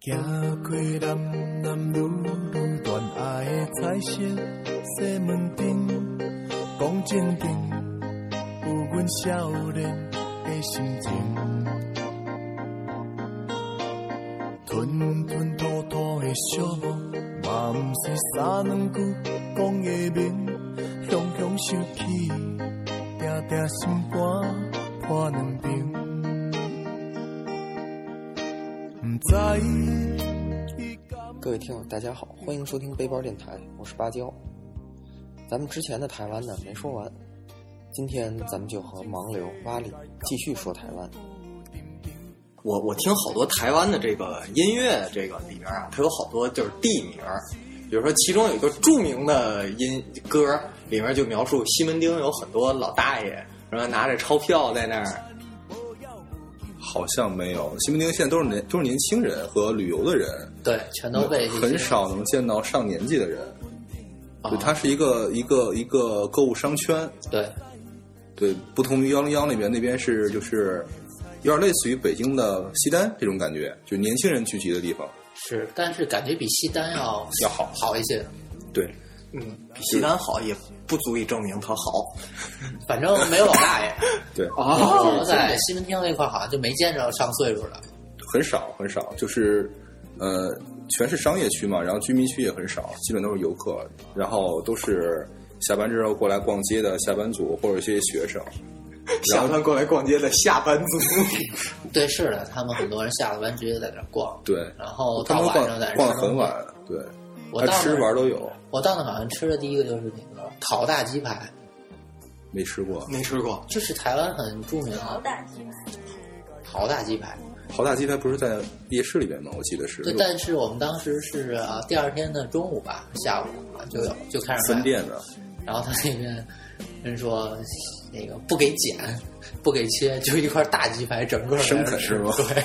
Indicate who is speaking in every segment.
Speaker 1: 行过男男女女恋爱的彩色西门町，讲正经，有阮少年的心情。吞吞吐吐的寂寞，嘛毋是三两句讲的明。常常想起，定定心肝破两平。毋知伊敢
Speaker 2: 各位听友，大家好，欢迎收听背包电台，我是芭蕉。咱们之前的台湾呢没说完，今天咱们就和盲流巴里继续说台湾。
Speaker 3: 我我听好多台湾的这个音乐这个里边啊，它有好多就是地名儿，比如说其中有一个著名的音歌儿，里面就描述西门町有很多老大爷，然后拿着钞票在那儿。
Speaker 4: 好像没有，西门町现在都是年都是年轻人和旅游的人，
Speaker 2: 对，全都被
Speaker 4: 很少能见到上年纪的人。对，它是一个一个一个购物商圈。
Speaker 2: 对，
Speaker 4: 对，不同于幺零幺那边，那边是就是有点类似于北京的西单这种感觉，就是年轻人聚集的地方。
Speaker 2: 是，但是感觉比西单要
Speaker 4: 要好
Speaker 2: 好一些。
Speaker 4: 对，
Speaker 2: 嗯，
Speaker 3: 比西单好也不足以证明它好。
Speaker 2: 反正没有老大 爷。
Speaker 4: 对，
Speaker 2: 哦我在西门町那块儿好像就没见着上岁数的。
Speaker 4: 很少很少，就是呃，全是商业区嘛，然后居民区也很少，基本都是游客，然后都是下班之后过来逛街的下班族或者一些学生。
Speaker 3: 下班过来逛街的下班族，
Speaker 2: 对，是的，他们很多人下了班直接在那儿逛，
Speaker 4: 对，
Speaker 2: 然后
Speaker 4: 他
Speaker 2: 到
Speaker 4: 们
Speaker 2: 晚哦上在那
Speaker 4: 逛
Speaker 2: 儿
Speaker 4: 逛得很
Speaker 2: 吃 东西
Speaker 4: 晚，对，
Speaker 2: 我
Speaker 4: 他
Speaker 2: 到
Speaker 4: 吃
Speaker 2: 那儿
Speaker 4: 玩都有，
Speaker 2: 我到那好像吃的第一个就是那个烤大鸡排，
Speaker 4: 没吃过。
Speaker 2: 嗯
Speaker 3: 没吃过。
Speaker 2: 这是台湾很著名
Speaker 5: 好
Speaker 2: 的
Speaker 5: 歹是
Speaker 2: 烤大鸡排。
Speaker 4: 好大鸡排不是在夜市里边吗？我记得是
Speaker 2: 对，但是我们当时是啊，第二天的中午吧，下午啊就有就开始卖
Speaker 4: 分，店的，
Speaker 2: 然后他那边人说那个不给剪，不给切，就一块大鸡排整个在那儿
Speaker 4: 生啃
Speaker 2: 吃
Speaker 4: 是吗
Speaker 2: 对，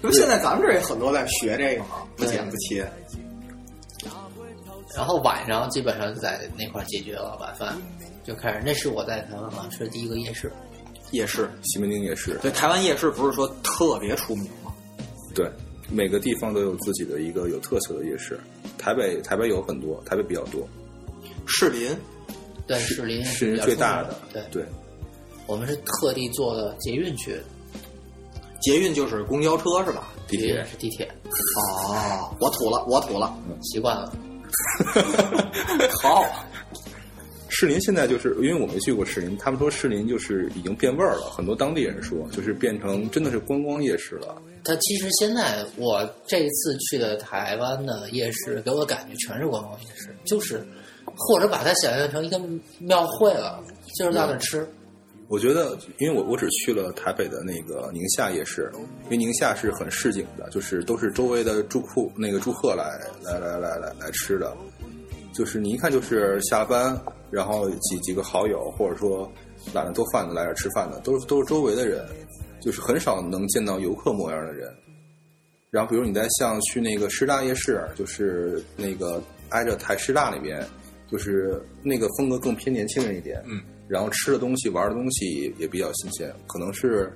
Speaker 3: 那不现在咱们这儿也很多在学这个嘛，不
Speaker 2: 对
Speaker 3: 剪不切。
Speaker 2: 然后晚上基本上就在那块儿解决了晚饭，就开始那是我在台湾好像吃的第一个夜市。
Speaker 3: 夜市，
Speaker 4: 西门町夜市，
Speaker 3: 对，台湾夜市不是说特别出名吗？
Speaker 4: 对，每个地方都有自己的一个有特色的夜市。台北台北有很多，台北比较多，
Speaker 3: 士林
Speaker 2: 对，士林
Speaker 4: 是
Speaker 2: 比较
Speaker 4: 最
Speaker 2: 出名
Speaker 4: 大的，
Speaker 2: 对，
Speaker 4: 对
Speaker 2: 我们是特地坐的捷运去，
Speaker 3: 捷运就是公交车是吧？
Speaker 4: 地
Speaker 2: 捷
Speaker 4: 铁
Speaker 2: 运是地铁，
Speaker 3: 哦，我吐了，我吐了，
Speaker 2: 习惯了。
Speaker 3: 好，
Speaker 4: 士林现在就是因为我没去过士林，他们说士林就是已经变味儿了，很多当地人说就是变成真的是观光夜市了。
Speaker 2: 它其实现在我这一次去的台湾的夜市，给我的感觉全是观光夜市，就是或者把它想象成一个庙会了，就是
Speaker 4: 嗯
Speaker 2: 到那儿吃。
Speaker 4: 我觉得，因为我我只去了台北的那个宁夏夜市，因为宁夏是很市井的，就是都是周围的住户那个住客来来来来来来吃的，就是你一看就是下班，然后几几个好友或者说懒得做饭的来这儿吃饭的，都是都是周围的人，就是很少能见到游客模样的人。然后，比如你在像去那个师大夜市，就是那个挨着台师大那边，就是那个风格更偏年轻人一点，
Speaker 3: 嗯，
Speaker 4: 然后吃的东西、玩的东西也比较新鲜，可能是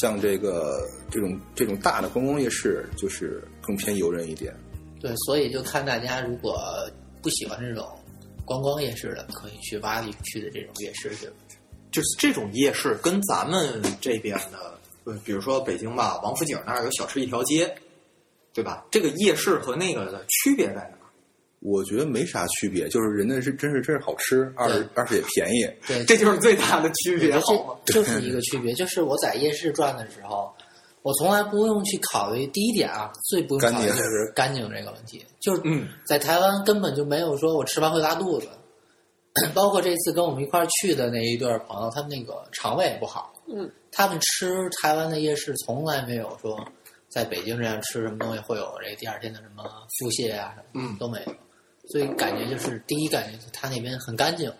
Speaker 4: 像这个这种这种大的观光夜市，就是更偏游人一点。
Speaker 2: 对，所以就看大家如果不喜欢这种观光夜市的，可以去巴黎去的这种夜市去。
Speaker 3: 就是这种夜市跟咱们这边的，呃比如说北京吧，王府井那儿有小吃一条街，对吧？这个夜市和那个的区别在哪儿？
Speaker 4: 我觉得没啥区别，就是人家是真是真是好吃，二
Speaker 2: 对
Speaker 4: 二是也便 宜，
Speaker 2: 对，
Speaker 3: 这就是最大的区别，好吗？
Speaker 2: 这就是一个区别，就是我在夜市转的时候，我从来不用去考虑第一点啊，最不用考
Speaker 4: 干
Speaker 2: 虑就
Speaker 4: 净
Speaker 2: 是干净这个问题，就是
Speaker 3: 嗯
Speaker 2: 在台湾根本就没有说我吃完会拉肚子，包括这次跟我们一块儿去的那一对儿朋友，他们那个肠胃也不好，
Speaker 5: 嗯，
Speaker 2: 他们吃台湾的夜市从来没有说在北京这样吃什么东西会有这第二天的什么腹泻啊什么
Speaker 3: 嗯，
Speaker 2: 都没有，所以感觉就是第一感觉就是他那边很干净。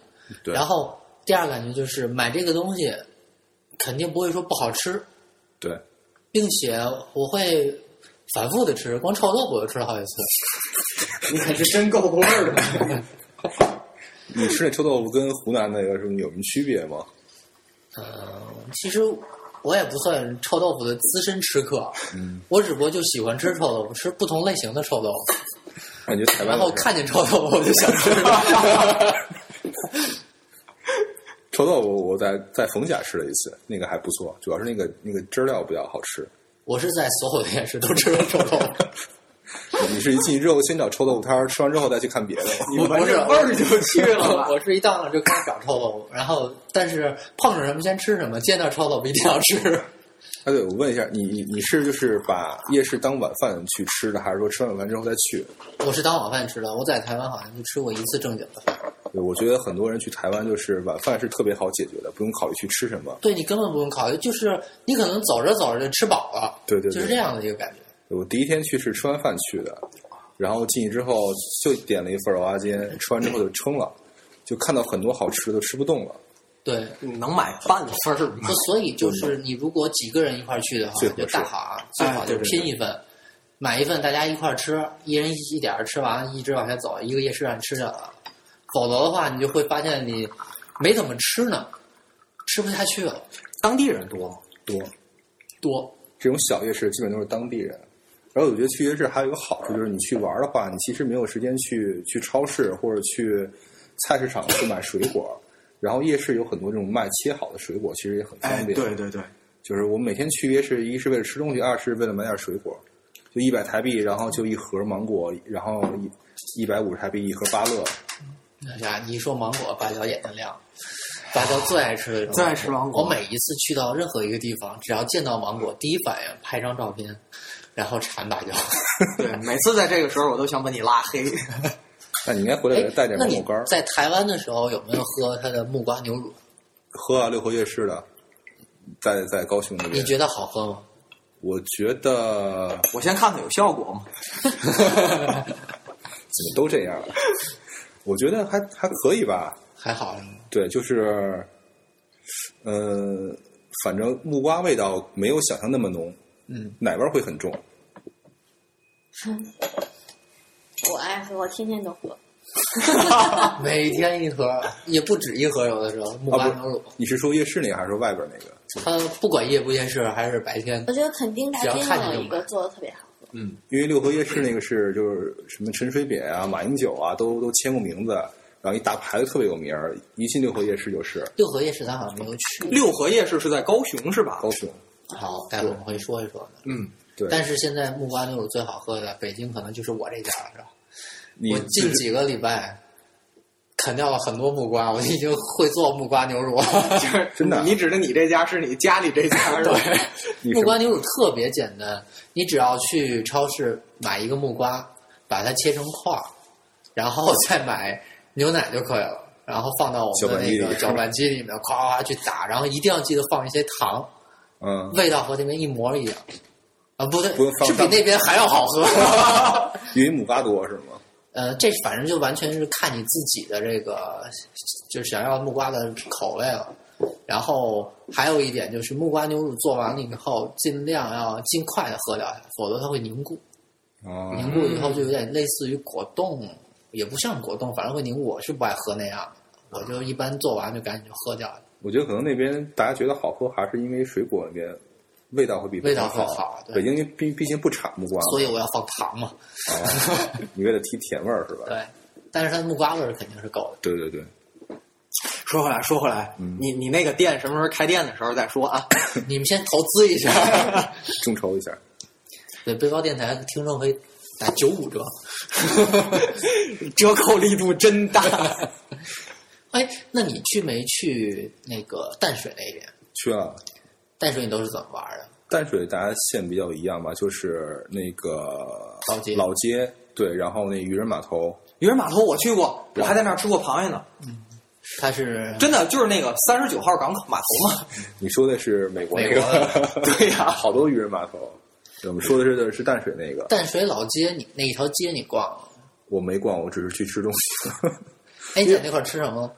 Speaker 4: 对，
Speaker 2: 然后第二感觉就是买这个东西，肯定不会说不好吃，
Speaker 4: 对，
Speaker 2: 并且我会反复的吃，光臭豆腐我就吃了好几次。
Speaker 3: 你可是真够味儿的。
Speaker 4: 你吃那臭豆腐跟湖南那个什么有什么区别吗？
Speaker 2: 呃嗯、其实我也不算臭豆腐的资深吃客，
Speaker 4: 嗯，
Speaker 2: 我只不过就喜欢吃臭豆腐，吃不同类型的臭豆腐，
Speaker 4: 感觉台湾
Speaker 2: 然后
Speaker 4: 也是
Speaker 2: 看见臭豆腐我就想吃。
Speaker 4: 臭豆腐，我在在冯家吃了一次，那个还不错，主要是那个那个汁儿料比较好吃。
Speaker 2: 我是在所有的夜市都吃过臭豆腐，
Speaker 4: 你是一进去之后先找臭豆腐摊儿，吃完之后再去看别的。
Speaker 3: 你
Speaker 2: 我
Speaker 3: 闻
Speaker 2: 不是
Speaker 3: 着味儿就去了 吧？
Speaker 2: 我是一到那就开始找臭豆腐，然后但是碰上什么先吃什么，见到臭豆腐一定要吃。
Speaker 4: 哎，对，我问一下，你你你是就是把夜市当晚饭去吃的，还是说吃完晚饭之后再去？
Speaker 2: 我是当晚饭吃的，我在台湾好像就吃过一次正经的饭，
Speaker 4: 对，我觉得很多人去台湾就是晚饭是特别好解决的，不用考虑去吃什么。
Speaker 2: 对你根本不用考虑，就是你可能走着走着就吃饱了，
Speaker 4: 对对
Speaker 2: 就
Speaker 4: 对
Speaker 2: 是这样的一个感觉。
Speaker 4: 我第一天去是吃完饭去的，然后进去之后就点了一份蚵仔煎，吃完之后就撑了，就看到很多好吃的都吃不动了。
Speaker 2: 对，
Speaker 3: 你能买半份儿吗
Speaker 2: 不？所以就是你如果几个人一块儿去的话
Speaker 4: 最，合
Speaker 2: 就
Speaker 4: 适
Speaker 2: 大好啊最
Speaker 3: 哎
Speaker 2: 好就
Speaker 3: 对对
Speaker 2: 拼
Speaker 3: 对
Speaker 2: 一份，买一份大家一块儿吃，一人一点儿吃完，一直往下走，一个夜市让你吃下来了。否则的话，你就会发现你没怎么吃呢，吃不下去了，
Speaker 3: 当地人多吗，
Speaker 4: 多，
Speaker 2: 多。
Speaker 4: 这种小夜市基本都是当地人。然后我觉得去夜市还有一个好处，就是你去玩的话，你其实没有时间去去超市或者去菜市场去买水果。然后夜市有很多这种卖切好的水果，其实也很方
Speaker 3: 哎，
Speaker 4: 便。
Speaker 3: 对对对，
Speaker 4: 就是我们每天去夜市，一是为了吃东西，二是为了买点水果，就一百台币，然后就一盒芒果，然后一一百五十台币一盒芭乐。
Speaker 2: 那啥，你一说芒果，八角眼睛亮。八角最爱吃的
Speaker 3: 最爱吃芒果
Speaker 2: 我每一次去到任何一个地方，只要见到芒果，第一反应拍张照片，然后 馋八角。
Speaker 3: 对，每次在这个时候我都想把你拉黑。
Speaker 4: 那你应该回来给他带点
Speaker 2: 哎那
Speaker 4: 芒
Speaker 2: 你
Speaker 4: 果干儿，
Speaker 2: 在台湾的时候有没有喝它的木瓜牛乳？
Speaker 4: 喝啊，六合夜市的，在在高雄那
Speaker 2: 你
Speaker 4: 边，
Speaker 2: 觉得好喝吗？
Speaker 4: 我觉得
Speaker 3: 我先看看有效果吗？
Speaker 4: 怎么都这样了？ 我觉得还还可以吧。
Speaker 2: 还好是吗？
Speaker 4: 对，就是，呃，反正木瓜味道没有想象那么浓，
Speaker 2: 嗯，
Speaker 4: 奶味儿会很重。
Speaker 5: 我爱喝，我天天都喝。
Speaker 2: 每天一盒， 也不止一盒，有的时候木瓜
Speaker 4: 啊
Speaker 2: 牛乳，
Speaker 4: 你是说夜市那个，还是说外边那个？
Speaker 2: 它不管夜不夜市还是白天
Speaker 5: 我，觉得垦丁大
Speaker 2: 只要看见就
Speaker 5: 街有一个做的特别好，
Speaker 4: 因为六合夜市那个是就是什么陈水扁啊、马英九啊，都都签过名字，然后一大牌子特别有名儿。一进六合夜市就是
Speaker 2: 六合夜市咱好像没有去。
Speaker 3: 六合夜市是在高雄是吧
Speaker 4: 高？雄，
Speaker 2: 好，待会儿我们会说一说的。
Speaker 3: 嗯，
Speaker 4: 对，
Speaker 2: 但是现在木瓜牛乳最好喝的，北京可能就是我这家了，是吧？
Speaker 4: 你
Speaker 2: 我近几个礼拜砍掉了很多木瓜，我已经会做木瓜牛乳了。
Speaker 3: 就是
Speaker 4: 真的
Speaker 3: 你指的啊你这家是你家里这 家是吧？
Speaker 4: 你
Speaker 2: 木
Speaker 4: 是
Speaker 2: 瓜牛乳特别简单，你只要去超市买一个木瓜，把它切成块儿，然后再买牛奶就可以了，然后放到我们的那个
Speaker 4: 搅拌机里
Speaker 2: 搅拌机里面，夸夸夸去打，然后一定要记得放一些糖，
Speaker 4: 嗯，
Speaker 2: 味道和那边一模一样。啊，不对
Speaker 4: 不用，放
Speaker 2: 是比那边还要好喝。
Speaker 4: 因为木瓜多是吗？
Speaker 2: 呃，这反正就完全是看你自己的这个，就是想要木瓜的口味了。然后还有一点就是，木瓜牛乳做完了以后，尽量要尽快的喝掉它，否则它会凝固。
Speaker 4: 啊、
Speaker 2: 凝固以后就有点类似于果冻，也不像果冻，反正会凝固。我是不爱喝那样，我就一般做完就赶紧就喝掉，
Speaker 4: 我觉得可能那边大家觉得好喝，还是因为水果那边味道会比
Speaker 2: 味道
Speaker 4: 北京
Speaker 2: 会
Speaker 4: 好
Speaker 2: 好。啊
Speaker 4: 北
Speaker 2: 对
Speaker 4: 京毕毕竟不产木瓜，
Speaker 2: 所以我要放糖嘛。
Speaker 4: 啊、你为了提甜味儿是吧？
Speaker 2: 对，但是它的木瓜味儿肯定是够的。
Speaker 4: 对对对，
Speaker 3: 说回来，说回来，
Speaker 4: 嗯
Speaker 3: 你你那个店什么时候开店的时候再说啊？
Speaker 2: 你们先投资一下，
Speaker 4: 众筹一下。
Speaker 2: 对背包电台听众可以打九五折。
Speaker 3: 折扣力度真大。
Speaker 2: 哎，那你去没去那个淡水那边？
Speaker 4: 去了
Speaker 2: 淡水你都是怎么玩的？
Speaker 4: 啊淡水，大家线比较一样吧，就是那个
Speaker 2: 老街
Speaker 4: 老街对，然后那渔人码头，
Speaker 3: 渔人码头我去过，我还在那儿吃过螃蟹呢，
Speaker 2: 它是
Speaker 3: 真的就是那个三十九号港口码头嘛。
Speaker 4: 你说的是美国那
Speaker 2: 美国
Speaker 4: 个，
Speaker 3: 对呀、
Speaker 4: 好多渔人码头。对我们说的是是淡水那个，
Speaker 2: 淡水老街，你那一条街你逛了？
Speaker 4: 我没逛，我只是去吃东西。
Speaker 2: 哎，你在那块儿吃什么？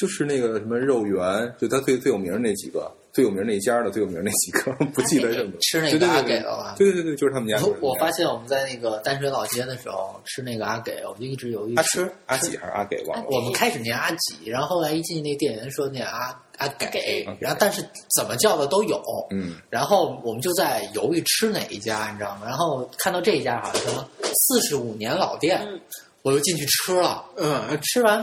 Speaker 4: 就是那个什么肉圆，就它最最有名儿那几个，最有名儿那一家的最有名儿那几个， 不记得什么。
Speaker 2: 吃那
Speaker 4: 对
Speaker 2: 个
Speaker 4: 对
Speaker 2: 阿
Speaker 4: 对
Speaker 2: 给了吧？
Speaker 4: 对对对对，就是他们家。就是他们家
Speaker 2: 我发现我们在那个淡水老街的时候吃那个阿给，我就一直犹豫
Speaker 4: 阿吃阿几还是阿给忘了。
Speaker 2: 我们开始念阿几，然后后来一进那店员说念阿阿给
Speaker 5: 给，
Speaker 2: 然后但是怎么叫的都有。
Speaker 4: 嗯，
Speaker 2: 然后我们就在犹豫吃哪一家，你知道吗？然后看到这一家好像什么四十五年老店，
Speaker 5: 嗯
Speaker 2: 我就进去吃了。
Speaker 3: 嗯，
Speaker 2: 吃完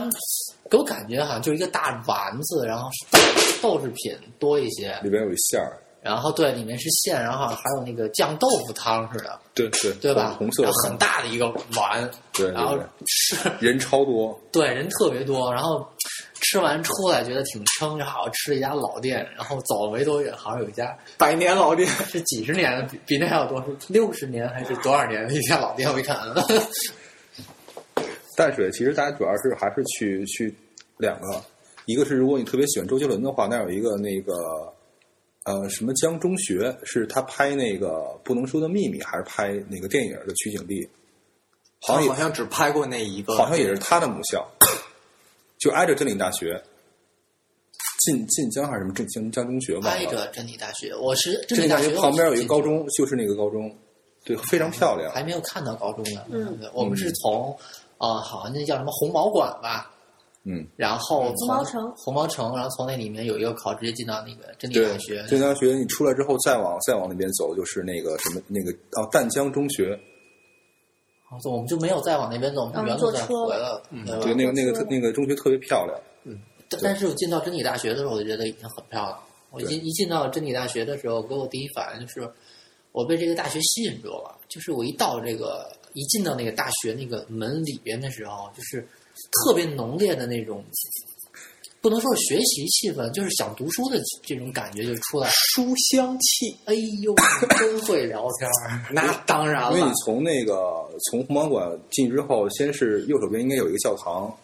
Speaker 2: 给我感觉好像就是一个大丸子，然后是豆豆制品多一些，
Speaker 4: 里边有一馅儿，
Speaker 2: 然后对里面是馅，然后好像还有那个酱豆腐汤似的，
Speaker 4: 对对
Speaker 2: 对吧？
Speaker 4: 红色
Speaker 2: 然
Speaker 4: 的
Speaker 2: 后，很大的一个碗，
Speaker 4: 对
Speaker 2: 然后
Speaker 4: 对
Speaker 2: 吃
Speaker 4: 对，人超多。
Speaker 2: 对，人特别多，然后吃完出来觉得挺撑，然后好像吃了一家老店，然后走了没多远，好像有一家
Speaker 3: 百年老店，
Speaker 2: 是几十年的，比比那还要多，是六十年还是多少年的一家老店？我一看，
Speaker 4: 淡水其实大家主要是还是去去两个，一个是如果你特别喜欢周杰伦的话，那有一个那个呃什么江中学，是他拍那个《不能说的秘密》还是拍哪个电影的取景地，好像也
Speaker 3: 好像只拍过那一个，
Speaker 4: 好像也是他的母校，就挨着真理大学，晋晋江还是什么浙江江中学忘
Speaker 2: 挨
Speaker 4: 了，
Speaker 2: 着真理大学，我是真
Speaker 4: 真
Speaker 2: 理
Speaker 4: 理大
Speaker 2: 学
Speaker 4: 学旁边有一个
Speaker 2: 个
Speaker 4: 高，中，就是那个高中，对，非常漂亮。
Speaker 2: 还没有看到高中呢。
Speaker 5: 嗯，
Speaker 2: 我们是从呃，好像那叫什么红毛馆吧，
Speaker 4: 嗯，
Speaker 2: 然后
Speaker 5: 红毛城
Speaker 2: 红毛城，然后从那里面有一个口，直接进到那个真理
Speaker 4: 对
Speaker 2: 大学，，
Speaker 4: 真理大学你出来之后，再往再往那边走，就是那个什么那个哦，淡江中学，
Speaker 2: 然后我们就没有再往那边走，我们就原路
Speaker 5: 坐
Speaker 2: 再
Speaker 5: 车
Speaker 2: 回来了，对吧
Speaker 4: 嗯对，那个那个
Speaker 5: 我知道
Speaker 4: 那个中学特别漂亮。
Speaker 2: 但但是我进到真理大学的时候，我就觉得已经很漂亮了。我一
Speaker 4: 对
Speaker 2: 进一进到真理大学的时候，给我第一反应就是，我被这个大学吸引住了。就是我一到这个，一进到那个大学那个门里边的时候，就是特别浓烈的那种，不能说是学习气氛，就是想读书的这种感觉就出来。
Speaker 3: 书香气，
Speaker 2: 哎呦，真会聊天儿！
Speaker 3: 那当然
Speaker 4: 因为你
Speaker 3: 了，
Speaker 4: 从那个从红毛馆进去之后，先是右手边应该有一个教堂，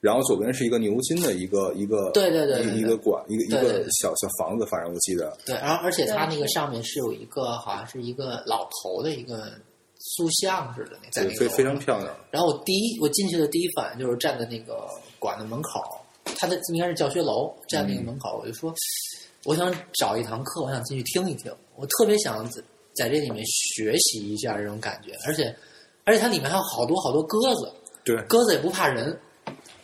Speaker 4: 然后左边是一个牛津的一个一个
Speaker 2: 对对对对对
Speaker 4: 一个一个馆一个一
Speaker 2: 对对
Speaker 4: 个
Speaker 2: 对
Speaker 4: 小小房子，反正我记得
Speaker 2: 对，然后而且它那个
Speaker 5: 对
Speaker 2: 上面是有一个好像是一个老头的一个塑像似的，那在
Speaker 4: 对
Speaker 2: 那个
Speaker 4: 非
Speaker 2: 楼
Speaker 4: 非
Speaker 2: 上
Speaker 4: 常漂亮。
Speaker 2: 然后我第一我进去的第一反应就是站在那个馆的门口，他的应该是教学楼，站那个门口，我就说我想找一堂课，我想进去听一听，我特别想在在这里面学习一下这种感觉，而且而且它里面还有好多好多鸽子，
Speaker 4: 对
Speaker 2: 鸽子也不怕人，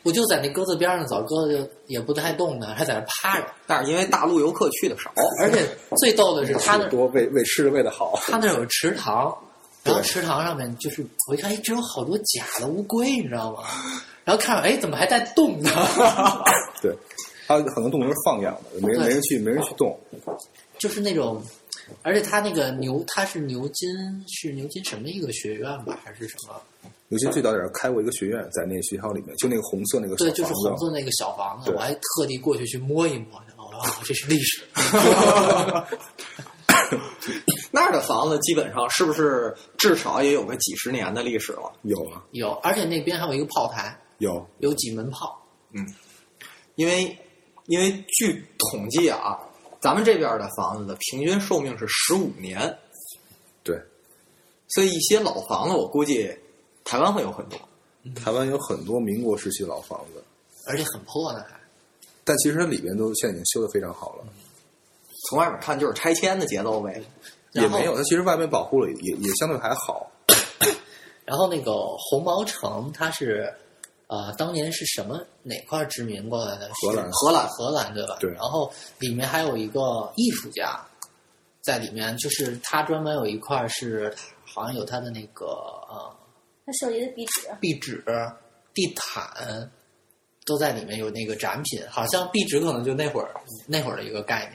Speaker 2: 我就在那鸽子边上走，鸽子就也不太动呢，还在那趴着，
Speaker 3: 但是因为大陆游客去的少，
Speaker 2: 而且最逗的是他那
Speaker 4: 有多为为吃的为的好，
Speaker 2: 他那儿有池塘，然后
Speaker 4: 对
Speaker 2: 池塘上面就是我一看，哎，这有好多假的乌龟，你知道吗？然后看着，哎，怎么还在动呢？
Speaker 4: 对，它很多动物是放养的，没人没
Speaker 2: 对
Speaker 4: 人去没人去动。
Speaker 2: 就是那种，而且他那个牛，他是牛津，是牛津什么一个学院吧，还是什么？
Speaker 4: 尤其最早点儿开过一个学院，在那个学校里面，就那个红色那个小
Speaker 2: 对，
Speaker 4: 房子
Speaker 2: 就是红色那个小房子，
Speaker 4: 对
Speaker 2: 我还特地过去去摸一摸去了。我说哦 这是历史，
Speaker 3: 那儿的房子基本上是不是至少也有个几十年的历史了？
Speaker 4: 有啊
Speaker 2: 有，而且那边还有一个炮台，
Speaker 4: 有，
Speaker 2: 有几门炮。
Speaker 3: 因为因为据统计啊，咱们这边的房子的平均寿命是十五年，
Speaker 4: 对，
Speaker 3: 所以一些老房子我估计台湾会有很多。
Speaker 4: 台湾有很多民国时期老房子，
Speaker 2: 而且很破呢，还
Speaker 4: 但其实它里面都现在已经修的非常好了。
Speaker 2: 嗯
Speaker 3: 从外面看就是拆迁的节奏呗。
Speaker 4: 也
Speaker 2: 然后
Speaker 4: 没有，它其实外面保护了，也也相对还好。
Speaker 2: 然后那个红毛城，它是呃，当年是什么哪块殖民过来的？是
Speaker 4: 荷兰
Speaker 2: 荷兰，荷兰对吧？
Speaker 4: 对
Speaker 2: 然后里面还有一个艺术家在里面，就是他专门有一块是好像有他的那个呃
Speaker 5: 他手里的壁纸，
Speaker 2: 壁纸、地毯都在里面有那个展品，好像壁纸可能就那会儿那会儿的一个概念。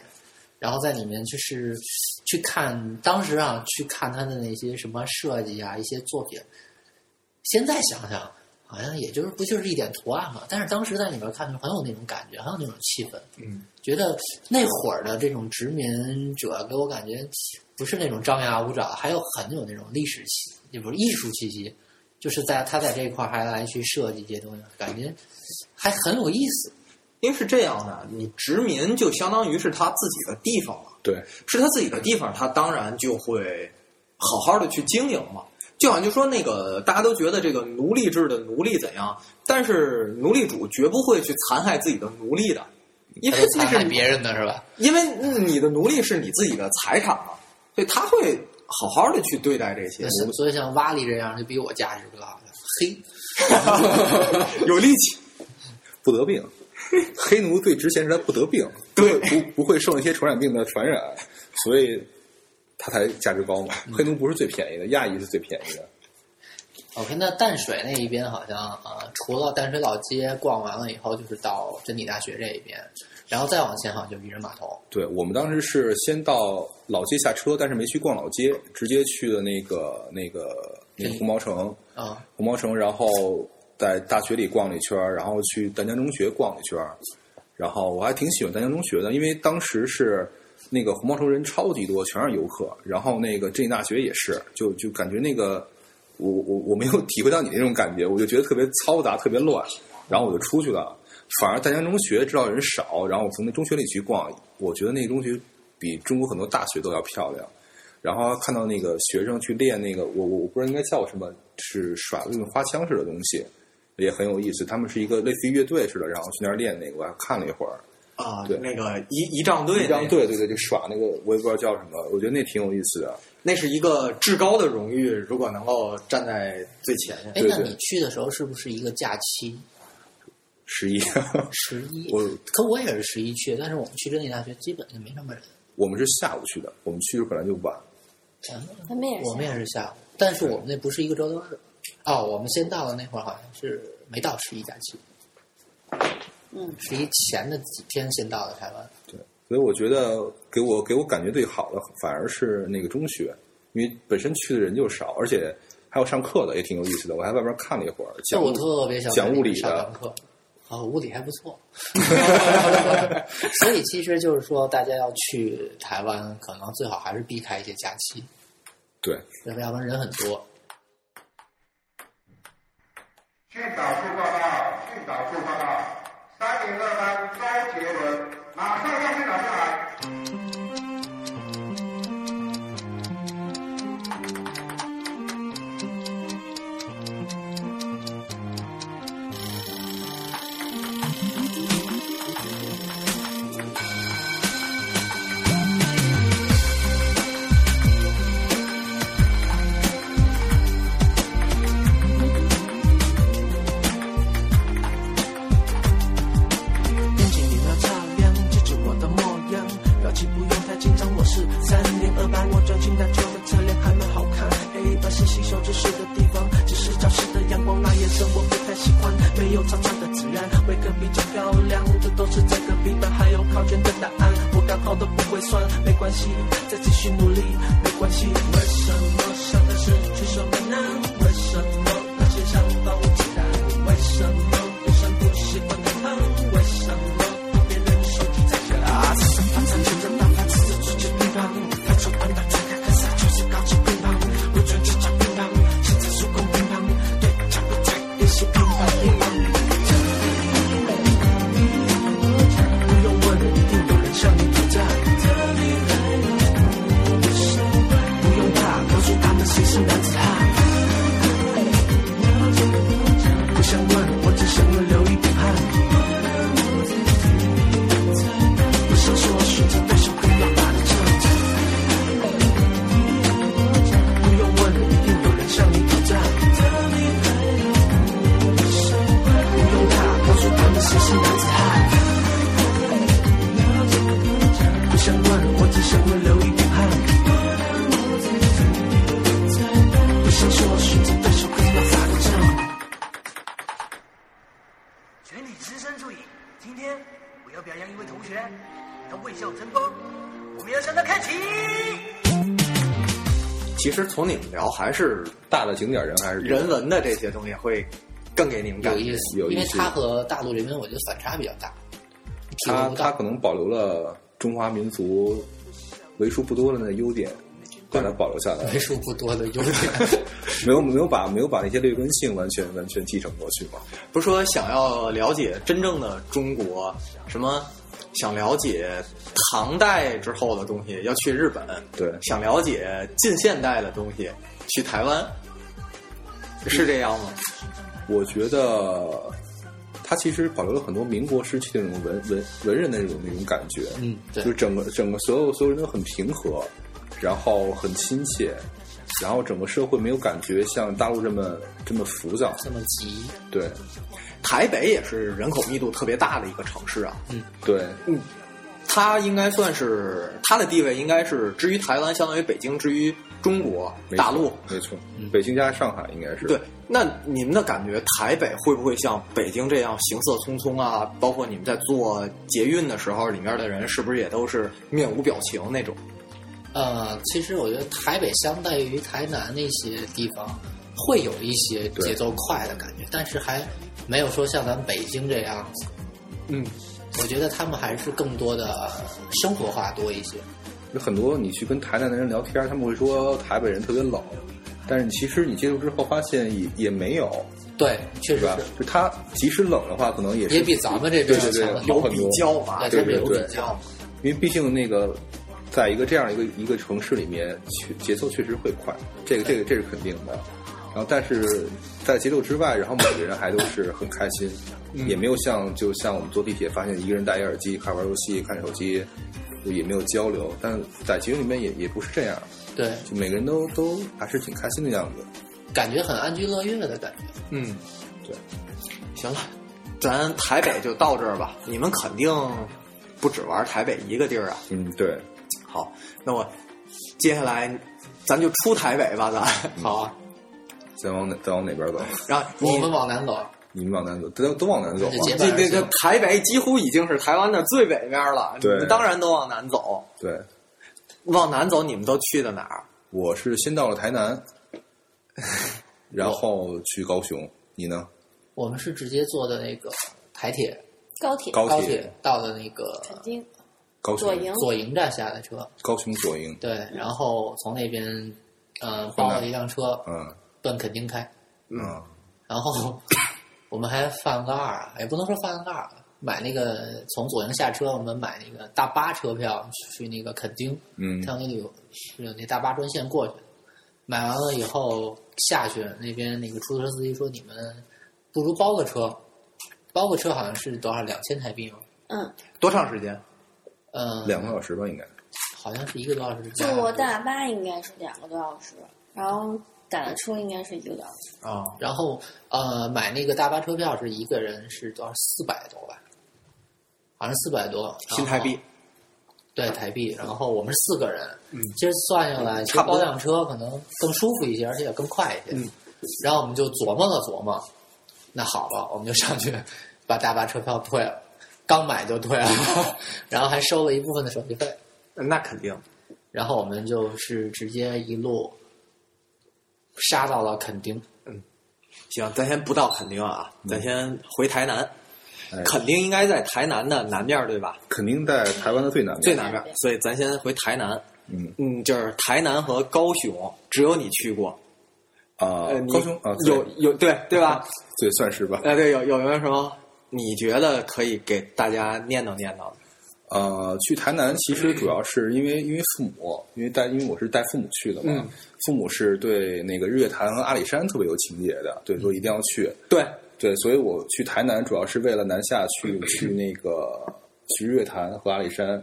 Speaker 2: 然后在里面就是去看当时啊，去看他的那些什么设计啊，一些作品。现在想想，好像也就是不就是一点图案嘛。但是当时在里面看的时候，很有那种感觉，很有那种气氛。
Speaker 3: 嗯，
Speaker 2: 觉得那会儿的这种殖民者给我感觉不是那种张牙舞爪，还有很有那种历史气，也不是艺术气息，就是在他在这一块儿还来去设计一些东西，感觉还很有意思。
Speaker 3: 因为是这样的，你殖民就相当于是他自己的地方了，
Speaker 4: 对，
Speaker 3: 是他自己的地方，他当然就会好好的去经营嘛。就好像就说那个大家都觉得这个奴隶制的奴隶怎样，但是奴隶主绝不会去残害自己的奴隶的，因为
Speaker 2: 他都
Speaker 3: 那
Speaker 2: 哎残害
Speaker 3: 是
Speaker 2: 别人的是吧？
Speaker 3: 因为你的奴隶是你自己的财产嘛，所以他会好好的去对待这些
Speaker 2: 也是所以像瓦力这样就比我价值更高。嘿，
Speaker 3: 有力气。
Speaker 4: 不得 病。黑奴最值钱是他不得病，
Speaker 3: 对
Speaker 4: 不不会受那些传染病的传染，所以他才价值高嘛。
Speaker 2: 嗯
Speaker 4: 黑奴不是最便宜的，亚裔是最便宜的。
Speaker 2: OK，那淡水那一边好像啊、呃除了淡水老街逛完了以后，就是到真理大学这一边，然后再往前好像就渔人码头。
Speaker 4: 对我们当时是先到老街下车，但是没去逛老街，直接去了那个那个那个
Speaker 2: 对
Speaker 4: 红毛城，
Speaker 2: 啊、
Speaker 4: 红毛城，然后在大学里逛了一圈儿，然后去丹江中学逛了一圈儿，然后我还挺喜欢丹江中学的，因为当时是那个红毛城人超级多，全是游客，然后那个浙江大学也是，就就感觉那个我我我没有体会到你那种感觉，我就觉得特别嘈杂，特别乱，然后我就出去了。反而丹江中学知道人少，然后我从那中学里去逛，我觉得那个中学比中国很多大学都要漂亮。然后看到那个学生去练那个，我我我不知道应该叫什么，是耍那种花枪式的东西，也很有意思。他们是一个类似于乐队似的，然后去那儿练那个，我还看了一会儿。
Speaker 3: 啊、
Speaker 4: 对
Speaker 3: 那个仪仪仗队，
Speaker 4: 一张对对对，就耍那个，我也不知道叫什么，我觉得那挺有意思的。
Speaker 3: 那是一个至高的荣誉，如果能够站在最前面，
Speaker 2: 哎，
Speaker 4: 对
Speaker 2: 那
Speaker 4: 对
Speaker 2: 你去的时候是不是一个假期？
Speaker 4: 十一，
Speaker 2: 十一，
Speaker 4: 我
Speaker 2: 可我也是十一去，但是我们去真理大学基本就没什么人。
Speaker 4: 我们是下午去的，我们去本来就晚，
Speaker 2: 嗯
Speaker 5: 咱们也是，
Speaker 2: 我们也是下午，但是我们那不是一个周六日。哦，我们先到的那会儿好像是没到十一假期，
Speaker 5: 嗯，
Speaker 2: 十一前的几天先到的台湾。
Speaker 4: 所以我觉得给我给我感觉最好的反而是那个中学，因为本身去的人就少，而且还有上课的也挺有意思的。我还在外边看了一会儿，
Speaker 2: 这
Speaker 4: 讲
Speaker 2: 我特别想
Speaker 4: 讲物理的
Speaker 2: 上堂课，啊、物理还不 错。所以其实就是说，大家要去台湾，可能最好还是避开一些假期，
Speaker 4: 对，
Speaker 2: 要不然人很多。
Speaker 6: 训导处报告，训导处报告，三零二班周杰伦，马上到训导处来。
Speaker 7: 眼睛里那擦亮，这是我的模样。表情不用太紧张，我是三零二班，我专心在做的侧脸还蛮好看。黑白是吸收知识的地方，只是潮湿的阳光那眼神我不太喜欢。没有长长的自然，会更比较漂亮，这都是这个笔本还有考卷的答案。我刚好都不会算，没关系，再继续努力，没关系。为什么想的失去什么呢？为什么那些想法无自然？为什么对生不习惯的疼？为什么别人的手机在响？啊，自身反常，全身大反，自制自己乒乓，他说半打才开始，就是高级乒乓，不准去找乒乓，现在速攻乒乓，对抢不在练习乒乓乒乓。不用问，一定有人向你挑战。不用怕，告诉他们谁是男子汉。不想问，我只想问流一点汗。不想说，选择对手更要打的仗。不用问，一定有人向你挑战。不用怕，告诉他们谁是男子汉。不想问，我只想问流一点汗。不想说，选择对手更要打的仗。
Speaker 8: 全体师生注意，今天我要表扬一位同学，他为校争光，我们要向他看齐。
Speaker 3: 其实从你们聊还是
Speaker 4: 大的景点人还是
Speaker 3: 人文的这些东西会更给你们感
Speaker 2: 有
Speaker 3: 觉
Speaker 2: 意思，
Speaker 4: 有意
Speaker 2: 因
Speaker 4: 思
Speaker 2: 为它和大陆这边我觉得反差比较大，体会
Speaker 4: 他
Speaker 2: 不
Speaker 4: 他
Speaker 2: 到。
Speaker 4: 可能保留了中华民族为数不多的那优点，把它保留下来
Speaker 2: 为，数不多的优点，
Speaker 4: 没有没有把没有把那些劣根性完全完全继承过去嘛。
Speaker 3: 不是说想要了解真正的中国，什么想了解唐代之后的东西，要去日本；
Speaker 4: 对
Speaker 3: 想了解近现代的东西，去台湾。是这样吗？
Speaker 4: 我觉得它其实保留了很多民国时期的那种文文文人的那种那种感觉，
Speaker 2: 嗯，对
Speaker 4: 就，是整个整个所有所有人都很平和，然后很亲切，然后整个社会没有感觉像大陆这么这么浮躁，
Speaker 2: 这么急，
Speaker 4: 对
Speaker 3: 台北也是人口密度特别大的一个城市啊，
Speaker 4: 对，
Speaker 3: 它应该算是它的地位应该是至于台湾，相当于北京，至于中国
Speaker 4: 没错
Speaker 3: 大陆。
Speaker 4: 没错，
Speaker 2: 嗯
Speaker 4: 北京加上海应该是
Speaker 3: 对，那你们的感觉，台北会不会像北京这样行色匆匆啊？包括你们在坐捷运的时候，里面的人是不是也都是面无表情那种？
Speaker 2: 呃，其实我觉得台北相对于台南那些地方，会有一些
Speaker 4: 对
Speaker 2: 节奏快的感觉，但是还没有说像咱们北京这样。
Speaker 3: 嗯，
Speaker 2: 我觉得他们还是更多的生活化多一些。
Speaker 4: 有很多你去跟台南的人聊天，他们会说台北人特别冷，但是其实你接触之后发现也也没有，
Speaker 2: 对，确
Speaker 4: 是
Speaker 2: 实
Speaker 4: 吧？
Speaker 2: 是，
Speaker 4: 就他即使冷的话，可能也是
Speaker 2: 也比咱们这边
Speaker 4: 对对对
Speaker 2: 强很
Speaker 4: 好
Speaker 2: 多
Speaker 3: 有
Speaker 4: 很
Speaker 3: 比
Speaker 4: 多，
Speaker 3: 较吧，
Speaker 2: 对，
Speaker 4: 对
Speaker 2: 他们有
Speaker 4: 对
Speaker 2: 比较。
Speaker 4: 因为毕竟那个在一个这样一个一个城市里面，确节奏确实会快，这个这个这是肯定的。然后但是在节奏之外，然后每个人还都是很开心，也没有像就像我们坐地铁发现一个人戴一耳机还玩游戏看手机，也没有交流。但在节目里面也也不是这样。
Speaker 2: 对，
Speaker 4: 就每个人都都还是挺开心的样子。
Speaker 2: 感觉很安居乐业的感觉。
Speaker 3: 嗯，
Speaker 4: 对。
Speaker 3: 行了，咱台北就到这儿吧。你们肯定不只玩台北一个地儿啊。
Speaker 4: 嗯，对，
Speaker 3: 好，那我接下来咱就出台北吧，咱好啊。
Speaker 4: 再往哪再往哪边走？
Speaker 3: 然后你
Speaker 2: 我们往南走，
Speaker 4: 你们往南走，都都往南走
Speaker 2: 那就结
Speaker 4: 啊。
Speaker 3: 这这这台北几乎已经是台湾的最北边了，
Speaker 4: 对
Speaker 3: 你们当然都往南走。
Speaker 4: 对，
Speaker 3: 往南走，你们都去的哪儿？
Speaker 4: 我是先到了台 南，然后去高雄。你呢？
Speaker 2: 我们是直接坐的那个台铁
Speaker 5: 高铁
Speaker 4: 高
Speaker 2: 高
Speaker 4: 铁
Speaker 2: 铁到的那个
Speaker 5: 北京
Speaker 4: 高
Speaker 5: 左
Speaker 4: 雄
Speaker 5: 营，
Speaker 2: 左营站下的车，
Speaker 4: 高雄左营，
Speaker 2: 对，然后从那边呃
Speaker 4: 南
Speaker 2: 包了一辆车
Speaker 4: 嗯
Speaker 2: 奔垦丁开，
Speaker 4: 嗯，
Speaker 2: 然 后我们还犯了个二啊，也不能说犯了个二，买那个从左营下车，我们买那个大巴车票去那个垦丁，
Speaker 4: 嗯
Speaker 2: 相当于有有那大巴专线过去。买完了以后下去，那边那个出租车司机说：“你们不如包个车，包个车好像是多少两千台币吗？
Speaker 5: 嗯，
Speaker 3: 多长时间？
Speaker 2: 嗯，
Speaker 4: 两个小时吧，应该。
Speaker 2: 好像是一个多小时。”
Speaker 5: 坐大巴应该是两个多小时，然后打的车应该是一个多小时。
Speaker 3: 啊、
Speaker 2: 然后呃，买那个大巴车票是一个人是多少？四百多吧，好像四百多
Speaker 3: 新台币。。
Speaker 2: 对台币，然后我们是四个人，其实算下来，其
Speaker 3: 嗯
Speaker 2: 实
Speaker 3: 差不多
Speaker 2: 包辆车可能更舒服一些，而且也更快一些。
Speaker 3: 嗯
Speaker 2: 然后我们就琢磨了琢磨，那好吧，我们就上去把大巴车票退了，刚买就退了， 然后还收了一部分的手续费。
Speaker 3: 那肯定，
Speaker 2: 然后我们就是直接一路杀到了垦丁，
Speaker 3: 行，咱先不到垦丁啊，咱先回台南。
Speaker 4: 哎
Speaker 3: 垦丁应该在台南的南边儿对吧？
Speaker 4: 肯定在台湾的最南边。
Speaker 3: 最南边儿
Speaker 5: 南，边
Speaker 3: 所以咱先回台南。
Speaker 4: 嗯
Speaker 3: 嗯，就是台南和高雄，只有你去过。
Speaker 4: 啊
Speaker 3: 呃，你
Speaker 4: 高雄啊，对
Speaker 3: 有有对对吧？
Speaker 4: 对算是吧。
Speaker 3: 呃，对，有有没有什么你觉得可以给大家念叨念叨的？
Speaker 4: 呃，去台南其实主要是因为因为父母，因为带因为我是带父母去的嘛，
Speaker 3: 嗯
Speaker 4: 父母是对那个日月潭和阿里山特别有情节的，对，说一定要去。
Speaker 3: 对，
Speaker 4: 对，所以我去台南主要是为了南下去去那个去日月潭和阿里山。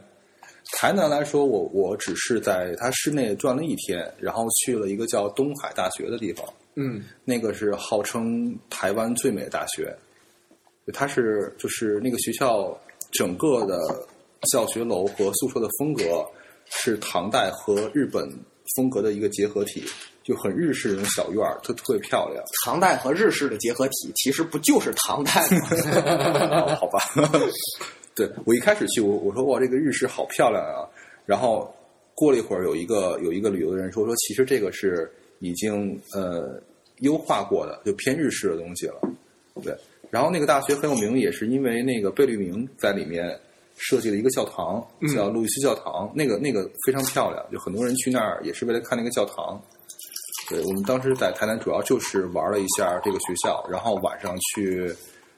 Speaker 4: 台南来说，我我只是在它市内转了一天，然后去了一个叫东海大学的地方，
Speaker 3: 嗯，
Speaker 4: 那个是号称台湾最美的大学，它是就是那个学校整个的教学楼和宿舍的风格是唐代和日本风格的一个结合体，就很日式那种小院儿，特特别漂亮。
Speaker 3: 唐代和日式的结合体其实不就是唐代吗？
Speaker 4: 哦 好吧，对我一开始去，我我说哇，这个日式好漂亮啊。然后过了一会儿，有一个有一个旅游的人说说，其实这个是已经呃优化过的，就偏日式的东西了。对，然后那个大学很有名，也是因为那个贝聿铭在里面设计了一个教堂，叫路易斯教堂，那个那个非常漂亮，就很多人去那儿也是为了看那个教堂。对我们当时在台南主要就是玩了一下这个学校，然后晚上去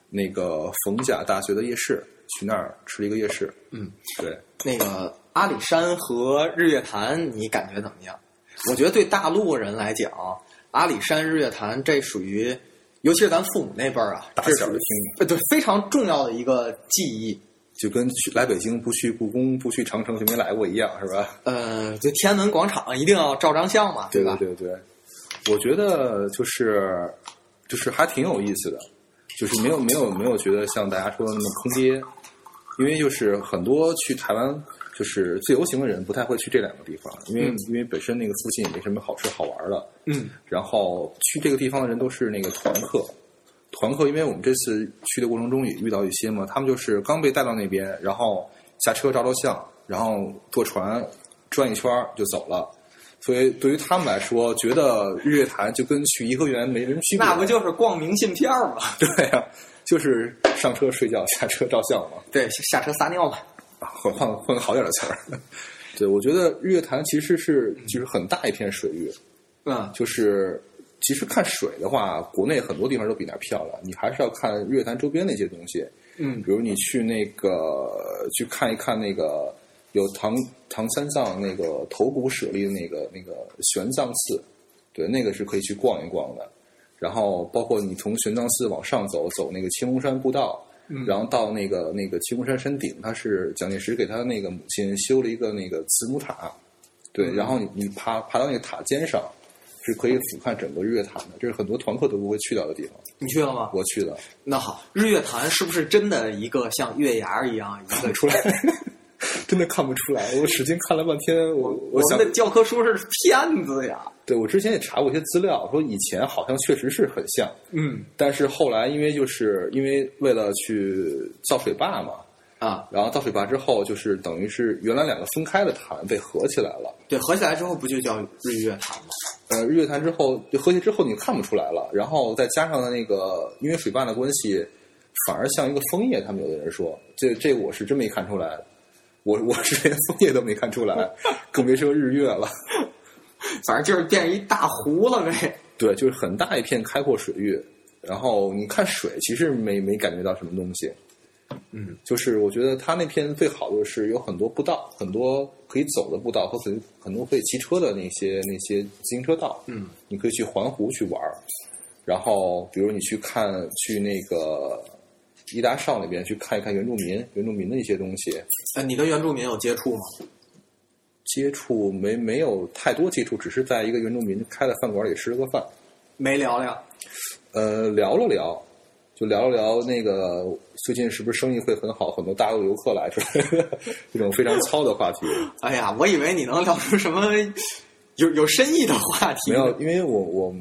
Speaker 4: 那个逢甲大学的夜市，去那儿吃了一个夜市。
Speaker 3: 嗯，
Speaker 4: 对，
Speaker 3: 那个阿里山和日月潭，你感觉怎么样？我觉得对大陆人来讲，阿里山日月潭，这属于，尤其是咱父母那辈儿啊，
Speaker 4: 打
Speaker 3: 这
Speaker 4: 小
Speaker 3: 属于
Speaker 4: 就听，
Speaker 3: 呃对非常重要的一个记忆。
Speaker 4: 就跟去来北京不去故宫、不去长城就没来过一样，是吧？
Speaker 3: 呃，就天安门广场一定要照张相嘛，吧？
Speaker 4: 对对，我觉得就是就是还挺有意思的，就是没有没有没有觉得像大家说的那么坑爹，因为就是很多去台湾就是自由行的人不太会去这两个地方，因为、
Speaker 3: 嗯
Speaker 4: 因为本身那个附近也没什么好吃好玩的，
Speaker 3: 嗯，
Speaker 4: 然后去这个地方的人都是那个团客。团客，因为我们这次去的过程中也遇到一些嘛，他们就是刚被带到那边，然后下车照照相，然后坐船转一圈儿就走了。所以对于他们来说，觉得日月潭就跟去颐和园没什么区别。
Speaker 3: 那不就是逛明信片儿吗？
Speaker 4: 对呀、就是上车睡觉，下车照相嘛。
Speaker 3: 对，下车撒尿嘛。
Speaker 4: 啊换换个换个好点儿的词儿。 对，我觉得日月潭其实是就是很大一片水域，
Speaker 3: 嗯，
Speaker 4: 就是其实看水的话，国内很多地方都比那儿漂亮，你还是要看日月潭周边那些东西。
Speaker 3: 嗯
Speaker 4: 比如你去那个去看一看那个有唐唐三藏那个头骨舍利的那个那个玄奘寺，对，那个是可以去逛一逛的。然后包括你从玄奘寺往上走，走那个青龙山步道，然后到那个那个青龙山山顶，它是蒋介石给他那个母亲修了一个那个慈母塔，对，然后你你爬爬到那个塔尖上，是可以俯瞰整个日月潭的，这是很多团客都不会去到的地方。
Speaker 3: 你去了吗？
Speaker 4: 我去了，
Speaker 3: 那好，日月潭是不是真的一个像月牙儿一样一 个
Speaker 4: 出来， 真的看不出来。我使劲看了半天，我
Speaker 3: 我
Speaker 4: 想
Speaker 3: 们的，教科书是骗子呀。
Speaker 4: 对我之前也查过一些资料，说以前好像确实是很像，
Speaker 3: 嗯
Speaker 4: 但是后来因为就是因为为了去造水坝嘛，
Speaker 3: 啊，
Speaker 4: 然后造水坝之后，就是等于是原来两个分开的潭被合起来了。
Speaker 3: 对，合起来之后不就叫日月潭吗？
Speaker 4: 呃，日月潭之后就合起之后你看不出来了，然后再加上那个因为水坝的关系，反而像一个枫叶。他们有的人说，这这我是真没看出来，我我是连枫叶都没看出来，更别说日月了。
Speaker 3: 反正就是变成一大湖了呗。
Speaker 4: 对，就是很大一片开阔水域，然后你看水，其实没没感觉到什么东西。
Speaker 3: 嗯，
Speaker 4: 就是我觉得它那片最好的是有很多步道，很多可以走的步道和很很多可以骑车的那些那些自行车道。
Speaker 3: 嗯，
Speaker 4: 你可以去环湖去玩儿，然后比如你去看去那个伊达邵那边去看一看原住民原住民的一些东西，
Speaker 3: 呃，你跟原住民有接触吗？
Speaker 4: 接触没没有太多接触，只是在一个原住民开的饭馆里吃了个饭。
Speaker 3: 没聊聊。
Speaker 4: 呃，聊了聊，就聊了聊那个最近是不是生意会很好，很多大陆游客来之 类的这种非常糙的话题。
Speaker 3: 哎呀，我以为你能聊出什么有有深意的话题。
Speaker 4: 没有，因为我我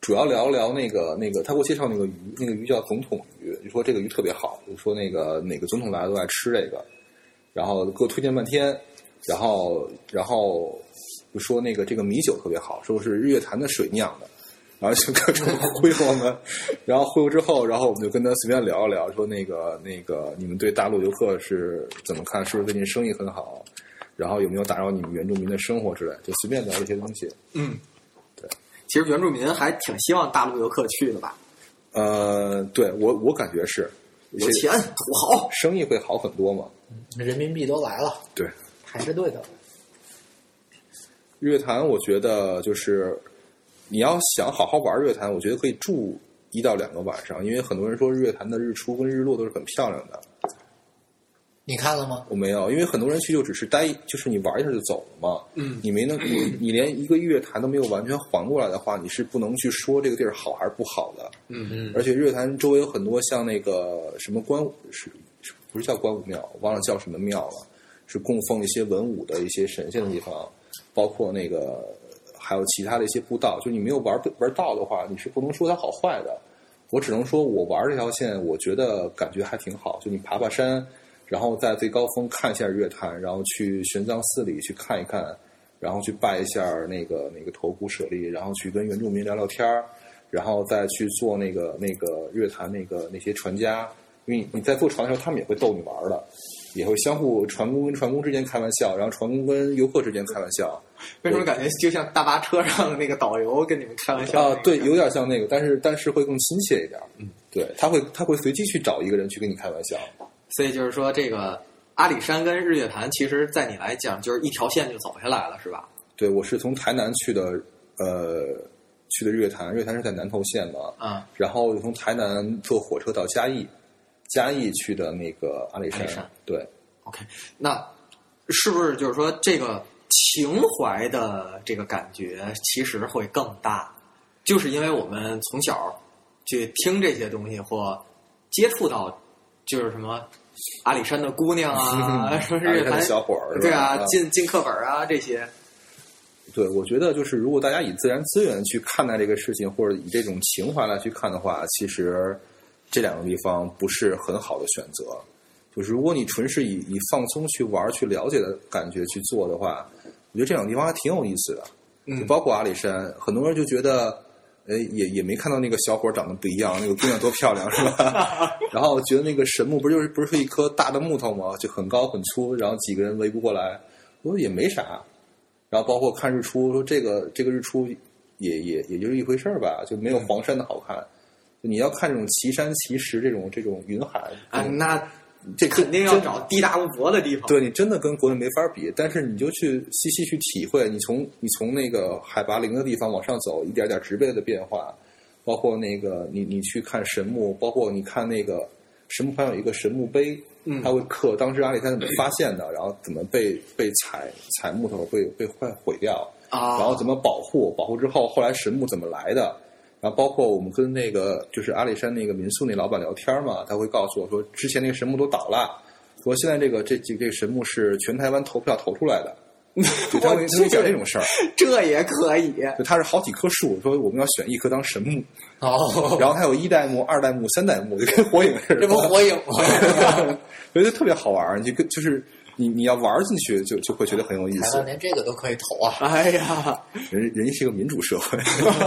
Speaker 4: 主要聊聊那个那个，他给我介绍那个鱼，那个鱼叫总统鱼，就说这个鱼特别好，就说那个哪个总统来都爱吃这个，然后给我推荐半天，然后然后就说那个这个米酒特别好，说是日月潭的水酿的。然后就各种忽悠我们， 然后忽悠之后，然后我们就跟他随便聊一聊，说那个那个，你们对大陆游客是怎么看？是不是最近生意很好？然后有没有打扰你们原住民的生活之类？就随便聊这些东西。
Speaker 3: 嗯，对。其实原住民还挺希望大陆游客去的吧？
Speaker 4: 呃，对我我感觉是，
Speaker 3: 有
Speaker 4: 是
Speaker 3: 钱土豪。
Speaker 4: 生意会好很多嘛。
Speaker 2: 人民币都来了，
Speaker 4: 对，
Speaker 2: 排着队的。
Speaker 4: 日月潭我觉得就是你要想好好玩日月潭，我觉得可以住一到两个晚上，因为很多人说日月潭的日出跟日落都是很漂亮的。
Speaker 2: 你看了吗？
Speaker 4: 我没有，因为很多人去就只是待，就是你玩一下就走了嘛。
Speaker 3: 嗯
Speaker 4: 你没能，你你连一个日月潭都没有完全环过来的话，你是不能去说这个地儿好还是不好的。
Speaker 3: 嗯
Speaker 2: 嗯，
Speaker 4: 而且日月潭周围有很多像那个什么关武是是不是叫关武庙？忘了叫什么庙了，是供奉一些文武的一些神仙的地方，包括那个还有其他的一些步道。就你没有玩玩道的话，你是不能说它好坏的。我只能说我玩这条线，我觉得感觉还挺好。就你爬爬山，然后在最高峰看一下日月潭，然后去玄奘寺里去看一看，然后去拜一下那个那个头骨舍利，然后去跟原住民聊聊天儿，然后再去做那个那个日月潭那个那些船家，因为你你在坐船的时候，他们也会逗你玩儿的，也会相互船工跟船工之间开玩笑，然后船工跟游客之间开玩笑。
Speaker 3: 为什么感觉就像大巴车上的那个导游跟你们开玩笑、
Speaker 4: 啊，对，有点像那个，但是但是会更亲切一点。嗯，对，他会他会随机去找一个人去跟你开玩笑。
Speaker 3: 所以就是说，这个阿里山跟日月潭，其实在你来讲，就是一条线就走下来了，是吧？
Speaker 4: 对我是从台南去的，呃，去的乐坛，乐坛是在南投县嘛，
Speaker 3: 啊，
Speaker 4: 然后又从台南坐火车到嘉义，嘉义去的那个阿里山，
Speaker 3: 阿里山
Speaker 4: 对，
Speaker 3: OK，那是不是就是说这个情怀的这个感觉其实会更大？就是因为我们从小去听这些东西或接触到，就是什么阿里山的姑娘 啊，说
Speaker 4: 阿里
Speaker 3: 是
Speaker 4: 山的小伙儿是吧
Speaker 3: 对啊
Speaker 4: 啊，
Speaker 3: 进进课本啊这些，
Speaker 4: 对，我觉得就是如果大家以自然资源去看待这个事情，或者以这种情怀来去看的话，其实这两个地方不是很好的选择。就是如果你纯是以以放松去玩儿、去了解的感觉去做的话，我觉得这两个地方还挺有意思的。
Speaker 3: 嗯
Speaker 4: 就包括阿里山，很多人就觉得，呃，也也没看到那个小伙儿长得不一样，那个姑娘多漂亮，是吧？然后觉得那个神木不是就是不是一棵大的木头吗？就很高很粗，然后几个人围不过来，我说也没啥。然后包括看日出，说这个这个日出也也也就是一回事儿吧，就没有黄山的好看。你要看这种奇山奇石这种这种云海
Speaker 3: 啊，
Speaker 4: 嗯
Speaker 3: 那
Speaker 4: 这
Speaker 3: 肯定要找地大物博的地方。
Speaker 4: 对你真的跟国内没法比，但是你就去细细去体会，你从你从那个海拔零的地方往上走，一点点植被的变化，包括那个你你去看神木，包括你看那个神木旁有一个神木碑，
Speaker 3: 嗯
Speaker 4: 它会刻当时阿里山怎么发现的，然后怎么被被踩踩木头会被坏毁掉，
Speaker 3: 啊，
Speaker 4: 然后怎么保护，保护之后后来神木怎么来的。然后包括我们跟那个就是阿里山那个民宿那老板聊天嘛，他会告诉我说，之前那个神木都倒了，说现在这个这这这个神木是全台湾投票投出 来的，就他会他会讲这种事儿，
Speaker 3: 这也可以
Speaker 4: 就他是好几棵树，说我们要选一棵当神木，
Speaker 2: 哦，
Speaker 4: 然后他有一代目、二代目、三代目，就跟火影似的，
Speaker 2: 这不火影吗？
Speaker 4: 我觉得特别好玩儿，你就跟就是你你要玩儿进去就就会觉得很有意
Speaker 2: 台
Speaker 4: 思
Speaker 2: 湾，连这个都可以投啊！
Speaker 3: 哎呀，
Speaker 4: 人人家是个民主社会。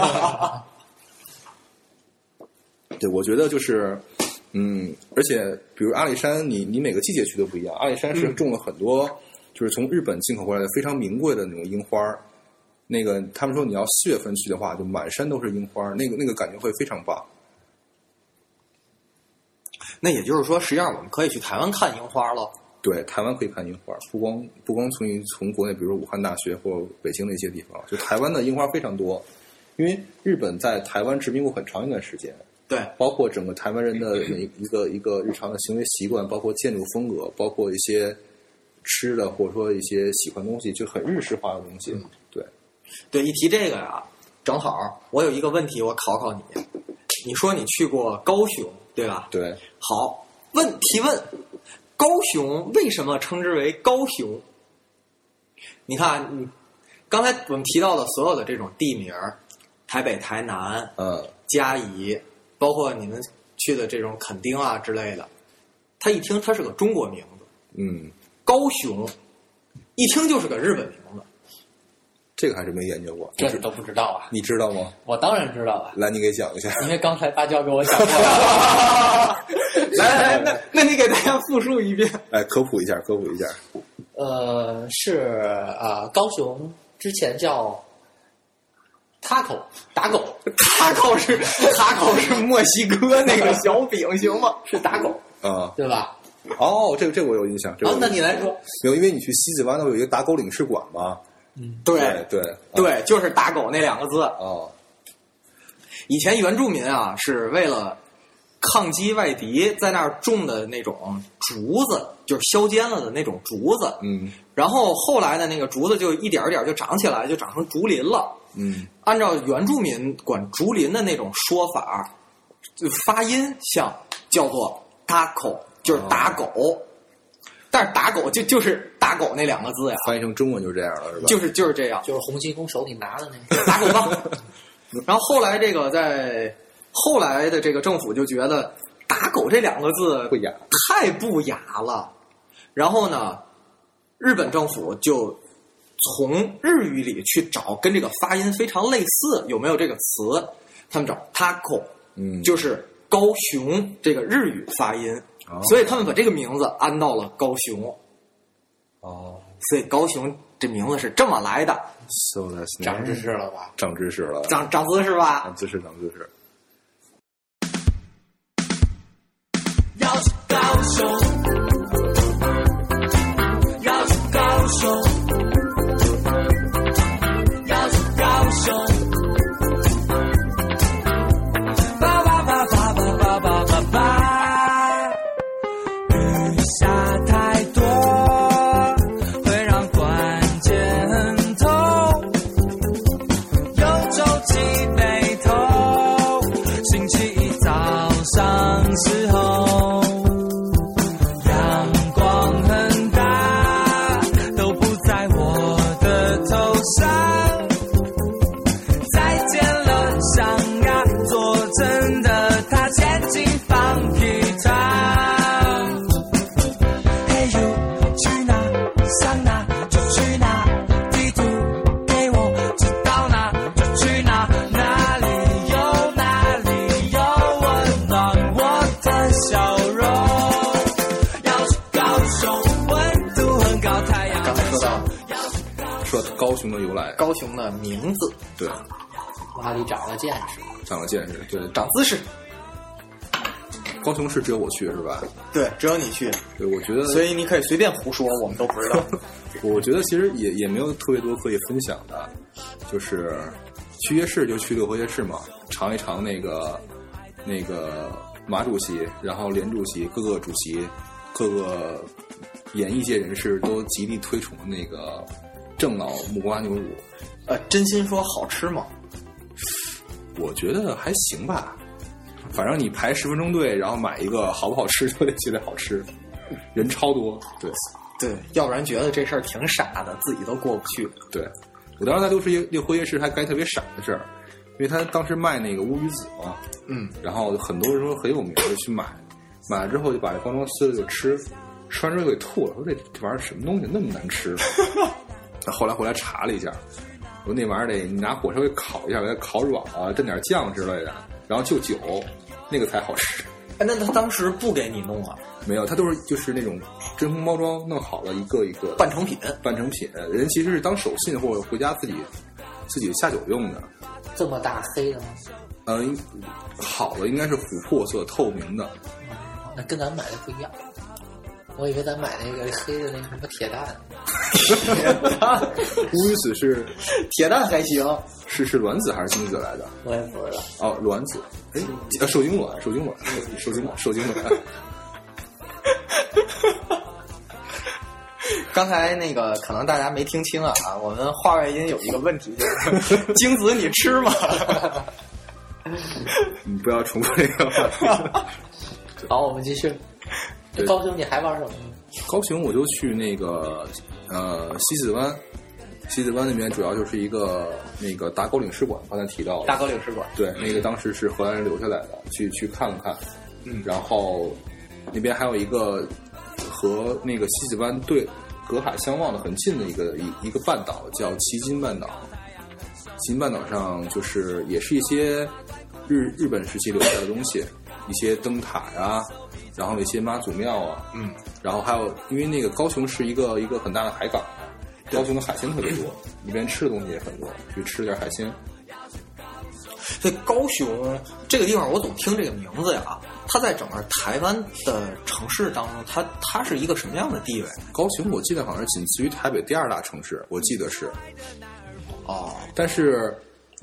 Speaker 4: 对，我觉得就是，嗯，而且比如阿里山，你你每个季节去都不一样。阿里山是种了很多，就是从日本进口过来的非常名贵的那种樱花儿。那个他们说你要四月份去的话，就满山都是樱花儿，那个那个感觉会非常棒。
Speaker 3: 那也就是说，实际上我们可以去台湾看樱花了。
Speaker 4: 对，台湾可以看樱花儿，不光不光从从国内，比如说武汉大学或北京那些地方，就台湾的樱花非常多，因为日本在台湾殖民过很长一段时间，
Speaker 3: 对，
Speaker 4: 包括整个台湾人的每一个一个日常的行为习惯，包括建筑风格，包括一些吃的，或者说一些喜欢的东西，就很日式化的东
Speaker 2: 嗯
Speaker 4: 西。对，
Speaker 3: 对，一提这个呀，正好我有一个问题，我考考你。你说你去过高雄，对吧？
Speaker 4: 对，
Speaker 3: 好，问提问，高雄为什么称之为高雄？你看，你刚才我们提到的所有的这种地名儿，台北、台南、
Speaker 4: 嗯，
Speaker 3: 嘉义，包括你们去的这种垦丁啊之类的，他一听它是个中国名字，
Speaker 4: 嗯，
Speaker 3: 高雄，一听就是个日本名字。
Speaker 4: 这个还是没研究过，
Speaker 2: 这都不知道啊！
Speaker 4: 你知道吗？
Speaker 2: 我当然知道啊，
Speaker 4: 来，你给讲一下。
Speaker 2: 因为刚才芭蕉给我讲过了。
Speaker 3: 来来，来，那那你给大家复述一遍。
Speaker 4: 来科普一下，科普一下。
Speaker 2: 呃，是啊、呃高雄之前叫塔口打狗，
Speaker 3: 塔口是塔口是墨西哥那个小饼，行吗？
Speaker 2: 是打狗，
Speaker 4: 啊、
Speaker 2: 对吧？
Speaker 4: 哦，这个这个我有印象。这
Speaker 2: 好、
Speaker 4: 个我有
Speaker 2: 那
Speaker 4: 印
Speaker 2: 你来说，
Speaker 4: 没有，因为你去西子湾那会有一个打狗领事馆嘛。
Speaker 3: 对
Speaker 4: 对啊
Speaker 3: 对，就是打狗那两个字。
Speaker 4: 哦，
Speaker 3: 以前原住民啊，是为了抗击外敌，在那儿种的那种竹子，就是削尖了的那种竹子。
Speaker 4: 嗯
Speaker 3: 然后后来呢，那个竹子就一点儿一点儿就长起来，就长成竹林了。
Speaker 4: 嗯
Speaker 3: 按照原住民管竹林的那种说法，就发音像叫做“打狗”，就是打狗。但是打狗就就是打狗那两个字呀，
Speaker 4: 翻译成中文就这样了，是吧？
Speaker 3: 就是就是这样，
Speaker 2: 就是洪七公手里拿的那个，
Speaker 3: 打狗棒。然后后来这个在后来的这个政府就觉得“打狗”这两个字
Speaker 4: 会雅。
Speaker 3: 太不雅了。然后呢，日本政府就从日语里去找跟这个发音非常类似有没有这个词，他们找 taco，
Speaker 4: 嗯，
Speaker 3: 就是高雄这个日语发音，
Speaker 4: 哦
Speaker 3: 所以他们把这个名字安到了高雄，
Speaker 4: 哦
Speaker 3: 所以高雄这名字是这么来的，
Speaker 4: ，so that's nice
Speaker 2: 长知识了吧？
Speaker 4: 长知识了，
Speaker 3: 长长姿势吧？
Speaker 4: 长知识，长知识。
Speaker 7: 要去高雄，要去高雄，要去高雄，
Speaker 4: 雄的由来，
Speaker 3: 高雄的名字，
Speaker 4: 对，
Speaker 2: 洼里长了见识。
Speaker 4: 长了见识，对，
Speaker 3: 长姿势。
Speaker 4: 高雄市只有我去是吧？
Speaker 3: 对，只有你去，
Speaker 4: 对，我觉得，
Speaker 3: 所以你可以随便胡说，我们都不知 道。
Speaker 4: 我觉得其实也也没有特别多可以分享的，就是去夜市就去六合夜市嘛，尝一尝那个那个马主席，然后连主席、各个主席、各个演艺界人士都极力推崇的那个正老木瓜牛乳，
Speaker 3: 呃，真心说好吃吗？
Speaker 4: 我觉得还行吧。反正你排十分钟队，然后买一个好不好吃就得觉得好吃，人超多，对。
Speaker 3: 对，要不然觉得这事儿挺傻的，自己都过不去。
Speaker 4: 对，我当时在六十夜六合夜市还干一特别傻的事儿，因为他当时卖那个乌鱼子嘛，
Speaker 3: 嗯，
Speaker 4: 然后很多人说很有名，就去买，买了之后就把这包装撕了就吃，吃完之后给吐了，说这这玩意儿什么东西那么难吃。后来回来查了一下，我说那玩意儿得你拿火稍微烤一下，给它烤软了、啊，蘸点酱之类的，然后就酒，那个才好吃。
Speaker 3: 哎，那他当时不给你弄啊？
Speaker 4: 没有，它都是就是那种真空包装弄好了一个一个
Speaker 3: 半成品，
Speaker 4: 半成品，呃人其实是当手信或者回家自己自己下酒用的。
Speaker 2: 这么大黑的吗？
Speaker 4: 嗯，好的应该是琥珀色透 明的，
Speaker 2: 那跟咱买的不一样。我以为咱买那个黑的那什么铁蛋，
Speaker 4: 乌鱼子是
Speaker 3: 铁蛋还行，
Speaker 4: 是是卵子还是精子来的？
Speaker 2: 我也不知道。
Speaker 4: 哦，卵子，哎，呃受精卵，受精卵，受 精卵，受精卵。
Speaker 3: 刚才那个可能大家没听清啊，我们话外音有一个问题就是 精子你吃吗？
Speaker 4: 你嗯不要重复这个话题。
Speaker 2: 好，我们继 续。
Speaker 4: 对
Speaker 2: 高兄，你还玩什么呢？
Speaker 4: 高雄我就去那个呃西子湾，西子湾那边主要就是一个那个达沟领事馆，刚才提到了
Speaker 3: 大哥领事馆，
Speaker 4: 对，那个当时是荷兰人留下来的，去去看了看。
Speaker 3: 嗯
Speaker 4: 然后那边还有一个和那个西子湾对隔海相望的很近的一个一一个半岛，叫旗津半岛。旗津半岛上就是也是一些日日本时期留下的东西，一些灯塔呀、然后一些妈祖庙啊，
Speaker 3: 嗯，
Speaker 4: 然后还有因为那个高雄是一个一个很大的海港，高雄的海鲜特别多，里边吃的东西也很多，去吃了点海鲜。
Speaker 3: 所以高雄这个地方，我总听这个名字呀。它在整个台湾的城市当中，它它是一个什么样的地位？
Speaker 4: 高雄我记得好像仅次于台北第二大城市，我记得是，啊
Speaker 3: 哦，
Speaker 4: 但是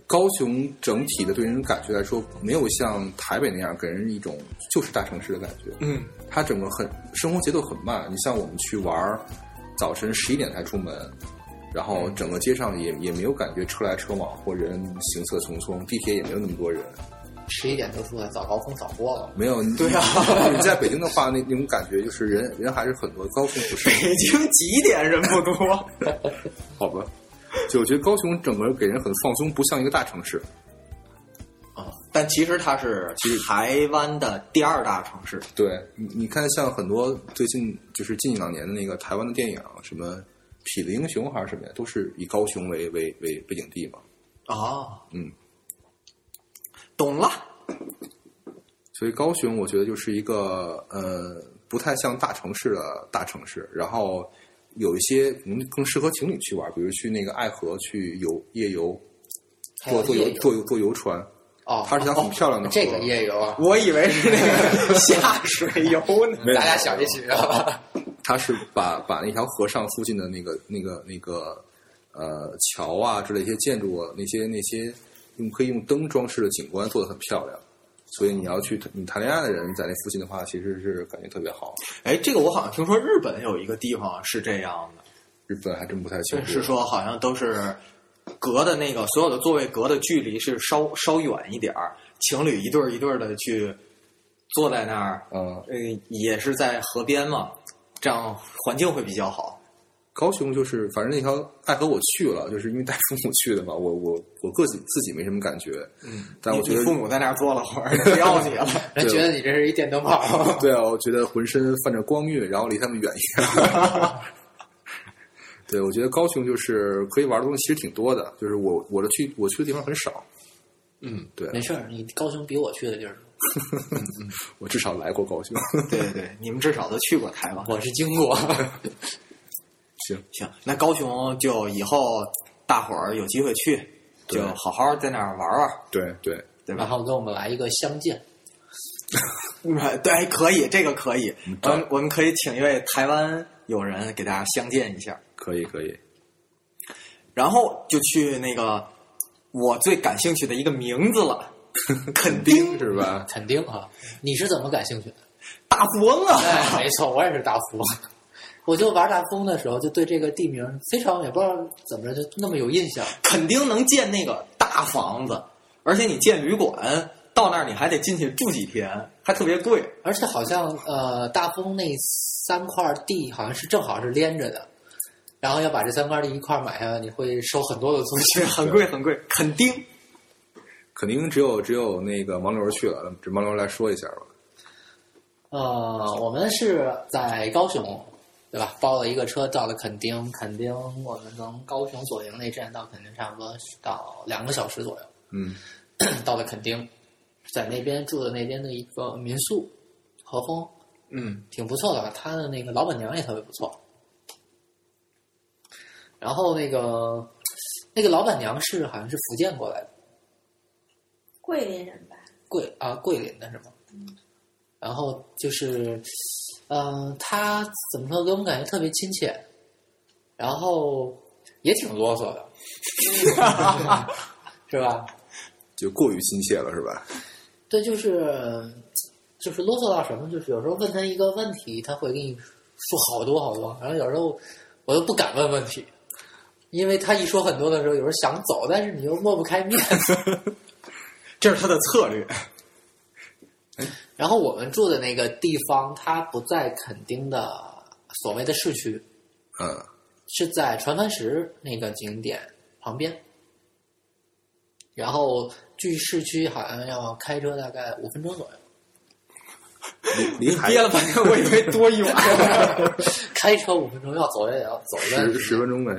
Speaker 4: 高雄整体的对人感觉来说，没有像台北那样给人一种就是大城市的感觉。
Speaker 3: 嗯，
Speaker 4: 它整个很生活节奏很慢。你像我们去玩儿，早晨十一点才出门，然后整个街上也也没有感觉车来车往或人行色匆匆，地铁也没有那么多人。
Speaker 2: 十一点就出来，早高峰早过了。
Speaker 4: 没有，
Speaker 3: 对啊
Speaker 4: 你在北京的话，那那种感觉就是人人还是很多，高雄 不是。
Speaker 3: 北京几点人不多？
Speaker 4: 好吧，就我觉得高雄整个给人很放松，不像一个大城市。
Speaker 3: 啊，但其实它是台湾的第二大城市。
Speaker 4: 对你，你看像很多最近就是近两年的那个台湾的电影，啊什么《痞子英雄》还是什么呀，都是以高雄为为为背景地嘛。
Speaker 3: 哦，
Speaker 4: 嗯，
Speaker 3: 懂了。
Speaker 4: 所以高雄我觉得就是一个呃不太像大城市的大城市，然后有一些可能更适合情侣去玩，比如去那个爱河去游夜游，
Speaker 2: 还有
Speaker 4: 坐坐
Speaker 2: 哦夜
Speaker 4: 游坐游坐游船，
Speaker 2: 哦，
Speaker 4: 它是条很漂亮的河。
Speaker 2: 这个夜游啊，
Speaker 3: 我以为是那个下水游呢。
Speaker 4: 没有
Speaker 2: 咱俩小一起啊。
Speaker 4: 它是把把那条河上附近的那个那个那个呃桥啊之类一些建筑啊，那些那些用可以用灯装饰的景观做的很漂亮，所以你要去你谈恋爱的人在那附近的话，其实是感觉特别好。
Speaker 3: 哎，这个我好像听说日本有一个地方是这样的，
Speaker 4: 日本还真不太清楚，
Speaker 3: 是说好像都是隔的那个所有的座位隔的距离是稍稍远一点儿，情侣一对儿一对儿的去坐在那儿，
Speaker 4: 呃，
Speaker 3: 呃，也是在河边嘛，这样环境会比较好。
Speaker 4: 高雄就是反正那条爱河我去了，就是因为带父母去的嘛，我我我个己自己没什么感觉，嗯，但我
Speaker 3: 你
Speaker 4: 觉得
Speaker 3: 你父母在那儿坐了会儿，不要你了。
Speaker 2: 人觉得你这是一电灯泡。
Speaker 4: 对啊，我觉得浑身泛着光晕，然后离他们远 一点。对，我觉得高雄就是可以玩的东西其实挺多的，就是我我的去我去的地方很少，
Speaker 3: 嗯，
Speaker 4: 对
Speaker 2: 没事儿，你高雄比我去的地儿多，
Speaker 4: 我至少来过高雄。
Speaker 3: 对对对，你们至少都去过台湾。
Speaker 2: 我是经过。
Speaker 4: 行，
Speaker 3: 行，那高雄就以后大伙儿有机会去，
Speaker 4: 对
Speaker 3: 就好好在那儿玩玩。
Speaker 4: 对对，
Speaker 3: 对吧
Speaker 2: 然后跟我们来一个相见，
Speaker 3: 嗯对，可以，这个可以。我们我们可以请一位台湾友人给大家相见一下。
Speaker 4: 可以可以，
Speaker 3: 然后就去那个我最感兴趣的一个名字了，肯丁
Speaker 4: 是吧？
Speaker 2: 肯定啊！你是怎么 感兴趣的？
Speaker 3: 大富翁啊！
Speaker 2: 哎，没错，我也是大富翁。我就玩大富翁的时候，就对这个地名非常也不知道怎么着，就那么有印象。
Speaker 3: 肯丁能建那个大房子，而且你建旅馆，到那儿你还得进去住几天，还特别贵。
Speaker 2: 而且好像呃，大富翁那三块地好像是正好是连着的，然后要把这三块地一块买下来，你会收很多的租
Speaker 3: 对，
Speaker 2: 金。
Speaker 3: 很贵很贵，肯丁
Speaker 4: 肯定只有只有那个盲流去了，这盲流来说一下吧。
Speaker 2: 呃，我们是在高雄，对吧？包了一个车到了垦丁，垦丁我们从高雄左营那站到垦丁差不多是到两个小时左右。
Speaker 4: 嗯，
Speaker 2: 到了垦丁，在那边住的那边的一个民宿，和风，
Speaker 3: 嗯，
Speaker 2: 挺不错的。他的那个老板娘也特别不错。然后那个那个老板娘是好像是福建过来的，
Speaker 5: 桂林人吧，
Speaker 2: 桂啊桂林的是吗？然后就是，嗯、他怎么说给我们感觉特别亲切，然后也挺啰嗦的， 是吧？
Speaker 4: 就过于亲切了是吧？
Speaker 2: 对，就是就是啰嗦到什么，就是有时候问他一个问题，他会给你说好多好多，然后有时候我又不敢问问题，因为他一说很多的时候，有时候想走，但是你又抹不开面。
Speaker 3: 这是他的策略。
Speaker 2: 然后我们住的那个地方，它不在垦丁的所谓的市区，
Speaker 4: 嗯，
Speaker 2: 是在船帆石那个景点旁边。然后距市区好像要开车大概五分钟左右，
Speaker 4: 离 海
Speaker 3: 憋了半天，我以为多远。
Speaker 2: 开车五分钟要走也要走
Speaker 4: 十
Speaker 2: 个
Speaker 4: 十分钟呗，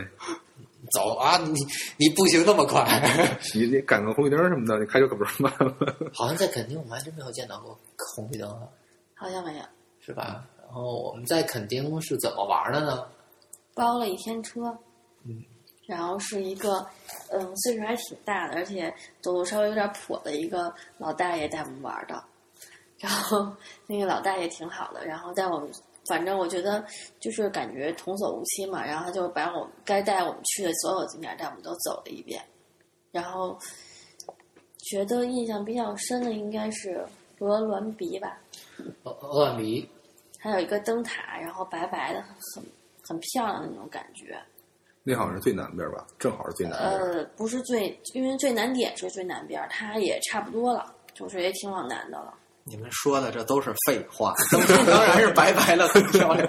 Speaker 2: 走啊！你你步行那么快，
Speaker 4: 你得赶个红绿灯什么的，你开车可不是慢了。
Speaker 2: 好像在垦丁我们还真没有见到过红绿灯啊。
Speaker 5: 好像没有
Speaker 2: 是吧？然后我们在垦丁是怎么玩的呢？
Speaker 5: 包了一天车，嗯，然后是一个嗯岁数还挺大的，而且走路稍微有点跛的一个老大爷带我们玩儿的，然后 那个老大爷挺好的，然后带我们。反正我觉得就是感觉童叟无欺嘛，然后他就把我们该带我们去的所有景点带我们都走了一遍，然后觉得印象比较深的应该是罗伦鼻吧，
Speaker 2: 鹅鹅卵鼻，
Speaker 5: 还有一个灯塔，然后白白的，很很漂亮的那种感觉。
Speaker 4: 那好像是最南边吧，正好是最南边。
Speaker 5: 呃，不是最，因为最南点是最南边，它也差不多了，就是也挺往南的了。
Speaker 3: 你们说的这都是废话，当然是白白的，很漂亮。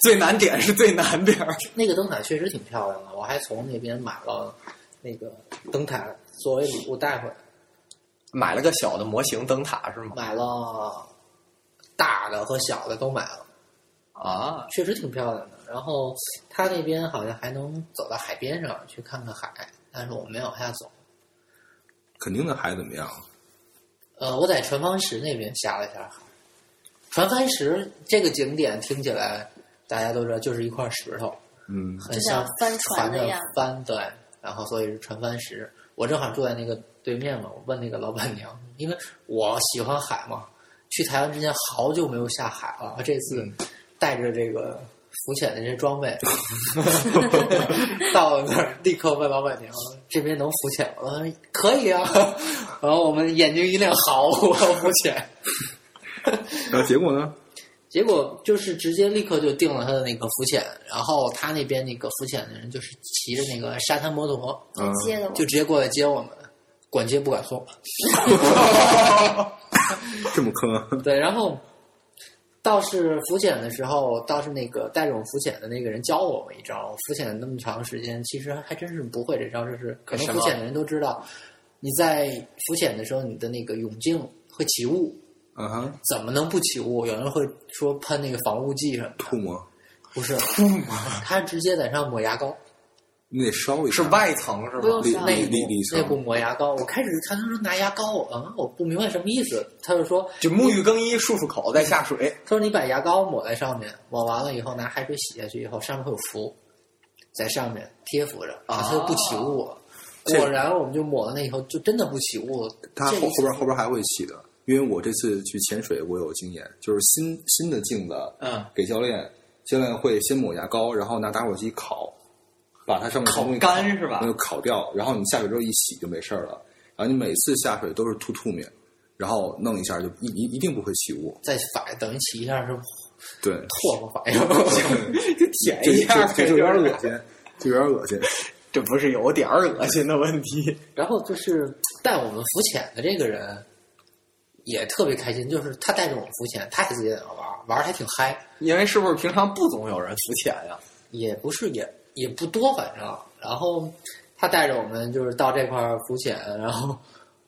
Speaker 3: 最难点是最南边儿，
Speaker 2: 那个灯塔确实挺漂亮的，我还从那边买了那个灯塔作为礼物带回来，
Speaker 3: 买了个小的模型灯塔是吗？
Speaker 2: 买了大的和小的都买了，
Speaker 3: 啊，
Speaker 2: 确实挺漂亮的。然后它那边好像还能走到海边上去看看海，但是我没往下走。
Speaker 4: 肯定的海怎么样？
Speaker 2: 呃，我在船方石那边下了一下海。船帆石这个景点听起来大家都知道，就是一块石头，
Speaker 4: 嗯，
Speaker 2: 很像
Speaker 5: 就像帆船那
Speaker 2: 着
Speaker 5: 样
Speaker 2: 帆对，然后所以是船帆石。我正好住在那个对面嘛，我问那个老板娘，因为我喜欢海嘛，去台湾之前好久没有下海了，这次带着这个浮潜的这些装备， 到了那儿立刻问老板娘这边能浮潜吗？我说可以啊，然后我们眼睛一亮，好，我要浮潜。
Speaker 4: 然后结果呢？
Speaker 2: 结果就是直接立刻就定了他的那个浮潜，然后他那边那个浮潜的人就是骑着那个沙滩摩托，
Speaker 5: 就接的我，
Speaker 2: 就直接过来接我们，管接不管送。
Speaker 4: 这么坑啊？
Speaker 2: 对，然后倒是浮潜的时候，倒是那个带着我们浮潜的那个人教我们一招。浮潜那么长时间，其实还真是不会这招，就是可能
Speaker 3: 什
Speaker 2: 浮
Speaker 3: 么
Speaker 2: 潜的人都知道，你在浮潜的时候，你的那个泳镜会起雾，
Speaker 4: 啊哈，
Speaker 2: 怎么能不起雾？有人会说喷那个防雾剂什么的，
Speaker 4: 吐沫，
Speaker 2: 不是，他直接在上抹牙膏，
Speaker 4: 你得烧一
Speaker 3: 是
Speaker 4: 下。
Speaker 3: 外层是吗？
Speaker 5: 不用
Speaker 4: 里
Speaker 5: 上。
Speaker 4: 里里里
Speaker 2: 那股
Speaker 4: 层，
Speaker 2: 抹牙膏。我开始看他说拿牙膏，嗯，我不明白什么意思，他就说
Speaker 3: 就沐浴更衣、漱漱口再下水。
Speaker 2: 他说你把牙膏抹在上面，抹完了以后拿海水洗下去以后，上面会有浮，在上面贴附着，
Speaker 3: 啊
Speaker 2: 它就不起雾了。
Speaker 4: 这
Speaker 2: 果然，我们就抹了那以后，就真的不起雾了。
Speaker 4: 它后
Speaker 2: 这一
Speaker 4: 后
Speaker 2: 次
Speaker 4: 边后边还会起的，因为我这次去潜水，我有经验，就是新新的镜子，
Speaker 3: 嗯，
Speaker 4: 给教练，教练会先抹牙膏，然后拿打火机烤，把它上面的
Speaker 3: 烤
Speaker 4: 东西
Speaker 3: 干是吧
Speaker 4: 然后烤掉，然后你下水之后一洗就没事儿了。然后你每次下水都是吐吐面，然后弄一下就一一一定不会起雾。
Speaker 2: 再反等于起一下是
Speaker 4: 对，
Speaker 2: 唾沫反 应，
Speaker 3: 就舔
Speaker 4: 这
Speaker 3: 一下
Speaker 4: 这
Speaker 3: 呗，
Speaker 4: 这有点
Speaker 3: 就是
Speaker 4: 恶心，就有点恶心。
Speaker 3: 这不是有点儿恶心的问题。
Speaker 2: 然后就是带我们浮潜的这个人也特别开心，就是他带着我们浮潜，他也自己在那玩儿，玩的还挺嗨，
Speaker 3: 因为是不是平常不总有人浮潜啊呀、
Speaker 2: 也不是也也不多，反正。然后他带着我们就是到这块儿浮潜，然后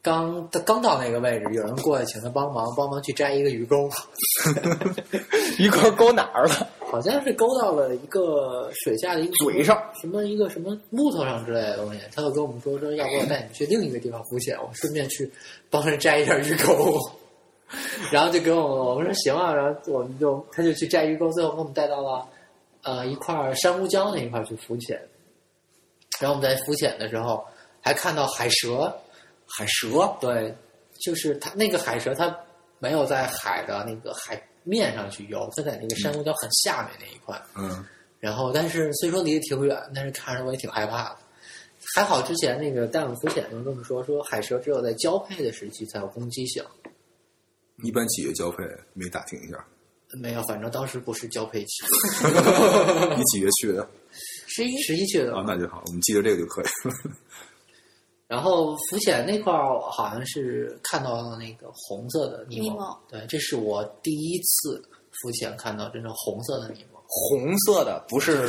Speaker 2: 刚他刚到那个位置，有人过来请他帮忙，帮忙去摘一个鱼钩，
Speaker 3: 一块勾哪儿了？
Speaker 2: 好像是勾到了一个水下的一个
Speaker 3: 嘴上
Speaker 2: 什么一个什么木头上之类的东西，他就跟我们说说，要不我带你去另一个地方浮潜，我顺便去帮人摘一下鱼钩。 然后就给我们，我们说行啊，然后我们就他就去摘鱼钩，最后给我们带到了呃一块儿珊瑚礁那一块儿去浮潜。然后我们在浮潜的时候还看到海蛇，
Speaker 3: 海蛇
Speaker 2: 对，就是它那个海蛇，它没有在海的那个海面上去游，它在那个珊瑚礁很下面那一块。
Speaker 4: 嗯，
Speaker 2: 然后，但是虽说离得挺远，但是看着我也挺害怕的。还好之前那个带我们浮潜的人跟我们说，说海蛇只有在交配的时期才有攻击性，
Speaker 4: 一般企业交配没打听一下，
Speaker 2: 没有，反正当时不是交配期，
Speaker 4: 你几月去的
Speaker 2: 十一十一去的
Speaker 4: 啊？那就好，我们记得这个就可以了。
Speaker 2: 然后浮潜那块儿好像是看到了那个红色的尼
Speaker 5: 尼
Speaker 2: 莫
Speaker 5: 莫，
Speaker 2: 对，这是我第一次浮潜看到真正红色的尼莫。
Speaker 3: 红色的，不是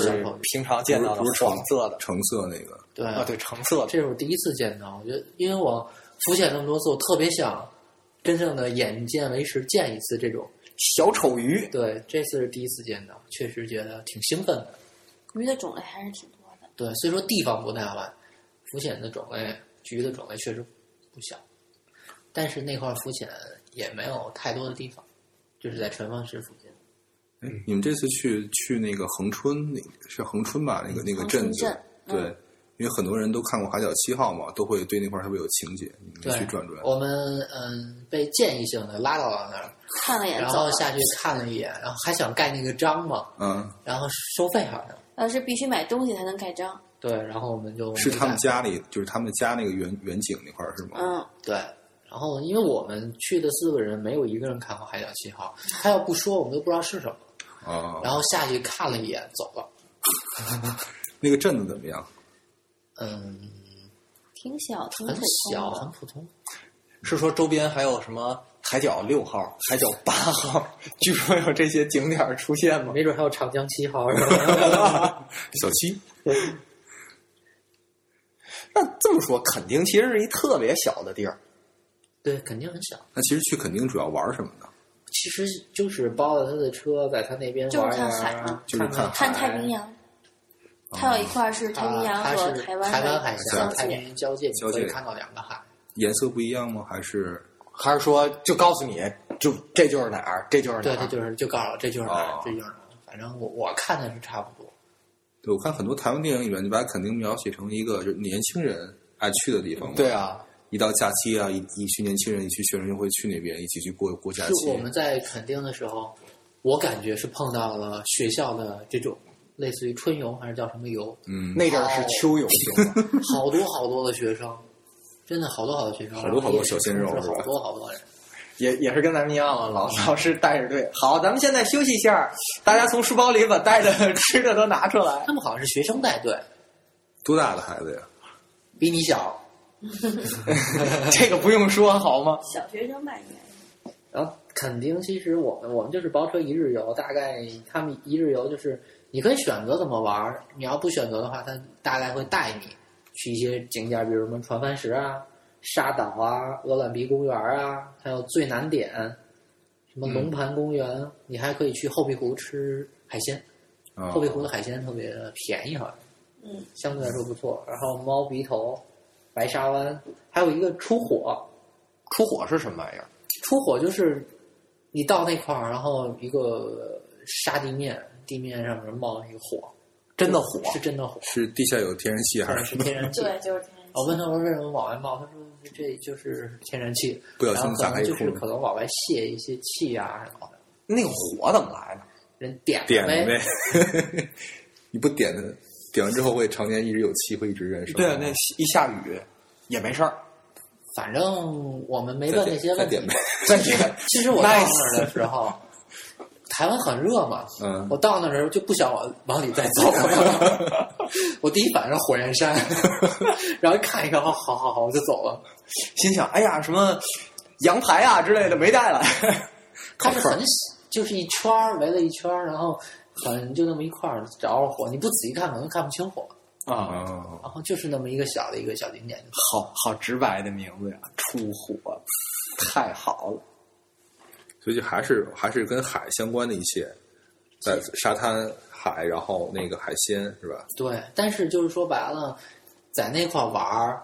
Speaker 3: 平常见到的
Speaker 4: 不是
Speaker 3: 黄色的
Speaker 4: 橙色那个，
Speaker 2: 对
Speaker 3: 啊，对，橙色的。
Speaker 2: 这是我第一次见到。我觉得，因为我浮潜这么多次，我特别想真正的眼见为实，见一次这种。
Speaker 3: 小丑鱼
Speaker 2: 对，这次是第一次见到，确实觉得挺兴奋的。
Speaker 5: 鱼的种类还是挺多的。
Speaker 2: 对，虽说地方不大吧，浮潜的种类、局的种类确实不小，但是那块儿浮潜也没有太多的地方，就是在陈方市附近。
Speaker 4: 哎，你们这次去去那个恒春，那是恒春吧？那个那个
Speaker 5: 恒
Speaker 4: 镇
Speaker 5: 春
Speaker 4: 子，
Speaker 5: 镇
Speaker 4: 对，因为很多人都看过《海角七号》嘛，都会对那块儿特别有情节。你
Speaker 2: 对哦
Speaker 4: 们去转转，
Speaker 2: 我们嗯被建议性的拉到了那儿，
Speaker 5: 看了一眼
Speaker 2: 然
Speaker 5: 走
Speaker 2: 后
Speaker 5: 了，
Speaker 2: 下去看了一眼，然后还想盖那个章嘛，
Speaker 4: 嗯，
Speaker 2: 然后收费好像。
Speaker 5: 呃，是必须买东西才能盖章。
Speaker 2: 对，然后我们就是没
Speaker 4: 他们
Speaker 2: 敢
Speaker 4: 家里，就是他们家那个远远景那块儿是吗？
Speaker 5: 嗯，
Speaker 2: 对，然后因为我们去的四个人没有一个人看过《海角七号》，他要不说我们都不知道是什么。
Speaker 4: 啊、
Speaker 2: 然后下去看了一眼，走了。
Speaker 4: 那个镇子怎么样？
Speaker 2: 嗯，
Speaker 5: 挺小，挺普
Speaker 2: 很
Speaker 5: 通
Speaker 2: 小，
Speaker 5: 的
Speaker 2: 很普啊通。
Speaker 3: 是说周边还有什么海角六号、海角八号，据说有这些景点儿出现吗？
Speaker 2: 没准还有长江七号是吧？
Speaker 4: 小七，
Speaker 3: 那这么说，垦丁其实是一特别小的地儿，
Speaker 2: 对，肯定很小。
Speaker 4: 那其实去垦丁主要玩儿什么呢？
Speaker 2: 其实就是包了他的车，在他那边
Speaker 5: 就是
Speaker 2: 玩儿啊
Speaker 5: 看海
Speaker 2: 呀
Speaker 5: 嘛
Speaker 4: 就是
Speaker 2: 看
Speaker 5: 看太平洋，它有一块儿是太平
Speaker 2: 嗯
Speaker 5: 洋
Speaker 2: 它
Speaker 5: 和
Speaker 2: 是
Speaker 5: 台
Speaker 2: 台湾
Speaker 5: 的
Speaker 2: 海峡、
Speaker 5: 交
Speaker 2: 太
Speaker 5: 界
Speaker 2: 平。洋交界，你
Speaker 4: 交
Speaker 2: 可以
Speaker 4: 界
Speaker 2: 看到两个海。
Speaker 4: 颜色不一样吗？还是
Speaker 3: 还是说就告诉你，就这就是哪儿，这就是哪
Speaker 2: 对，
Speaker 3: 儿？
Speaker 2: 这就是就告诉我这就是哪儿
Speaker 4: 哦，
Speaker 2: 这就是哪儿。反正我我看的是差不多。
Speaker 4: 对我看很多台湾电影里面就把垦丁描写成一个就是年轻人爱去的地方嘛。
Speaker 3: 对，啊，
Speaker 4: 一到假期啊，一一群年轻人，一群学生就会去那边一起去过过假期。
Speaker 2: 就我们在垦丁的时候，我感觉是碰到了学校的这种类似于春游还是叫什么游，
Speaker 4: 嗯，
Speaker 3: 那阵儿是秋游行吗？
Speaker 2: 好多好多的学生，真的好多好多学生，
Speaker 4: 好多好多小鲜肉
Speaker 2: 是
Speaker 4: 是吧
Speaker 2: 好多好多人。
Speaker 3: 也也是跟咱们一样啊，老老师带着队。好，咱们现在休息一下，大家从书包里把带的 吃的都拿出来。
Speaker 2: 他们好像是学生带队，
Speaker 4: 多大的孩子呀？
Speaker 2: 比你小。
Speaker 3: 这个不用说好吗？
Speaker 5: 小学生吧，应该是
Speaker 2: 然后垦丁其实我们我们就是包车一日游，大概他们一日游就是你可以选择怎么玩儿，你要不选择的话，他大概会带你去一些景点儿，比如什么船帆石啊、沙岛啊、鹅卵鼻公园啊，还有最南点，什么龙盘公园，你还可以去后壁湖吃海鲜，
Speaker 4: 啊，
Speaker 2: 后壁湖的海鲜特别的便宜，好像
Speaker 5: 嗯，
Speaker 2: 相对来说不错。然后猫鼻头、白沙湾，还有一个出火，
Speaker 3: 出火是什么玩意儿？
Speaker 2: 出火就是你到那块儿，然后一个沙地面，地面上面冒那个火，真的火，是真的火。
Speaker 4: 是地下有天然气还
Speaker 2: 是
Speaker 4: 是？
Speaker 2: 天然气。
Speaker 5: 对，就是天然气
Speaker 2: 我问他我说为什么往外冒，他说这就是天然气，
Speaker 4: 不小
Speaker 2: 然
Speaker 4: 心
Speaker 2: 后可
Speaker 4: 打开
Speaker 2: 能
Speaker 4: 一
Speaker 2: 就是
Speaker 4: 空
Speaker 2: 可能往外泄一些气啊什么的，
Speaker 3: 那个火怎么来的？
Speaker 2: 人点了
Speaker 4: 点
Speaker 2: 呗
Speaker 4: 呗， 你不点它，点完之后会常年一直有气，会一直燃烧。
Speaker 3: 对，啊那一下雨也没事 儿。
Speaker 2: 反正我们没问那些
Speaker 4: 再
Speaker 2: 问题
Speaker 4: 点。呗。
Speaker 3: 但是
Speaker 2: 其实我到那儿的时候，台湾很热嘛，
Speaker 4: 嗯
Speaker 2: 我到那儿的时候就不想往往里再走了。我第一反应是火焰山，然后看一看，哦，好好好，我就走了。
Speaker 3: 心想，哎呀，什么羊排啊之类的没带来，
Speaker 2: 它是很小就是一圈儿围了一圈儿，然后很就那么一块儿着着火，你不仔细看可能看不清火。
Speaker 3: 啊，
Speaker 4: 哦，
Speaker 2: 然后就是那么一个小的一个小景点，
Speaker 3: 好好直白的名字呀，出火，太好了。
Speaker 4: 所以就还是还是跟海相关的一切，在沙滩、海，然后那个海鲜是吧？
Speaker 2: 对，但是就是说白了，在那块儿玩儿，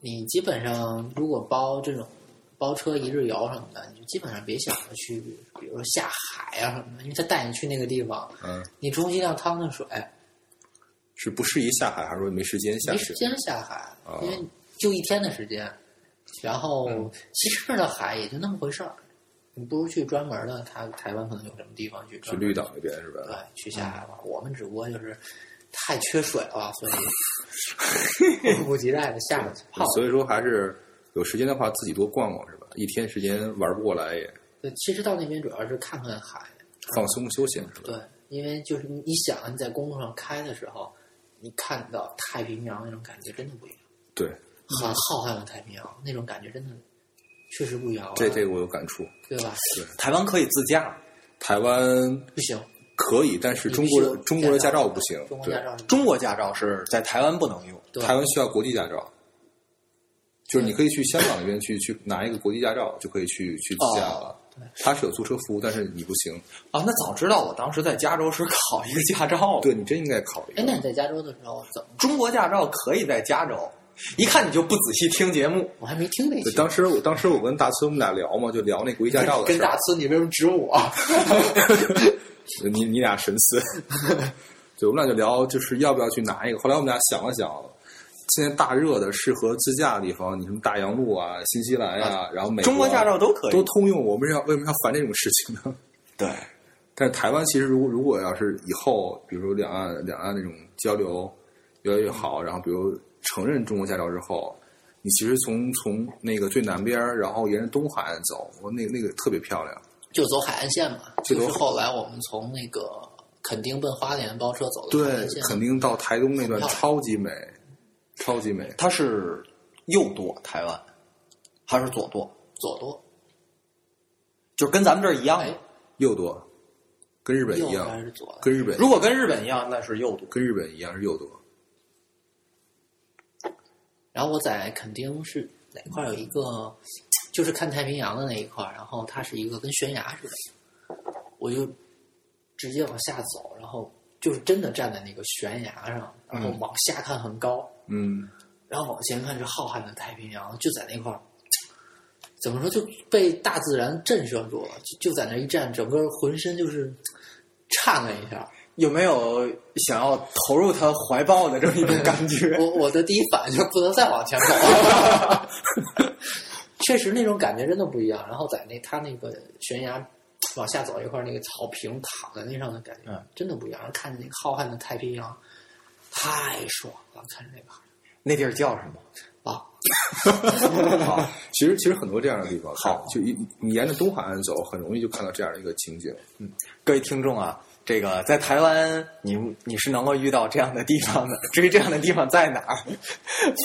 Speaker 2: 你基本上如果包这种包车一日游什么的，你就基本上别想着去，比如说下海啊什么的，因为他带你去那个地方，
Speaker 4: 嗯，
Speaker 2: 你充其量趟趟水，
Speaker 4: 是不适宜下海，还是说没时间下
Speaker 2: 没
Speaker 4: 海？
Speaker 2: 时间下海
Speaker 4: 啊，嗯
Speaker 2: 因为就一天的时间。然后其实呢，海也就那么回事儿，你不如去专门的，他台湾可能有什么地方去
Speaker 4: 去
Speaker 2: 专门
Speaker 4: 绿岛那边是吧？
Speaker 2: 对呃
Speaker 4: 嗯
Speaker 2: 去下海玩儿。我们只不过就是太缺水了，所以 迫不及待的下去泡
Speaker 4: 所以说还是有时间的话，自己多逛逛是吧？一天时间玩不过来也
Speaker 2: 对，其实到那边主要是看看海，
Speaker 4: 放松休闲是吧？
Speaker 2: 对，因为就是你想你在公路上开的时候，你看到太平洋那种感觉真的不一样，
Speaker 4: 对，
Speaker 2: 很浩瀚的太平洋那种感觉真的确实不一样啊，
Speaker 4: 这这个我有感触。
Speaker 2: 对吧？
Speaker 3: 台湾可以自驾，
Speaker 4: 台湾
Speaker 2: 不行，
Speaker 4: 可以，但是
Speaker 2: 你
Speaker 4: 中
Speaker 2: 必须
Speaker 4: 国
Speaker 2: 有
Speaker 4: 的中国的驾照不行，
Speaker 2: 中国
Speaker 4: 对
Speaker 2: 驾，照是
Speaker 3: 中国驾照是在台湾不能用。
Speaker 2: 对
Speaker 4: 台湾需要国际驾照。就是
Speaker 2: 嗯
Speaker 4: 你可以去香港那边去去拿一个国际驾照，就可以去去自驾
Speaker 2: 哦
Speaker 4: 了。它是有租车服务，但是你不行。
Speaker 3: 啊，那早知道我当时在加州时考一个驾照。，
Speaker 4: 对你真应该考一
Speaker 2: 哦哎，
Speaker 4: 个。
Speaker 2: 那你在加州的时候怎么？
Speaker 3: 中国驾照可以在加州，一看你就不仔细听节目。
Speaker 2: 我还没听那
Speaker 4: 对，
Speaker 2: 期。
Speaker 4: 当时我当时我跟大孙我们俩聊嘛，就聊那国际驾照的
Speaker 2: 跟
Speaker 4: 事儿
Speaker 2: 大。孙，你为什么指我？
Speaker 4: 你你俩神似。对，我们俩就聊，就是要不要去拿一个。后来我们俩想了想，现在大热的适合自驾的地方，你什么大洋路啊、新西兰呀、然后美
Speaker 3: 中国
Speaker 4: 国啊
Speaker 3: 驾照都可以
Speaker 4: 都通用，我们要为什么要烦这种事情呢？
Speaker 3: 对，
Speaker 4: 但是台湾其实如果如果要是以后，比如说两岸两岸那种交流越来越好，然后比如承认中国驾照之后，你其实从从那个最南边儿，然后沿着东海岸走，我那个那个特别漂亮。
Speaker 2: 就走海岸线嘛，
Speaker 4: 就
Speaker 2: 就
Speaker 4: 走
Speaker 2: 是后来我们从那个垦丁奔花莲包车走的海
Speaker 4: 对
Speaker 2: 岸线，，
Speaker 4: 肯定到台东那段
Speaker 2: 很漂亮
Speaker 4: 超级美，超级美。
Speaker 3: 它是右舵台湾，还是左舵？
Speaker 2: 左舵，
Speaker 3: 就是跟咱们这儿一样。
Speaker 2: 哎，
Speaker 4: 右舵，跟日本一
Speaker 2: 右
Speaker 4: 样，
Speaker 2: 还是左的？
Speaker 4: 跟日本
Speaker 3: 如果跟日本一样，那是右舵。
Speaker 4: 跟日本一样是右舵。
Speaker 2: 然后我在垦丁是哪块儿有一个，就是看太平洋的那一块儿，然后它是一个跟悬崖似的，我就直接往下走，然后就是真的站在那个悬崖上，然后往下看很高，
Speaker 4: 嗯，
Speaker 2: 然后往前看是浩瀚的太平洋，就在那块儿，怎么说就被大自然震慑住了，就就在那儿一站，整个浑身就是颤了一下。
Speaker 3: 有没有想要投入他怀抱的这么一种感 觉？
Speaker 2: 我我的第一反应就是不能再往前走了， 确实那种感觉真的不一样。然后在那他那个悬崖往下走一块儿那个草坪躺在那上的感觉、
Speaker 3: 嗯
Speaker 2: 真的不一样，看着那个浩瀚的太平洋太爽了，看着那个海
Speaker 3: 那地儿叫什么？
Speaker 2: 啊，
Speaker 4: 好，其实其实很多这样的地方，好，就一你沿着东海岸走，很容易就看到这样的一个情景。
Speaker 3: 各位听众啊，这个在台湾，你你是能够遇到这样的地方的。至于这样的地方在哪儿，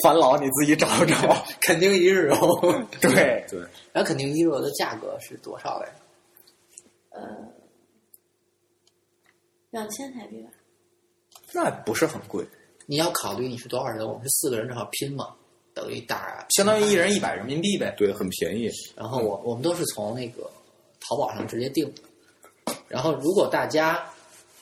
Speaker 3: 烦劳你自己找找。
Speaker 2: 肯定一日游。
Speaker 3: 对，
Speaker 4: 对，
Speaker 2: 然后肯定一日游的价格是多少来着？
Speaker 5: 呃，两千台币吧，
Speaker 3: 那不是很贵，
Speaker 2: 你要考虑你是多少人，我们是四个人正好拼嘛，等于打。
Speaker 3: 相当于一人一百人民币呗。
Speaker 4: 对，很便宜。
Speaker 2: 然后我我们都是从那个淘宝上直接订的。然后如果大家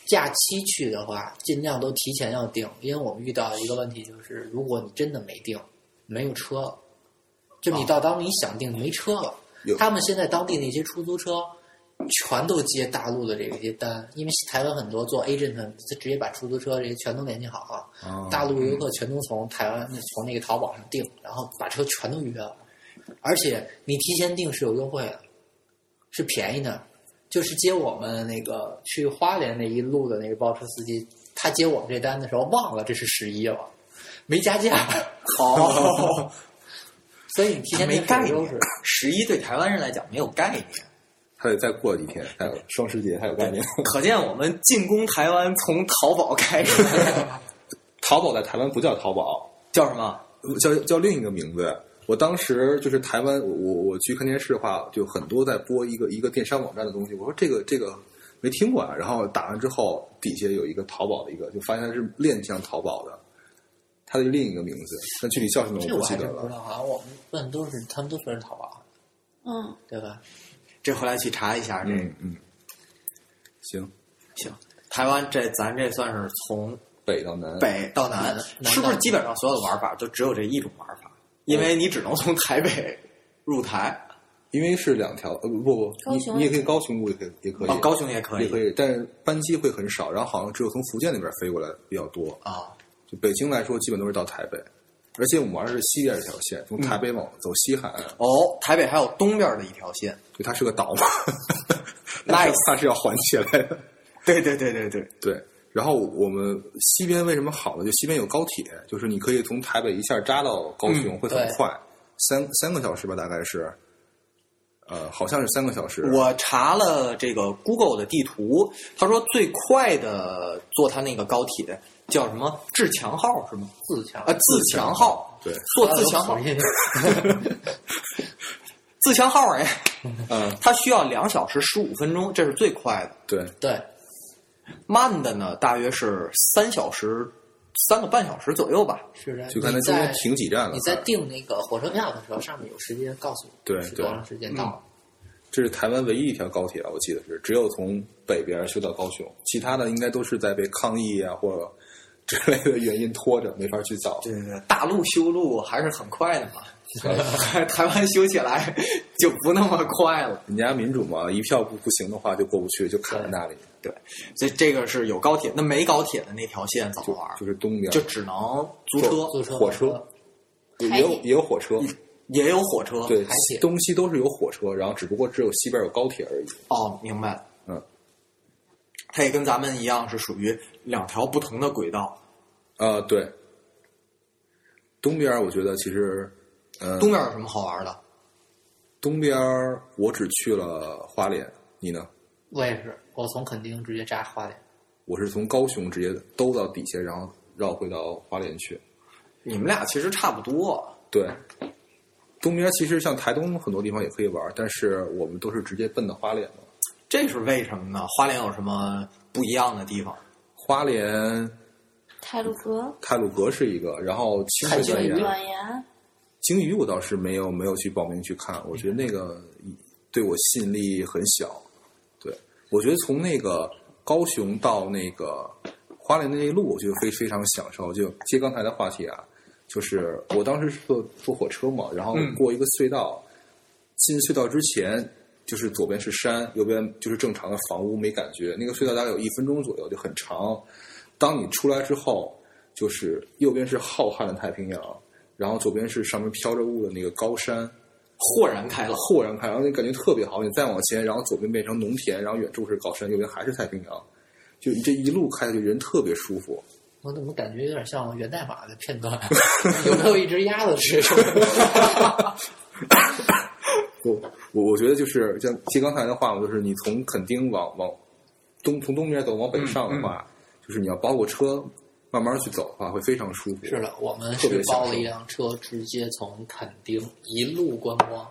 Speaker 2: 假期去的话，尽量都提前要订，因为我们遇到一个问题就是，如果你真的没订，没有车了，就你到当地你想订你没车了
Speaker 4: 有，
Speaker 2: 他们现在当地那些出租车全都接大陆的这个一些单，因为台湾很多做 agent，的他直接把出租车这些全都联系好了，
Speaker 4: 哦
Speaker 2: 大陆游客全都从台湾那从那个淘宝上订，然后把车全都预约了，而且你提前订是有优惠的，是便宜的。就是接我们那个去花莲那一路的那个包车司机，他接我们这单的时候忘了这是十一了，没 加价。
Speaker 3: 哦，
Speaker 2: 所以你提前
Speaker 3: 没
Speaker 2: 订
Speaker 3: 概
Speaker 2: 是有优
Speaker 3: 念
Speaker 2: 势。
Speaker 3: 十一对台湾人来讲没有概念，
Speaker 4: 还得再过几天，还有双十节还有概念。
Speaker 3: 可见我们进攻台湾从淘宝开始，
Speaker 4: 淘宝在台湾不叫淘宝，
Speaker 3: 叫什么？
Speaker 4: 叫叫另一个名字。我当时就是台湾，我我我去看电视的话，就很多在播一个一个电商网站的东西。我说这个这个没听过啊，然后打完之后底下有一个淘宝的一个，就发现它是链向淘宝的，它的另一个名字，但具体叫什么
Speaker 2: 这
Speaker 4: 嗯我
Speaker 2: 我
Speaker 4: 不记
Speaker 2: 还
Speaker 4: 得
Speaker 2: 真不知
Speaker 4: 了。
Speaker 2: 道，好像我们问都是他们都说是淘宝，
Speaker 5: 嗯，
Speaker 2: 对吧？
Speaker 3: 这回来去查一下这个。
Speaker 4: 嗯嗯，行，
Speaker 3: 行，台湾这咱这算是从
Speaker 4: 北到南，
Speaker 3: 北到南，
Speaker 2: 南
Speaker 3: 是不是
Speaker 2: 到
Speaker 3: 基本上所有的玩法就只有这一种玩法？因为你只能从台北入台，
Speaker 4: 因为是两条，呃不不不，
Speaker 5: 高
Speaker 4: 你
Speaker 5: 雄
Speaker 4: 你也可以高雄路也可以也可以，
Speaker 3: 哦，高雄也可
Speaker 4: 也可
Speaker 3: 以
Speaker 4: 以，但是班机会很少，然后好像只有从福建那边飞过来比较多。
Speaker 3: 啊。
Speaker 4: 就北京来说，基本都是到台北，而且我们玩的是西边这条线，从台北
Speaker 2: 嗯
Speaker 4: 往走西海岸，
Speaker 3: 哦，台北还有东边的一条线。
Speaker 4: 就它是个 岛嘛，那
Speaker 3: Nice
Speaker 4: 它是要环起来的。
Speaker 3: 对对对对对，
Speaker 4: 对，然后我们西边为什么好呢？就西边有高铁，就是你可以从台北一下扎到高雄，会很
Speaker 2: 嗯对
Speaker 4: 快，三三个小时吧，大概是，呃，好像是三个小时。
Speaker 3: 我查了这个 Google 的地图，他说最快的坐他那个高铁叫什么自强号是吗？
Speaker 2: 自强
Speaker 3: 啊，自强号，
Speaker 4: 对，
Speaker 3: 坐自强号
Speaker 2: 口，音，
Speaker 3: 自强号哎，
Speaker 4: 嗯，
Speaker 3: 它需要两小时十五分钟，这是最快的。
Speaker 4: 对，
Speaker 2: 对，
Speaker 3: 慢的呢，大约是三小时、三个半小时左右吧。
Speaker 2: 是这样。
Speaker 4: 就看它
Speaker 2: 你
Speaker 4: 中
Speaker 2: 在
Speaker 4: 间停几站了。啊
Speaker 2: 你在订那个火车票的时候，上面有时间告诉你
Speaker 4: 对嗯
Speaker 2: 是多长时间到。
Speaker 4: 这是台湾唯一一条高铁啊，我记得是只有从北边修到高雄，其他的应该都是在被抗议啊或者之类的原因拖着，没法去造。
Speaker 3: 对对对，大陆修路还是很快的 嘛，台湾修起来就不那么快了。
Speaker 4: 人家民主嘛，一票不不行的话就过不去，就卡在那里，
Speaker 3: 对，所以这个是有高铁，那没高铁的那条线怎么
Speaker 4: 就
Speaker 3: 玩？
Speaker 4: 就是东边
Speaker 3: 就只能租车，
Speaker 2: 坐车、
Speaker 4: 火车，也也有
Speaker 5: 台铁
Speaker 4: 也有火车，
Speaker 3: 也有火车。
Speaker 4: 对
Speaker 2: 台铁，
Speaker 4: 东西都是有火车，然后只不过只有西边有高铁而已。
Speaker 3: 哦，明白了。
Speaker 4: 嗯，
Speaker 3: 它也跟咱们一样是属于两条不同的轨道。
Speaker 4: 啊，对，东边我觉得其实，呃，
Speaker 3: 东边有什么好玩的？
Speaker 4: 东边我只去了花莲，你呢？
Speaker 2: 我也是，我从垦丁直接扎花莲。
Speaker 4: 我是从高雄直接兜到底下，然后绕回到花莲去。
Speaker 3: 你们俩其实差不多。
Speaker 4: 对，东边其实像台东很多地方也可以玩，但是我们都是直接奔到花莲的。
Speaker 3: 这是为什么呢？花莲有什么不一样的地方？
Speaker 4: 花莲
Speaker 5: 泰鲁阁、
Speaker 4: 泰鲁阁是一个，然后清水
Speaker 5: 水
Speaker 4: 断崖、
Speaker 5: 断崖，
Speaker 4: 鲸鱼我倒是没有没有去报名去看，我觉得那个对我吸引力很小。对，我觉得从那个高雄到那个花莲的那一路，我就非非常享受。就接刚才的话题啊，就是我当时是坐坐火车嘛，然后
Speaker 3: 嗯
Speaker 4: 过一个隧道，进隧道之前就是左边是山，右边就是正常的房屋，没感觉。那个隧道大概有一分钟左右，就很长。当你出来之后，就是右边是浩瀚的太平洋，然后左边是上面飘着雾的那个高山，
Speaker 3: 豁然开朗。
Speaker 4: 豁然开朗，那感觉特别好。你再往前，然后左边变成农田，然后远处是高山，右边还是太平洋，就你这一路开下去，人特别舒服。
Speaker 2: 我怎么感觉有点像源代码的片段？ 有没有一只鸭子吃？
Speaker 4: 我我我觉得就是像接刚才的话，我就是你从垦丁往往东从东边走往北上
Speaker 3: 嗯
Speaker 4: 的话，就是你要包过车慢慢去走的话，会非常舒服。
Speaker 2: 是的，我们
Speaker 4: 特别
Speaker 2: 是
Speaker 4: 享
Speaker 2: 包了
Speaker 4: 受
Speaker 2: 一辆车，直接从垦丁一路观光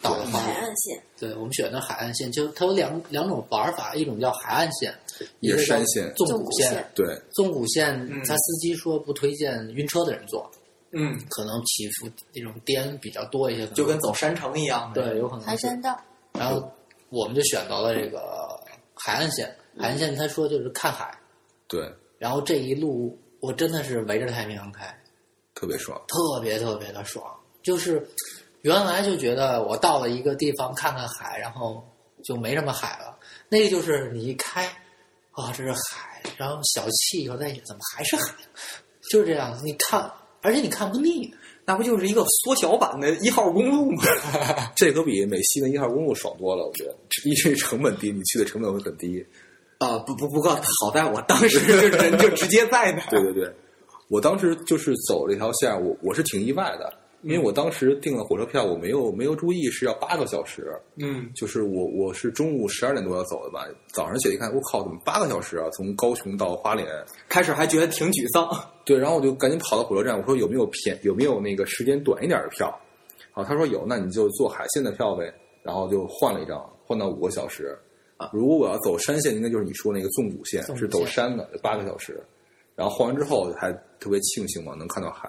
Speaker 2: 到了花
Speaker 5: 海
Speaker 2: 莲。
Speaker 5: 岸线，
Speaker 2: 对，我们选的海岸线，就它有两两种玩法，一种叫海岸线，
Speaker 4: 也是
Speaker 2: 一个叫
Speaker 4: 山线
Speaker 2: 纵
Speaker 5: 纵
Speaker 2: 谷
Speaker 5: 谷
Speaker 2: 线
Speaker 5: 线。
Speaker 4: 对，
Speaker 2: 纵谷线
Speaker 3: 嗯，
Speaker 2: 他司机说不推荐晕车的人坐，
Speaker 3: 嗯，
Speaker 2: 可能起伏那种颠比较多一些，可能
Speaker 3: 就跟走山城一样的。
Speaker 2: 对，有可能
Speaker 5: 盘
Speaker 2: 是。
Speaker 5: 山道，
Speaker 2: 然后我们就选择了这个海岸线，海岸线他说就是看海，
Speaker 4: 对，
Speaker 2: 然后这一路我真的是围着太平洋开，
Speaker 4: 特别爽。
Speaker 2: 特别特别的爽，就是原来就觉得我到了一个地方看看海，然后就没什么海了。那个就是你一开，啊、这是海，然后小憩一会儿再怎么还是海，就是这样。你看，而且你看不腻。
Speaker 3: 那不就是一个缩小版的一号公路吗？
Speaker 4: 这可比美西的一号公路爽多了，我觉得，因为成本低，你去的成本会很低。
Speaker 3: 啊，不不不过好在我当时就人就直接在那儿，
Speaker 4: 对对对，我当时就是走这条线，我我是挺意外的，因为我当时订了火车票，我没有没有注意是要八个小时，
Speaker 3: 嗯，
Speaker 4: 就是我我是中午十二点多要走的吧，早上起来一看，我靠，怎么八个小时啊？从高雄到花莲，
Speaker 3: 开始还觉得挺沮丧，
Speaker 4: 对，然后我就赶紧跑到火车站，我说有没有便有没有那个时间短一点的票？好，他说有，那你就坐海线的票呗。然后就换了一张，换到五个小时。
Speaker 3: 啊
Speaker 4: 如果我要走山线，应该就是你说那个纵谷线，
Speaker 2: 纵谷
Speaker 4: 是走山的，八个小时。然后换完之后还特别庆幸嘛，能看到海。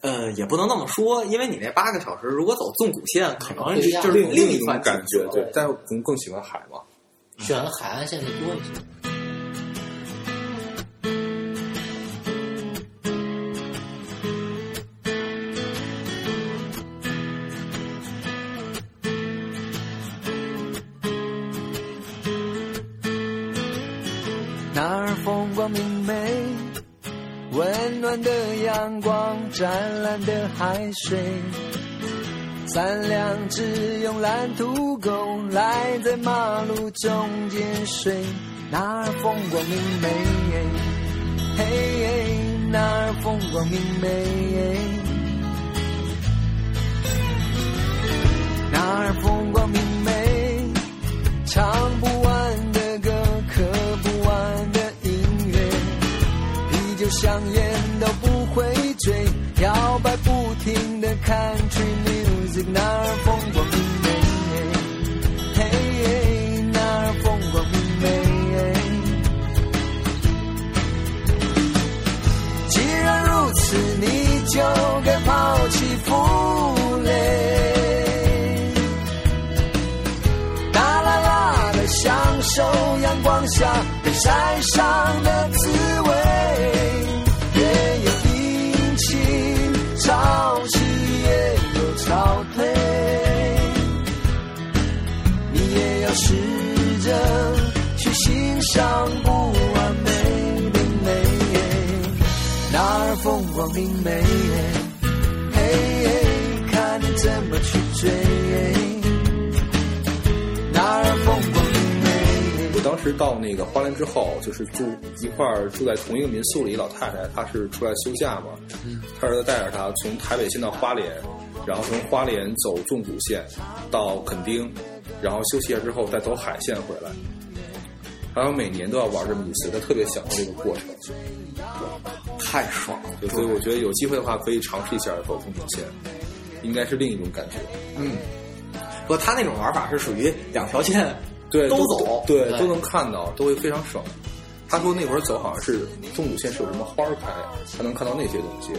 Speaker 3: 呃，也不能那么说，因为你那八个小时如果走纵谷线，可能
Speaker 2: 不一样
Speaker 3: 就是另
Speaker 4: 一
Speaker 3: 一
Speaker 4: 种
Speaker 3: 番
Speaker 4: 感觉
Speaker 3: 景，色
Speaker 4: 对，但是我们更喜欢海嘛。
Speaker 2: 选海岸线的多一
Speaker 5: 嗯
Speaker 2: 些。
Speaker 1: 那儿风光明媚，温暖的阳光，湛蓝的海水，三两只慵懒土狗赖在马路中间睡。那儿风光明媚，嘿嘿，那儿风光明媚。那儿风光明媚，唱不完的歌，喝不完的音乐，啤酒香烟都不会醉，摇摆不停的 Country music，那儿风光明媚，嘿，那儿风光明媚。既然如此，你就该抛弃负累。大啦啦的享受阳光下被晒伤的滋味，也有阴晴潮起，也有潮退，你也要试着去欣赏不完美的美。那儿风光明媚，嘿嘿，看你怎么去追。那儿风光明媚，
Speaker 4: 我当时到那个花莲之后，就是住一块儿住在同一个民宿里，老太太她是出来休假嘛，她儿子带着她从台北先到花莲，然后从花莲走纵谷线到垦丁，然后休息了之后再走海线回来。然后每年都要玩这么一次，她特别享受这个过程，
Speaker 3: 太爽了。
Speaker 4: 就所以我觉得有机会的话可以尝试一下走纵谷线，应该是另一种感觉。
Speaker 3: 嗯，不过他那种玩法是属于两条线，
Speaker 4: 对，
Speaker 3: 都
Speaker 4: 都
Speaker 3: 走哎
Speaker 4: 对，
Speaker 2: 对
Speaker 4: 都能看到，都会非常爽。他说那会儿走好像是纵谷线是有什么花儿开，他能看到那些东西。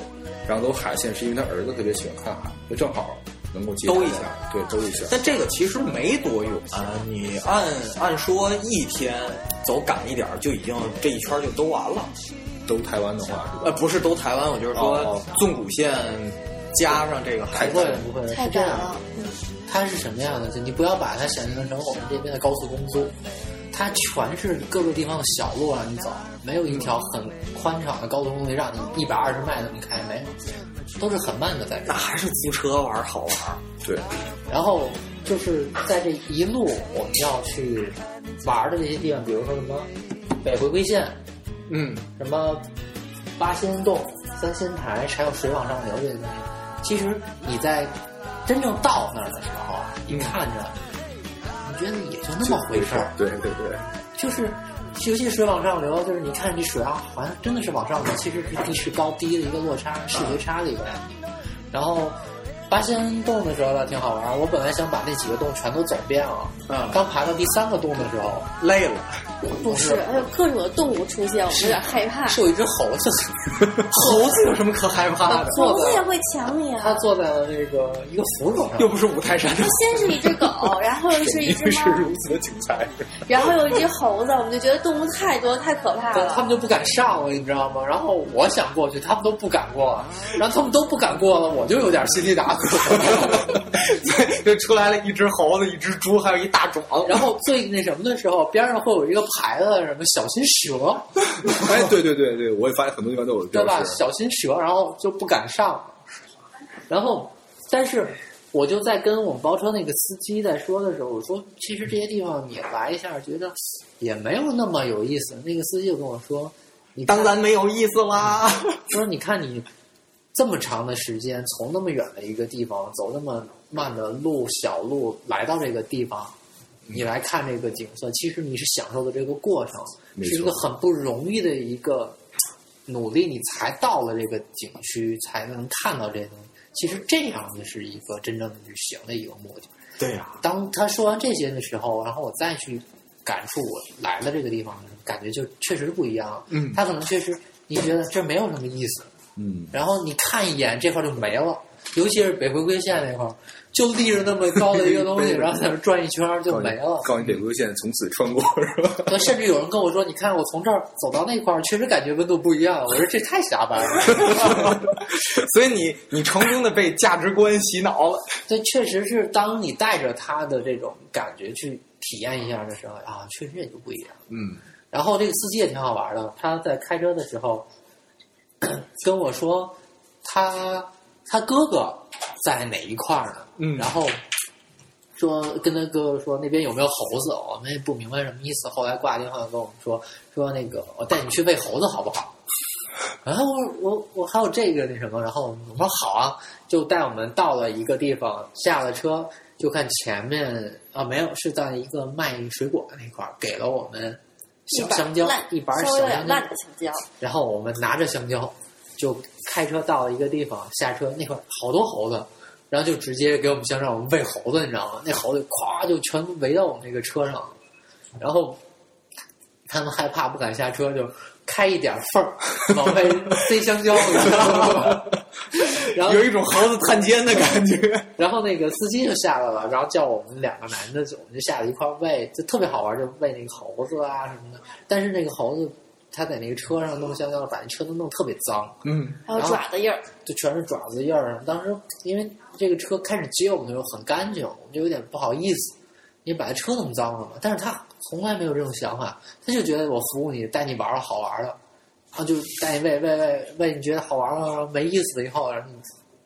Speaker 4: 然后走海线是因为他儿子特别喜欢看海，就正好能够接
Speaker 3: 兜
Speaker 4: 触
Speaker 3: 一下，
Speaker 4: 对，兜一下。
Speaker 3: 但这个其实没多远啊。你按按说一天走赶一点儿，就已经这一圈儿就兜完了。
Speaker 4: 兜台湾的话是
Speaker 3: 呃，
Speaker 4: 吧？
Speaker 3: 不是兜台湾，我就是
Speaker 4: 哦
Speaker 3: 说
Speaker 4: 哦
Speaker 3: 纵谷线加上这个海
Speaker 2: 不会
Speaker 3: 线。
Speaker 2: 不会，
Speaker 5: 太
Speaker 2: 嗯是这
Speaker 5: 赶
Speaker 2: 样
Speaker 5: 了。嗯
Speaker 2: 它是什么样的？就你不要把它想象成我们这边的高速公路，它全是各个地方的小路啊让你走，没有一条很宽敞的高速公路让你一百二十迈那么开，没有，都是很慢的在这
Speaker 3: 那。还是租车玩儿好玩儿。
Speaker 4: 对，
Speaker 2: 然后就是在这一路我们要去玩的这些地方，比如说什么北回归线，
Speaker 3: 嗯，
Speaker 2: 什么八仙洞、三仙台，还有水往上流这些东西，其实你在真正到那儿的时候啊，
Speaker 3: 嗯
Speaker 2: 你看着，你觉得也就那么回事儿，
Speaker 4: 对对对，
Speaker 2: 就是。尤其是水往上流，就是你看这水啊，好像真的是往上流，其实是地势高低的一个落差，视觉差的一个问题。然后八仙洞的时候倒挺好玩儿，我本来想把那几个洞全都走遍了，
Speaker 3: 嗯
Speaker 2: 刚爬到第三个洞的时候，
Speaker 3: 累了，
Speaker 5: 不是，还有各种的动物出现，我们有点害怕。
Speaker 2: 是有一只猴 子，
Speaker 3: 猴子有什么可害怕的？
Speaker 5: 猴子啊也会抢你
Speaker 2: 它
Speaker 5: 啊！
Speaker 2: 坐在了那个一个扶手上，
Speaker 3: 又不是五台山的。
Speaker 5: 先是一只 狗，然后又是一只猫，
Speaker 4: 此的精彩。
Speaker 5: 然后又一只猴子，我们就觉得动物太多，太可怕
Speaker 2: 但他
Speaker 5: 了。
Speaker 2: 们就不敢上了，你知道吗？然后我想过去，他们都不敢过，然后他们都不敢过了，我就有点心里打鼓。
Speaker 3: 就出来了一只猴子，一只猪，还有一大壮。
Speaker 2: 然后最那什么的时候，边上会有一个牌子，什么小心蛇，
Speaker 4: 哎，对对对对，我也发现很多地方都有
Speaker 2: 对
Speaker 4: 标
Speaker 2: 吧？
Speaker 4: 识。
Speaker 2: 小心蛇，然后就不敢上。然后，但是我就在跟我们包车那个司机在说的时候，我说其实这些地方你来一下，觉得也没有那么有意思。那个司机就跟我说：“你看
Speaker 3: 当然没有意思啦。
Speaker 2: 说你看你这么长的时间，从那么远的一个地方走那么慢的路小路来到这个地方，你来看这个景色，其实你是享受的这个过程，
Speaker 4: 没错
Speaker 2: 是一个很不容易的一个努力，你才到了这个景区，才能看到这些东西。其实这样子是一个真正的旅行的一个目的。
Speaker 3: 对呀、
Speaker 2: 当他说完这些的时候，然后我再去感触我来了这个地方的时候，感觉就确实不一样了。
Speaker 3: 嗯
Speaker 2: 他可能确实你觉得这没有什么意思，
Speaker 4: 嗯，
Speaker 2: 然后你看一眼这块就没了，尤其是北回归线那块儿，就立着那么高的一个东西，
Speaker 4: 对
Speaker 2: 然后在那儿转一圈儿就没了。
Speaker 4: 告诉你北回线从此穿过是吧？
Speaker 2: 对甚至有人跟我说：“你看，我从这儿走到那块儿，确实感觉温度不一样。”我说：“这太瞎掰了。
Speaker 3: 所以你你成功的被价值观洗脑了。”
Speaker 2: 这确实是当你带着他的这种感觉去体验一下的时候啊，确实也就不一样。
Speaker 3: 嗯，
Speaker 2: 然后这个司机也挺好玩的，他在开车的时候跟我说他他哥哥在哪一块儿呢？
Speaker 3: 嗯
Speaker 2: 然后说跟他哥哥说那边有没有猴子，我们也不明白什么意思。后来挂电话跟我们说说那个我带你去喂猴子好不好？然后我我我还有这个那什么，然后我说好啊，就带我们到了一个地方，下了车就看前面啊没有是在一个卖水果的那块儿，给了我们
Speaker 5: 一
Speaker 2: 小
Speaker 5: 板
Speaker 2: 香蕉
Speaker 5: 烂
Speaker 2: 一板
Speaker 5: 稍微
Speaker 2: 小
Speaker 5: 有
Speaker 2: 香
Speaker 5: 点
Speaker 2: 蕉
Speaker 5: 烂，的香蕉，
Speaker 2: 然后我们拿着香蕉就开车到了一个地方，下车那块儿好多猴子，然后就直接给我们香蕉，我们喂猴子，你知道吗？那猴子咵就全围到我们那个车上了，然后他们害怕不敢下车，就开一点缝儿往外塞香蕉，你知道吗？ 然后
Speaker 3: 有一种猴子探监的感觉。
Speaker 2: 然后那个司机就下来了，然后叫我们两个男的，就我们就下来一块儿喂，就特别好玩，就喂那个猴子啊什么的。但是那个猴子，它在那个车上弄香蕉，把那车都弄特别脏，
Speaker 3: 嗯，
Speaker 5: 还有
Speaker 2: 然后啊
Speaker 5: 爪子印儿，
Speaker 2: 就全是爪子印儿。当时因为这个车开始接我们的时候很干净，我们就有点不好意思，你把车弄脏了嘛。但是他从来没有这种想法，他就觉得我服务你，带你玩儿好玩儿的，然后就带你喂喂喂喂，你觉得好玩儿吗？然后没意思了以后，然后你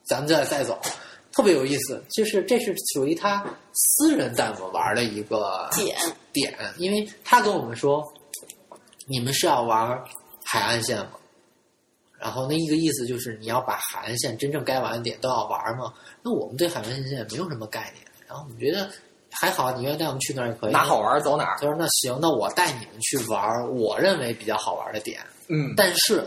Speaker 2: 咱们再再走，特别有意思。就是这是属于他私人带我们玩儿的一个
Speaker 5: 点
Speaker 2: 点，因为他跟我们说，你们是要玩海岸线吗？然后那一个意思就是你要把海岸线真正该玩的点都要玩嘛。那我们对海岸线没有什么概念，然后我们觉得还好，你愿意带我们去哪儿也可以。
Speaker 3: 哪好玩儿走哪儿。
Speaker 2: 他说那行，那我带你们去玩我认为比较好玩的点。
Speaker 3: 嗯，
Speaker 2: 但是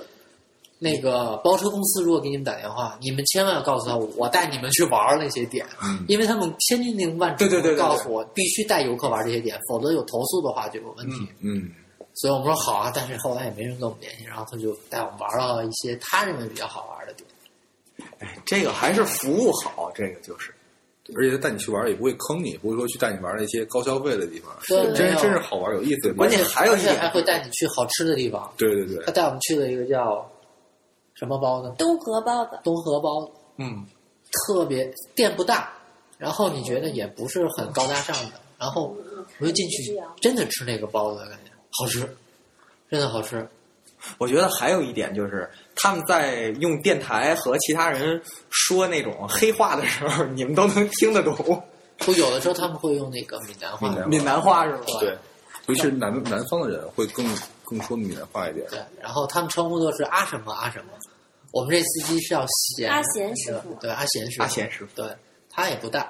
Speaker 2: 那个包车公司如果给你们打电话，你们千万要告诉他，我带你们去玩儿那些点，因为他们千叮咛万嘱
Speaker 3: 对对嗯对对对
Speaker 2: 告诉我必须带游客玩这些点，否则有投诉的话就有问题。
Speaker 4: 嗯，
Speaker 2: 所以我们说好啊，但是后来也没人跟我们联系，然后他就带我们玩了一些他认为比较好玩的点。
Speaker 3: 这个还是服务好，这个就是。
Speaker 4: 而且他带你去玩儿也不会坑你，不会说去带你玩儿那些高消费的地方，
Speaker 2: 对
Speaker 4: 真
Speaker 2: 没有
Speaker 4: 真是好玩儿有意思。
Speaker 3: 关键还有一
Speaker 2: 而且
Speaker 3: 点
Speaker 2: 还会带你去好吃的地方，
Speaker 4: 对对对
Speaker 2: 他，带我们去了一个叫什么包呢？
Speaker 5: 东河包子，
Speaker 2: 东河包子
Speaker 3: 嗯，
Speaker 2: 特别店不大，然后你觉得也不是很高大上的，然后我就进
Speaker 5: 嗯
Speaker 2: 去真的吃那个包子，感觉好吃，真的好吃。
Speaker 3: 我觉得还有一点就是，他们在用电台和其他人说那种黑话的时候，你们都能听得懂
Speaker 2: 不，有的时候他们会用那个闽南话，
Speaker 4: 闽南
Speaker 3: 闽南话是吧？
Speaker 4: 对，尤其是南南方的人会更更说闽南话一点。
Speaker 2: 对，然后他们称呼都是啊什么啊什么。我们这司机是要贤
Speaker 5: 阿贤师傅
Speaker 2: 对阿贤师傅，
Speaker 3: 阿贤师傅
Speaker 2: 对他也不大，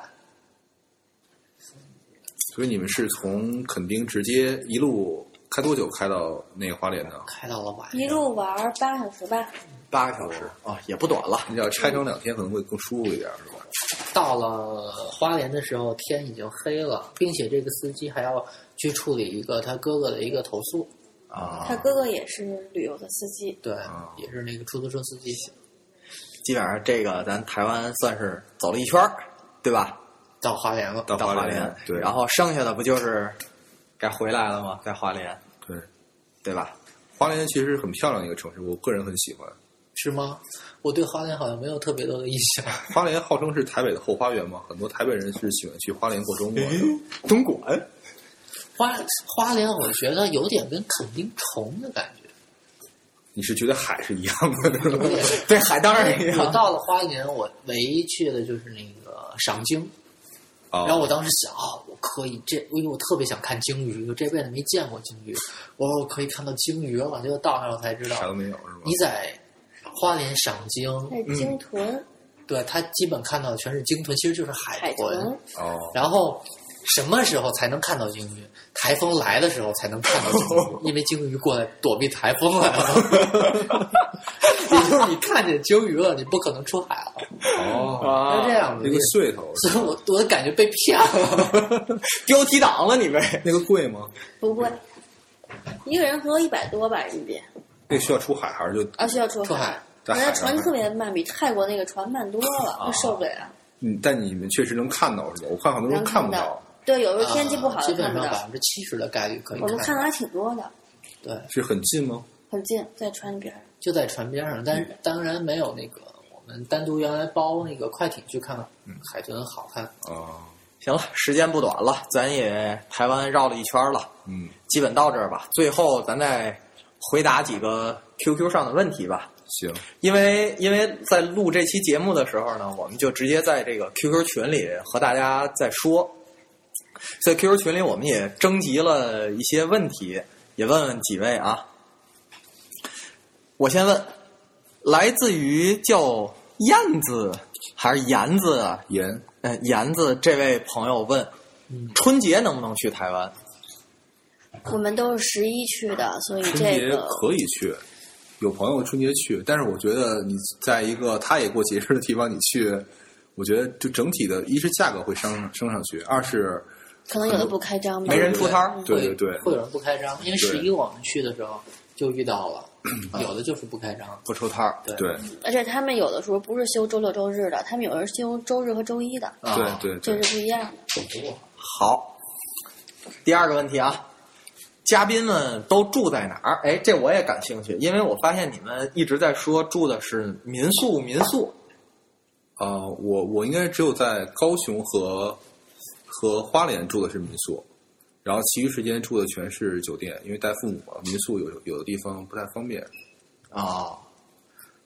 Speaker 4: 所以你们是从垦丁直接一路开多久开到那个花莲呢？
Speaker 2: 开到了晚上
Speaker 5: 一路玩儿八小时吧，
Speaker 3: 八个小时啊、也不短了。
Speaker 4: 你要拆成两天可能会更舒服一点，是吧？
Speaker 2: 到了花莲的时候，天已经黑了，并且这个司机还要去处理一个他哥哥的一个投诉，
Speaker 5: 他
Speaker 3: 啊，
Speaker 5: 哥哥也是旅游的司机，
Speaker 2: 对，也是那个出租车司机。
Speaker 3: 基本上这个咱台湾算是走了一圈儿，对吧？
Speaker 2: 到花莲了，
Speaker 4: 到
Speaker 3: 到
Speaker 4: 花
Speaker 3: 莲，
Speaker 4: 对，
Speaker 3: 然后剩下的不就是该回来了吗？在花莲，
Speaker 4: 对
Speaker 3: 对吧？
Speaker 4: 花莲其实很漂亮一个城市，我个人很喜欢。
Speaker 2: 是吗？我对花莲好像没有特别多的印象。
Speaker 4: 花莲号称是台北的后花园嘛，很多台北人是喜欢去花莲过周末的。
Speaker 3: 东莞
Speaker 2: 花花莲，我觉得有点跟垦丁虫的感觉。
Speaker 4: 你是觉得海是一样的，对吧
Speaker 2: 有点
Speaker 3: 对海当然一
Speaker 2: 我
Speaker 4: 啊
Speaker 3: 样。
Speaker 2: 到了花莲，我唯一去的就是那个赏鲸，
Speaker 4: 啊，
Speaker 2: 然后我当时想啊、我可以这，因为我特别想看鲸鱼，我这辈子没见过鲸鱼，我说我可以看到鲸鱼了。结果到那儿我才知
Speaker 4: 啥
Speaker 2: 道
Speaker 4: 都，没有是吧？
Speaker 2: 你在花莲赏鲸，
Speaker 5: 那鲸豚、
Speaker 2: 对它基本看到的全是鲸豚，其实就是
Speaker 5: 海
Speaker 2: 海豚。
Speaker 5: 豚，
Speaker 4: 哦，
Speaker 2: 然后什么时候才能看到鲸鱼？台风来的时候才能看到鲸 鱼，因为鲸鱼过来躲避台风来 了。也就是你看见鲸鱼了，你不可能出海了，
Speaker 4: 哦，
Speaker 3: 啊
Speaker 2: 是啊这样的
Speaker 4: 那。个噱头，
Speaker 2: 所以我我感觉被 骗了。
Speaker 3: 标题党了你呗。
Speaker 4: 那个贵吗？
Speaker 5: 不贵，一个人合一百多吧人民币，
Speaker 4: 那个需要出海还是就
Speaker 5: 啊，需要出
Speaker 2: 出海，哦
Speaker 4: 在海
Speaker 5: 人家
Speaker 4: 上
Speaker 5: 船特别慢，比泰国那个船慢多了，我受不啊了。
Speaker 4: 嗯，但你们确实能看到是吧？我看很多人
Speaker 5: 能
Speaker 4: 看不
Speaker 5: 到
Speaker 4: 到，，
Speaker 5: 对，有时候天气不好
Speaker 2: 啊基
Speaker 5: 就
Speaker 2: 本
Speaker 5: 看
Speaker 2: 上
Speaker 5: 不
Speaker 2: 百
Speaker 5: 到。
Speaker 2: 分之七十的概率可以
Speaker 5: 我们看
Speaker 2: 看
Speaker 5: 的
Speaker 2: 到。
Speaker 5: 还挺多的，
Speaker 2: 对，
Speaker 4: 是很近吗？
Speaker 5: 很近，在船里边儿。
Speaker 2: 就在船边上，但是当然没有那个我们单独原来包那个快艇去看海豚好看。
Speaker 4: 啊，
Speaker 3: 行了，时间不短了，咱也台湾绕了一圈了，
Speaker 4: 嗯，
Speaker 3: 基本到这儿吧。最后咱再回答几个 QQ 上的问题吧。
Speaker 4: 行，
Speaker 3: 因为因为在录这期节目的时候呢，我们就直接在这个 QQ 群里和大家在说，在 QQ 群里我们也征集了一些问题，也问问几位啊。我先问，来自于叫燕子还是言子啊？
Speaker 4: 盐
Speaker 3: 呃，言子这位朋友问，春节能不能去台湾？
Speaker 5: 我们都是十一去的，所以
Speaker 4: 春
Speaker 5: 这
Speaker 4: 节
Speaker 5: 个
Speaker 4: 可以去，有朋友春节去，但是我觉得你在一个他也过节日的地方你去，我觉得就整体的，一是价格会升升上去，二是呃
Speaker 5: 可能有的不开张吧。
Speaker 3: 没人出摊儿，
Speaker 4: 对对
Speaker 2: 会
Speaker 4: 对
Speaker 2: 会有人不开张，因为十一我们去的时候就遇到了，有的就是不开张。
Speaker 3: 不出摊儿。
Speaker 2: 对
Speaker 4: 对
Speaker 5: 而且他们有的时候不是休周六周日的，他们有的是休周日和周一的，
Speaker 2: 啊
Speaker 4: 对对
Speaker 5: 这
Speaker 4: 对，
Speaker 5: 是不一样的。
Speaker 3: 好，第二个问题啊，嘉宾们都住在哪儿？哎，这我也感兴趣，因为我发现你们一直在说住的是民宿，民宿。
Speaker 4: 啊，我我应该只有在高雄和和花莲住的是民宿。然后其余时间住的全是酒店，因为带父母嘛，民宿有有的地方不太方便。
Speaker 3: 哦，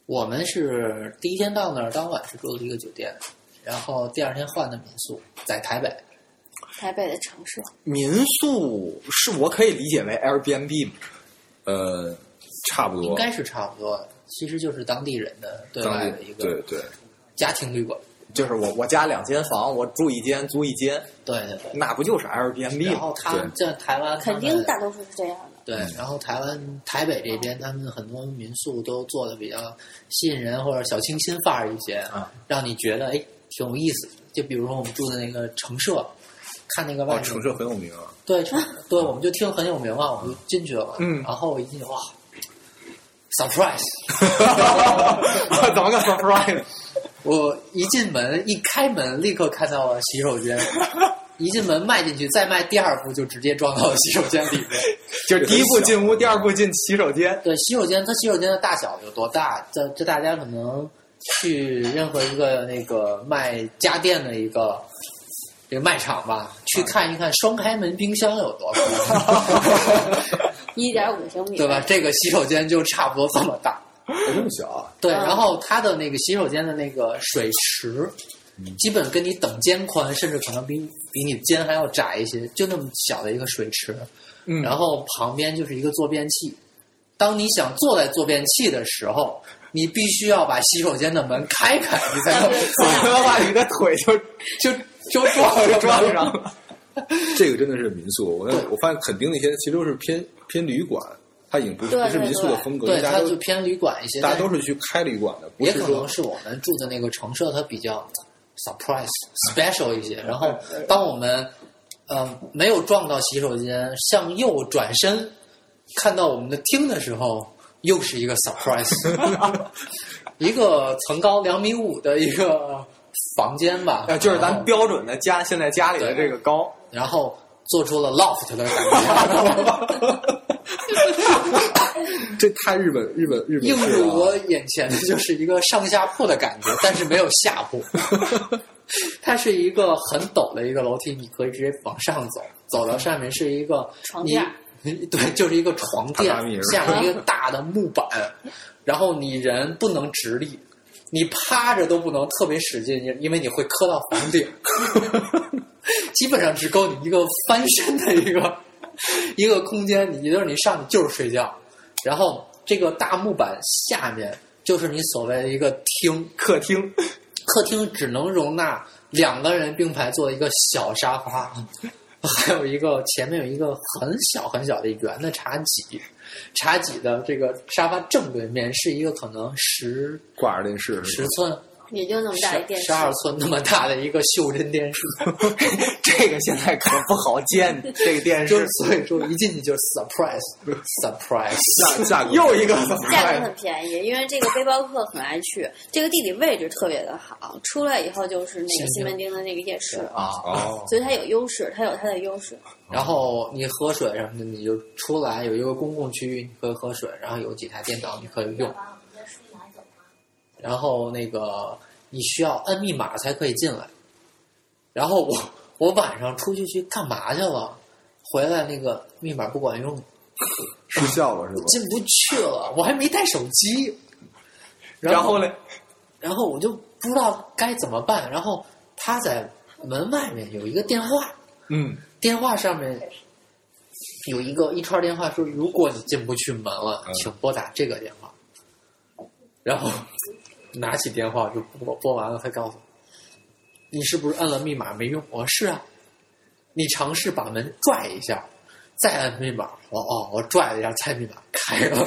Speaker 2: 我们是第一天到那儿，当晚是住了一个酒店，然后第二天换的民宿，在台北。
Speaker 5: 台北的城市，
Speaker 3: 民宿是我可以理解为 Airbnb 吗？
Speaker 4: 呃，差不
Speaker 2: 应
Speaker 4: 多，
Speaker 2: 该是差不多的，其实就是当地人的对
Speaker 4: 当地
Speaker 2: 外的一
Speaker 4: 对
Speaker 2: 个
Speaker 4: 对，
Speaker 2: 家庭旅馆。
Speaker 3: 就是我我家两间房，我住一间租一间，
Speaker 2: 对对对。
Speaker 3: 那不就是
Speaker 2: 然
Speaker 4: 哎
Speaker 3: Airbnb 吗？
Speaker 2: 后他们在台湾他
Speaker 5: 肯
Speaker 2: 们
Speaker 5: 定大多数是这样的。
Speaker 2: 对，
Speaker 4: 嗯
Speaker 2: 然后台湾台北这边，他们很多民宿都做的比较吸引人或者小清新范儿一些，
Speaker 3: 啊，
Speaker 2: 让你觉得哎挺有意思的。就比如说我们住的那个城社，看那个外
Speaker 4: 哦，
Speaker 2: 面，
Speaker 4: 城市很有名啊。
Speaker 2: 对城对，我们就听很有名嘛，我们就进去了，
Speaker 3: 嗯
Speaker 2: 然后一进去哇，surprise！
Speaker 3: 怎么个 surprise？
Speaker 2: 我一进门一开门，立刻看到了洗手间，一进门迈进去，再迈第二步就直接撞到了洗手间里面。
Speaker 3: 就是第一步进屋，第二步进洗手间。
Speaker 2: 对，洗手间，它洗手间的大小有多大？这这大家可能去任何一个那个卖家电的一个这个卖场吧，去看一看双开门冰箱有多大，
Speaker 5: 一点五平米，
Speaker 2: 对吧？？这个洗手间就差不多这么大。
Speaker 4: 哦，这么小啊？
Speaker 2: 对，
Speaker 5: 嗯
Speaker 2: 然后它的那个洗手间的那个水池，基本跟你等肩宽，甚至可能比比你肩还要窄一些，就那么小的一个水池。
Speaker 3: 嗯
Speaker 2: 然后旁边就是一个坐便器。当你想坐在坐便器的时候，你必须要把洗手间的门开开，你才能
Speaker 3: 否则的话，你的腿就
Speaker 2: 就就撞
Speaker 3: 就
Speaker 2: 就
Speaker 3: 撞上了。
Speaker 4: 这个真的是民宿。我我发现垦丁那些其实都是偏偏旅馆，它已经不是
Speaker 5: 对
Speaker 4: 不是民宿的风格，因
Speaker 2: 对，
Speaker 4: 为大
Speaker 2: 它
Speaker 4: 家
Speaker 2: 就
Speaker 4: 都
Speaker 2: 偏旅馆一些，
Speaker 4: 大
Speaker 2: 但
Speaker 4: 家都是去开旅馆的，不
Speaker 2: 也
Speaker 4: 是
Speaker 2: 可能
Speaker 4: 说
Speaker 2: 是我们住的那个城市，它比较 surprise special 一些。然后，当我们呃没有撞到洗手间，向右转身看到我们的厅的时候，又是一个 surprise，一个层高两米五的一个房间吧，
Speaker 3: 呃，就是咱
Speaker 4: 哦
Speaker 2: 然后
Speaker 3: 标准的家现在家里的这个高，
Speaker 2: 然后做出了 loft 的感觉。
Speaker 4: 这太日本日本日本啊
Speaker 2: 映
Speaker 4: 式
Speaker 2: 入
Speaker 4: 了
Speaker 2: 我眼前的就是一个上下铺 的感觉，但是没有下铺。它是一个很陡的一个楼梯，你可以直接往上走，走到上面是一个
Speaker 5: 床垫儿
Speaker 2: 你 对，就是一个床垫
Speaker 4: 榻榻米是，吧
Speaker 2: 下面一个 大的木板，然后你人不能直立，你趴着都不能特别使劲，因因为你会磕到房顶， 基本上只够你一个翻身的一个一个空间，你就是你上去就是睡觉，然后这个大木板下面就是你所谓的一个厅，
Speaker 3: 客厅，
Speaker 2: 客厅只能容纳两个人并排坐一个小沙发， 还有一个前面有一个很小很小的圆的茶几，茶几的这个沙发正对面是一个可能十
Speaker 4: 挂着电视是
Speaker 2: 十
Speaker 4: 吧
Speaker 2: 寸、
Speaker 5: 也就那么大一电
Speaker 2: 十十，
Speaker 5: 视
Speaker 2: 二寸那么大的一个袖珍电视，
Speaker 3: 这个现在可不好见， 这个电
Speaker 2: 就
Speaker 3: 视
Speaker 2: 是所以说一进去就是 surprise surprise，
Speaker 4: 价价格
Speaker 3: 又一个怎么
Speaker 5: 价格
Speaker 2: 哎
Speaker 5: 很便宜，因为这个背包客很爱去，这个地理位置特别的好，出来以后就是那个西门町的那个夜市，
Speaker 2: 啊。
Speaker 4: 哦，
Speaker 5: 所以它有优势，它有它的优势。
Speaker 2: 然后你喝水什么的，你就出来有一个公共区域，你可以喝水，然后有几台电脑你可以用。然后那个你需要摁密码才可以进来。然后我我晚上出去去干嘛去了，回来那个密码不管用，
Speaker 4: 失效了是 吧？
Speaker 2: 进不去了，我还没带手机。
Speaker 3: 然
Speaker 2: 然后
Speaker 3: 后嘞，
Speaker 2: 然后我就不知道该怎么办。然后他在门外面有一个电话，
Speaker 3: 嗯，
Speaker 2: 电话上面有一个一串电话说，如果你进不去门了，
Speaker 3: 嗯
Speaker 2: 请拨打这个电话。然后拿起电话就拨拨完了，他告诉我，你是不是摁了密码没用？我说是啊，你尝试把门拽一下。再摁密码，我哦，我拽了一下，再密码开 了。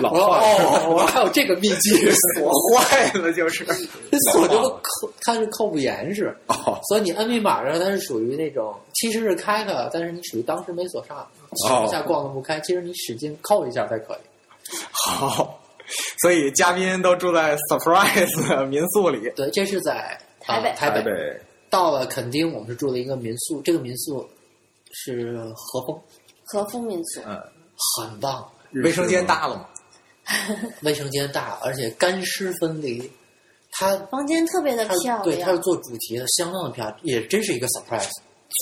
Speaker 4: 老
Speaker 2: 我说
Speaker 4: 话
Speaker 2: 哦，我还有这个秘 籍，锁
Speaker 3: 坏了就是，
Speaker 2: 这 锁这个扣，它是扣不严实，
Speaker 4: 哦
Speaker 2: 所以你摁密码的时候，它是属于那种其实是开开了，但是你属于当时没锁上，上下逛的不开，其实你使劲扣一下才可以。
Speaker 3: 好，所以嘉宾都住在 surprise 民宿里，
Speaker 2: 对，这是在
Speaker 5: 台北
Speaker 2: 啊台
Speaker 4: 台
Speaker 2: 北。
Speaker 4: 北
Speaker 2: 到了垦丁，我们是住了一个民宿，这个民宿是和风，
Speaker 5: 和风民
Speaker 2: 嗯
Speaker 5: 宿，
Speaker 2: 很棒，
Speaker 3: 卫生间大了吗？
Speaker 2: 卫生间大，而且干湿分离。它
Speaker 5: 房间特别的
Speaker 2: 它
Speaker 5: 漂
Speaker 2: 对它是
Speaker 5: 亮，
Speaker 2: 做主题的，相当的漂亮，也真是一个 surprise。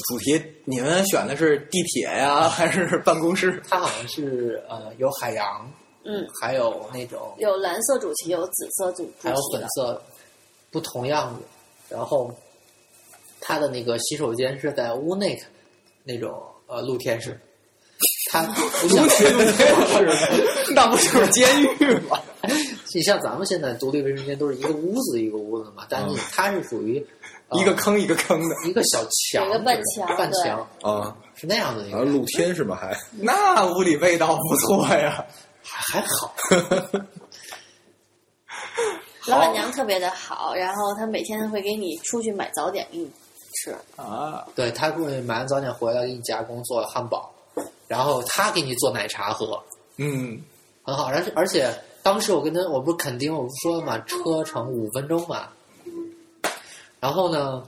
Speaker 3: 主题你们选的是地铁呀、 还是办公室？
Speaker 2: 它好像是呃有海洋，
Speaker 5: 嗯，
Speaker 2: 还有那种
Speaker 5: 有蓝色主题，有紫色主主
Speaker 2: 还有
Speaker 5: 题
Speaker 2: 粉
Speaker 5: 的，
Speaker 2: 色不同样子。然后它的那个洗手间是在屋内那种呃露天式，它不像
Speaker 3: 那不就是监狱吗？
Speaker 2: 你像咱们现在独立卫生间都是一个屋子一个屋子的嘛，但是它是属于、
Speaker 4: 啊
Speaker 2: 呃
Speaker 3: 一个坑一个坑的，
Speaker 2: 一个小墙，
Speaker 5: 有一个半墙
Speaker 2: 半
Speaker 5: 对
Speaker 2: 墙
Speaker 4: 啊，
Speaker 2: 是那样的一
Speaker 4: 然
Speaker 2: 个
Speaker 4: 后，露天是吗？还
Speaker 3: 那屋里味道不错呀。
Speaker 2: 还好。
Speaker 5: 老板娘特别的好，然后她每天会给你出去买早点给你吃，
Speaker 4: 嗯
Speaker 3: 啊，
Speaker 2: 对他过去买完早点回来给你加工做了汉堡，然后他给你做奶茶喝，
Speaker 3: 嗯，
Speaker 2: 很好。而且而且当时我跟他，我不是肯定我不说了嘛，车程五分钟嘛。然后呢，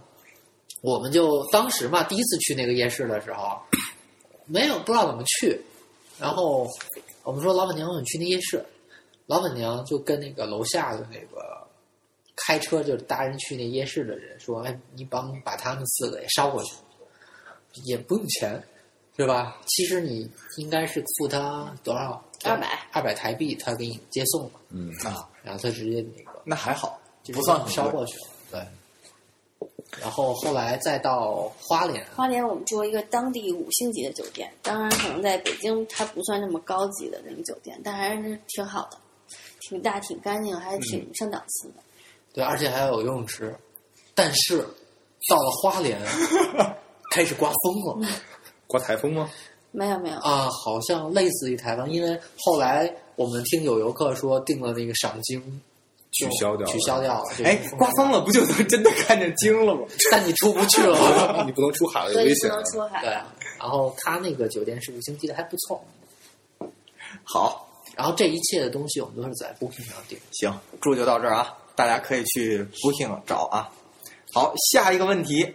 Speaker 2: 我们就当时嘛，第一次去那个夜市的时候，没有不知道怎么去，然后我们说老板娘，我们去那夜市，老板娘就跟那个楼下的那个开车就是搭人去那夜市的人说，哎，你帮把他们四个也捎过去，也不用钱。是吧？其实你应该是付他多少？
Speaker 5: 200
Speaker 2: 二百台币，他给你接送嘛，
Speaker 4: 嗯，
Speaker 3: 啊，
Speaker 2: 然后他直接那个
Speaker 3: 那还好，
Speaker 2: 就是
Speaker 3: 不算很
Speaker 2: 捎
Speaker 3: 贵。
Speaker 2: 过去了，对。然后后来再到花莲，
Speaker 5: 花莲我们住了一个当地五星级的酒店，当然可能在北京它不算那么高级的那个酒店，但还是挺好的，挺大、挺干净，还挺
Speaker 4: 嗯
Speaker 5: 上档次的。
Speaker 2: 对，而且还有游泳池。但是到了 花莲，开始刮
Speaker 4: 嗯
Speaker 2: 风了
Speaker 4: 刮台风吗？
Speaker 5: 没有没有，
Speaker 2: 啊，好像类似于台湾，因为后来我们听有游客说订了那个赏金就
Speaker 4: 取消掉了
Speaker 2: 取消掉了。
Speaker 3: 哎，刮风
Speaker 2: 了，
Speaker 3: 了不就能真的看见鲸了吗？
Speaker 2: 但你出不去 了。
Speaker 4: 你不能出海了，有
Speaker 5: 所以
Speaker 4: 危
Speaker 5: 不
Speaker 4: 险。啊
Speaker 5: 能出
Speaker 2: 对啊
Speaker 5: 海。，
Speaker 2: 然后他那个酒店是五星级的，还不错。
Speaker 3: 好，
Speaker 2: 然后这一切的东西我们都是在 Booking 上订。
Speaker 3: 行，住就到这儿啊，大家可以去 Booking 找啊。好，下一个问题，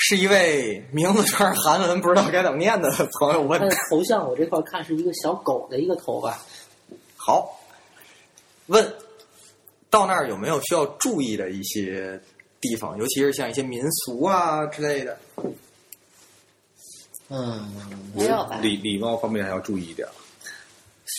Speaker 3: 是一位名字全是韩文不知道该怎么念的朋友问
Speaker 2: 他
Speaker 3: 的
Speaker 2: 的。头像我这块看是一个小狗的一个头发，
Speaker 3: 好，问到那儿有没有需要注意的一些地方，尤其是像一些民俗啊之类的。
Speaker 2: 嗯，
Speaker 5: 没有吧？
Speaker 4: 礼礼貌方面还要注意一点，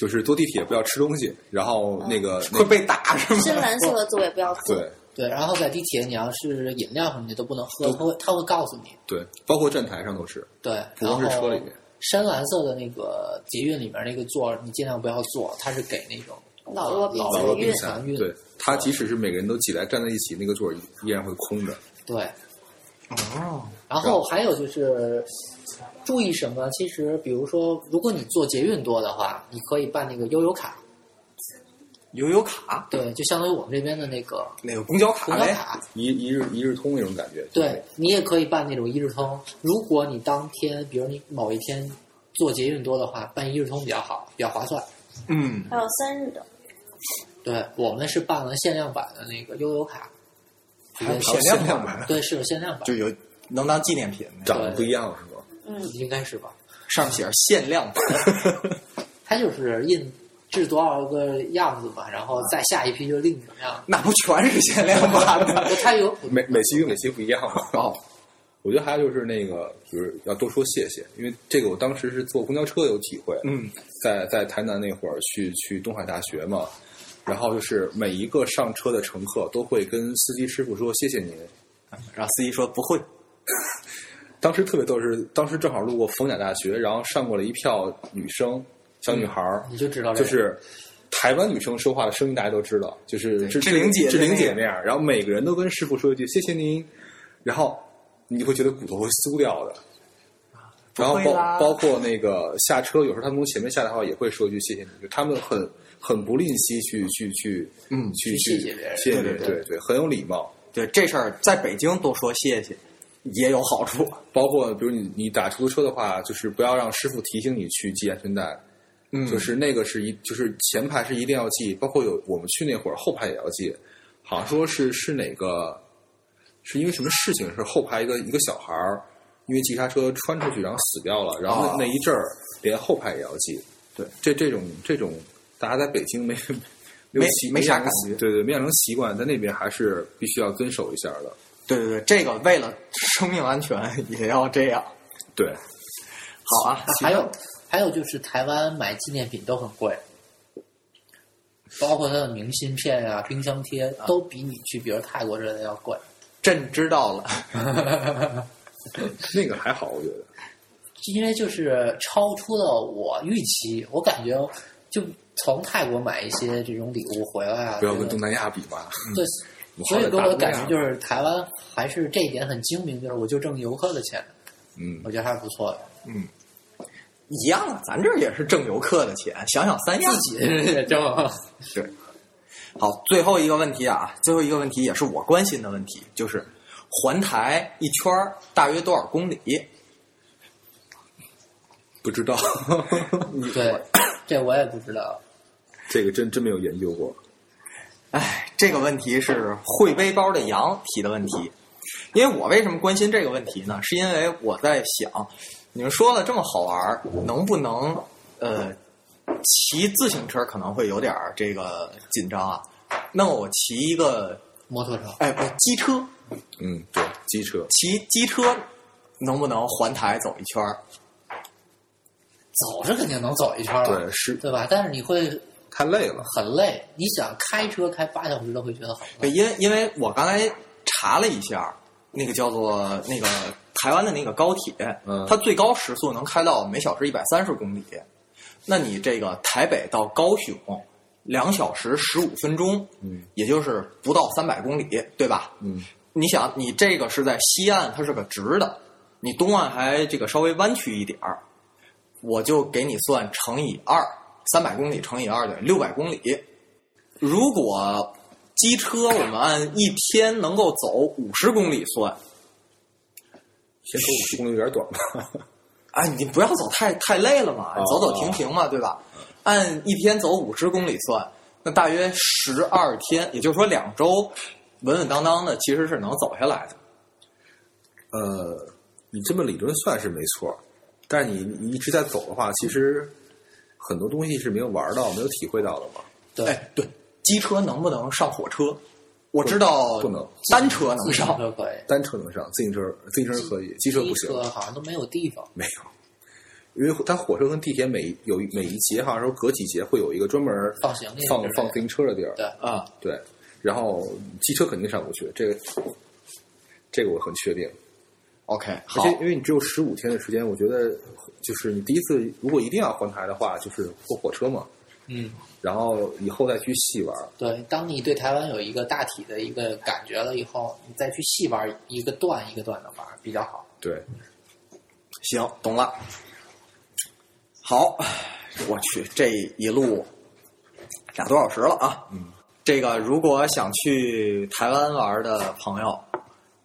Speaker 4: 就是坐地铁不要吃东西，然后
Speaker 2: 嗯
Speaker 4: 那个、那
Speaker 3: 会被打是吗？
Speaker 5: 深蓝色的座位不要坐。
Speaker 4: 对
Speaker 2: 对。然后在地铁，你要是饮料什么的都不能喝，他会他会告诉你。
Speaker 4: 对，包括站台上都是，
Speaker 2: 对，
Speaker 4: 不光是
Speaker 2: 然后
Speaker 4: 车里面
Speaker 2: 深蓝色的那个捷运里面那个座儿，你尽量不要坐，它是给那种啊
Speaker 5: 老弱病
Speaker 2: 老
Speaker 5: 残
Speaker 2: 弱
Speaker 5: 孕
Speaker 2: 病残孕。
Speaker 4: 对他即使是每个人都挤来站在一起，那个座儿依然会空的。
Speaker 2: 对，
Speaker 3: 哦，
Speaker 2: 然后还有就是注意什么？其实比如说，如果你坐捷运多的话，你可以办那个悠游卡，
Speaker 3: 悠游卡
Speaker 2: 对，就相当于我们这边的那个
Speaker 3: 那个公交
Speaker 2: 公
Speaker 3: 卡
Speaker 2: 交
Speaker 3: 呗。
Speaker 2: 卡。
Speaker 4: 一一日一日通那种感觉，
Speaker 2: 对你也可以办那种一日通。如果你当天，比如你某一天坐捷运多的话，办一日通比较好，比较划算。
Speaker 3: 嗯，
Speaker 5: 还有三日的，
Speaker 2: 对我们是办了限量版的那个悠游卡，直接
Speaker 3: 限量版的
Speaker 2: 对，是有限量版
Speaker 3: 就，有能当纪念品那
Speaker 4: 长
Speaker 3: 种，
Speaker 4: 得不一样是吗？
Speaker 5: 嗯，
Speaker 2: 应该是吧？
Speaker 3: 上面写着限量版。
Speaker 2: 它就是印制多少个样子嘛，然后再下一批就另一种 样子。
Speaker 3: 那不全是限量版 的
Speaker 2: 它有
Speaker 4: 每每期跟每期不一样
Speaker 3: 哦。
Speaker 4: 我觉得还有就是那个，就是要多说谢谢，因为这个我当时是坐公交车有体会，
Speaker 3: 嗯，
Speaker 4: 在在台南那会儿去去东海大学嘛，然后就是每一个上车的乘客都会跟司机师傅说谢谢您。
Speaker 3: 然后司机说不会，
Speaker 4: 当时特别逗是，当时正好路过逢甲大学，然后上过了一票女生小女孩儿，
Speaker 3: 嗯
Speaker 2: 你就知道这
Speaker 4: 就
Speaker 2: 个
Speaker 4: 是台湾女生说话的声音，大家都知道，就是志
Speaker 3: 志玲姐
Speaker 4: 志玲姐
Speaker 3: 那
Speaker 4: 那样。然后每个人都跟师傅说一句“谢谢您”，然后你会觉得骨头会酥掉的。然后
Speaker 3: 不
Speaker 4: 包
Speaker 3: 会啦
Speaker 4: 包括那个下车，有时候他们从前面下来的话，也会说一句“谢谢你”，就他们很很不吝惜去去去
Speaker 3: 嗯
Speaker 4: 去
Speaker 2: 去
Speaker 4: 去
Speaker 2: 谢谢别人
Speaker 4: 谢谢别人
Speaker 2: 对对
Speaker 4: 对对，很有礼貌。
Speaker 3: 对这事儿在北京多说谢谢也有好处。
Speaker 4: 包括比如你你打出租车的话，就是不要让师傅提醒你去系安全带，
Speaker 3: 嗯
Speaker 4: 就
Speaker 3: 就是
Speaker 4: 是那个是一就是前排是一定要系，包括有我们去那会儿后排也要系，好像说是是哪个是因为什么事情是后排一个一个小孩儿因为急刹车穿出去然后死掉了，然后那,、
Speaker 3: 啊
Speaker 4: 那一阵儿连后排也要系，
Speaker 3: 对，
Speaker 4: 这这种这种大家在北京没有
Speaker 3: 没
Speaker 4: 习
Speaker 3: 没啥
Speaker 4: 养成
Speaker 3: 感觉
Speaker 4: 对对，没养成习惯，在那边还是必须要遵守一下的，
Speaker 3: 对对对，这个为了生命安全也要这样。
Speaker 4: 对。
Speaker 3: 好啊，
Speaker 2: 还有还有就是台湾买纪念品都很贵，包括它的明信片啊、冰箱贴都比你去比如泰国之类的要贵。
Speaker 3: 朕知道了。
Speaker 4: 那个还好，我觉得。
Speaker 2: 因为就是超出了我预期，我感觉就从泰国买一些这种礼物回来啊，
Speaker 4: 不要跟
Speaker 2: 觉
Speaker 4: 东
Speaker 2: 得
Speaker 4: 南亚比吧。
Speaker 2: 对，
Speaker 4: 我好
Speaker 2: 所
Speaker 4: 歹
Speaker 2: 以给
Speaker 4: 大陆
Speaker 2: 我的感
Speaker 4: 呀
Speaker 2: 觉就是台湾还是这一点很精明，就是我就挣游客的钱，
Speaker 4: 嗯，
Speaker 2: 我觉得还是不错 的。
Speaker 3: 一样啊，咱这儿也是挣游客的钱，想想三样。
Speaker 2: 自己也挣，
Speaker 3: 好，最后一个问题啊，最后一个问题也是我关心的问题，就是环台一圈儿大约多少公里？
Speaker 4: 不知道，
Speaker 2: 对，这我也不知道。
Speaker 4: 这个真真没有研究过。
Speaker 3: 哎，这个问题是会背包的羊提的问题，因为我为什么关心这个问题呢？是因为我在想，你们说了这么好玩儿，能不能呃骑自行车可能会有点儿这个紧张啊？那么我骑一个
Speaker 2: 摩托车，
Speaker 3: 哎不机车，
Speaker 4: 嗯，对，机车
Speaker 3: 骑机车能不能环台走一圈儿？
Speaker 2: 走是肯定能走一圈了，
Speaker 4: 对是
Speaker 2: 对吧？但是你会
Speaker 4: 太累了。
Speaker 2: 很累，你想开车开八小时都会觉得很累。
Speaker 3: 对，因为因为我刚才查了一下，那个叫做那个台湾的那个高铁，
Speaker 4: 嗯
Speaker 3: 它最高时速能开到每小时一百三十公里。那你这个台北到高雄两小时十五分钟，
Speaker 4: 嗯，
Speaker 3: 也就是不到三百公里，对吧？
Speaker 4: 嗯，
Speaker 3: 你想，你这个是在西岸，它是个直的，你东岸还这个稍微弯曲一点儿，我就给你算乘以二，三百公里乘以二等于六百公里。如果机车我们按一天能够走五十公里算，
Speaker 4: 先说五十公里有点短吧。
Speaker 3: 哎，你不要走太太累了嘛，
Speaker 4: 哦
Speaker 3: 走走停停嘛，对吧？按一天走五十公里算，那大约十二天，也就是说两周，稳稳当当的其实是能走下来的。
Speaker 4: 呃，你这么理论算是没错，但是你你一直在走的话，其实很多东西是没有玩到、没有体会到的嘛。
Speaker 2: 对，
Speaker 3: 哎，对，机车能不能上火车？我知道
Speaker 4: 不能
Speaker 3: 单车能
Speaker 2: 自行
Speaker 3: 上，
Speaker 2: 车可以，
Speaker 4: 单车能上，自行车自行车可以，机车不
Speaker 2: 机
Speaker 4: 行，
Speaker 2: 车好像都没有地方。
Speaker 4: 没有，因为它火车跟地铁每一有一每一节好像说隔几节会有一个专门
Speaker 2: 放行李
Speaker 4: 放
Speaker 2: 之类的
Speaker 4: 放自行车的地儿，
Speaker 2: 对
Speaker 3: 啊，
Speaker 4: 对，然后机车肯定上不去，这个这个我很确定。
Speaker 3: OK，
Speaker 4: 而
Speaker 3: 好
Speaker 4: 且，因为你只有十五天的时间，我觉得就是你第一次如果一定要换台的话，就是坐火车嘛，
Speaker 2: 嗯，
Speaker 4: 然后以后再去细玩。
Speaker 2: 对，当你对台湾有一个大体的一个感觉了以后，你再去细玩一个段一个段的玩比较好。
Speaker 4: 对，
Speaker 3: 行，懂了。好，我去，这一路俩多小时了啊。嗯，这个如果想去台湾玩的朋友，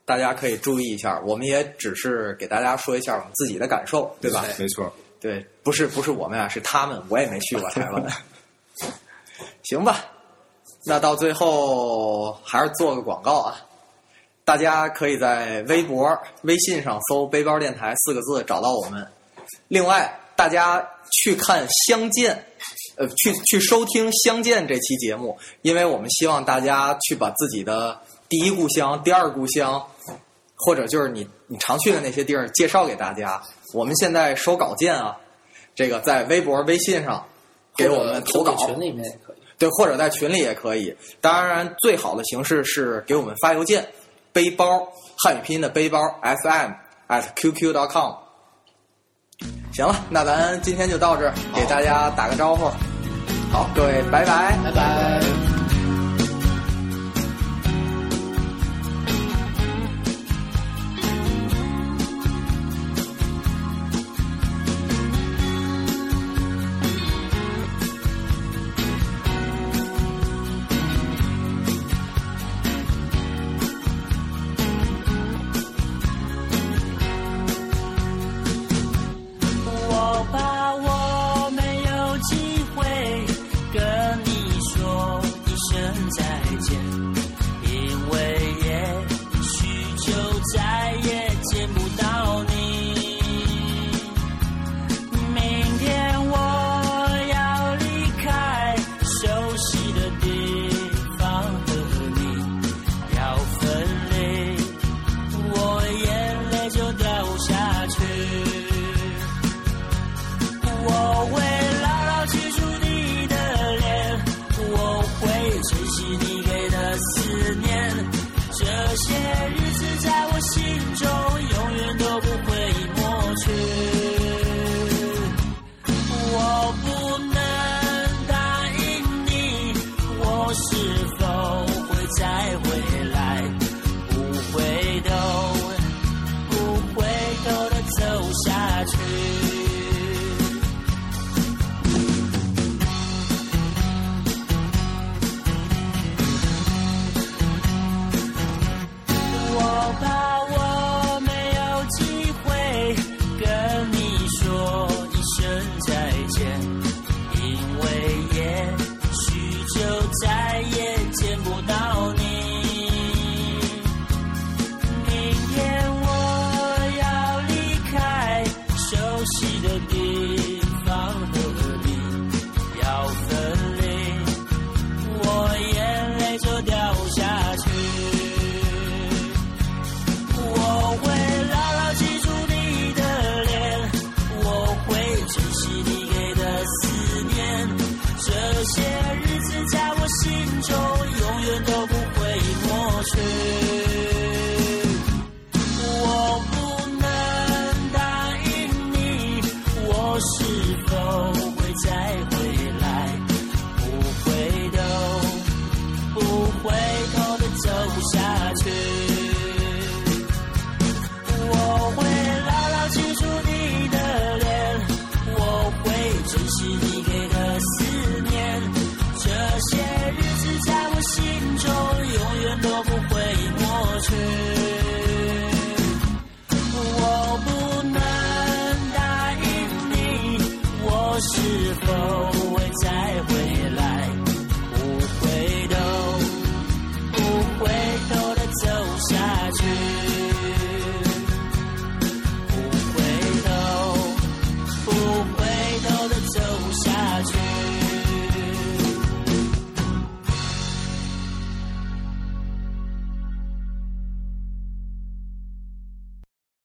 Speaker 3: 大家可以注意一下，我们也只是给大家说一下我们自己的感受，对吧？
Speaker 4: 没错，
Speaker 3: 对，不是不是我们啊，是他们，我也没去过台湾。行吧，那到最后还是做个广告啊，大家可以在微博、微信上搜“背包电台”四个字找到我们。另外，大家去看《相见》，呃，去去收听《相见》这期节目，因为我们希望大家去把自己的第一故乡、第二故乡，或者就是你你常去的那些地儿介绍给大家。我们现在收稿件啊，这个在微博、微信上给我们投稿，
Speaker 2: 或者群里面也可以。
Speaker 3: 对，或者在群里也可以。当然，最好的形式是给我们发邮件，背包汉语拼音的背包 fm at qq.com。行了，那咱今天就到这儿，给大家打个招呼。好，各位，拜拜。
Speaker 2: 拜拜。
Speaker 9: 我怕我没有机会跟你说一声再见，因为也许就再也见不到你。明天我要离开熟悉的地方和你要分离，我眼泪就掉下去。我会牢牢记住你的脸，我会珍惜你给的思念，这些日子在我心中永远都不会抹去。我不能答应你，我是否会再回来？不回头，不回头的走下去。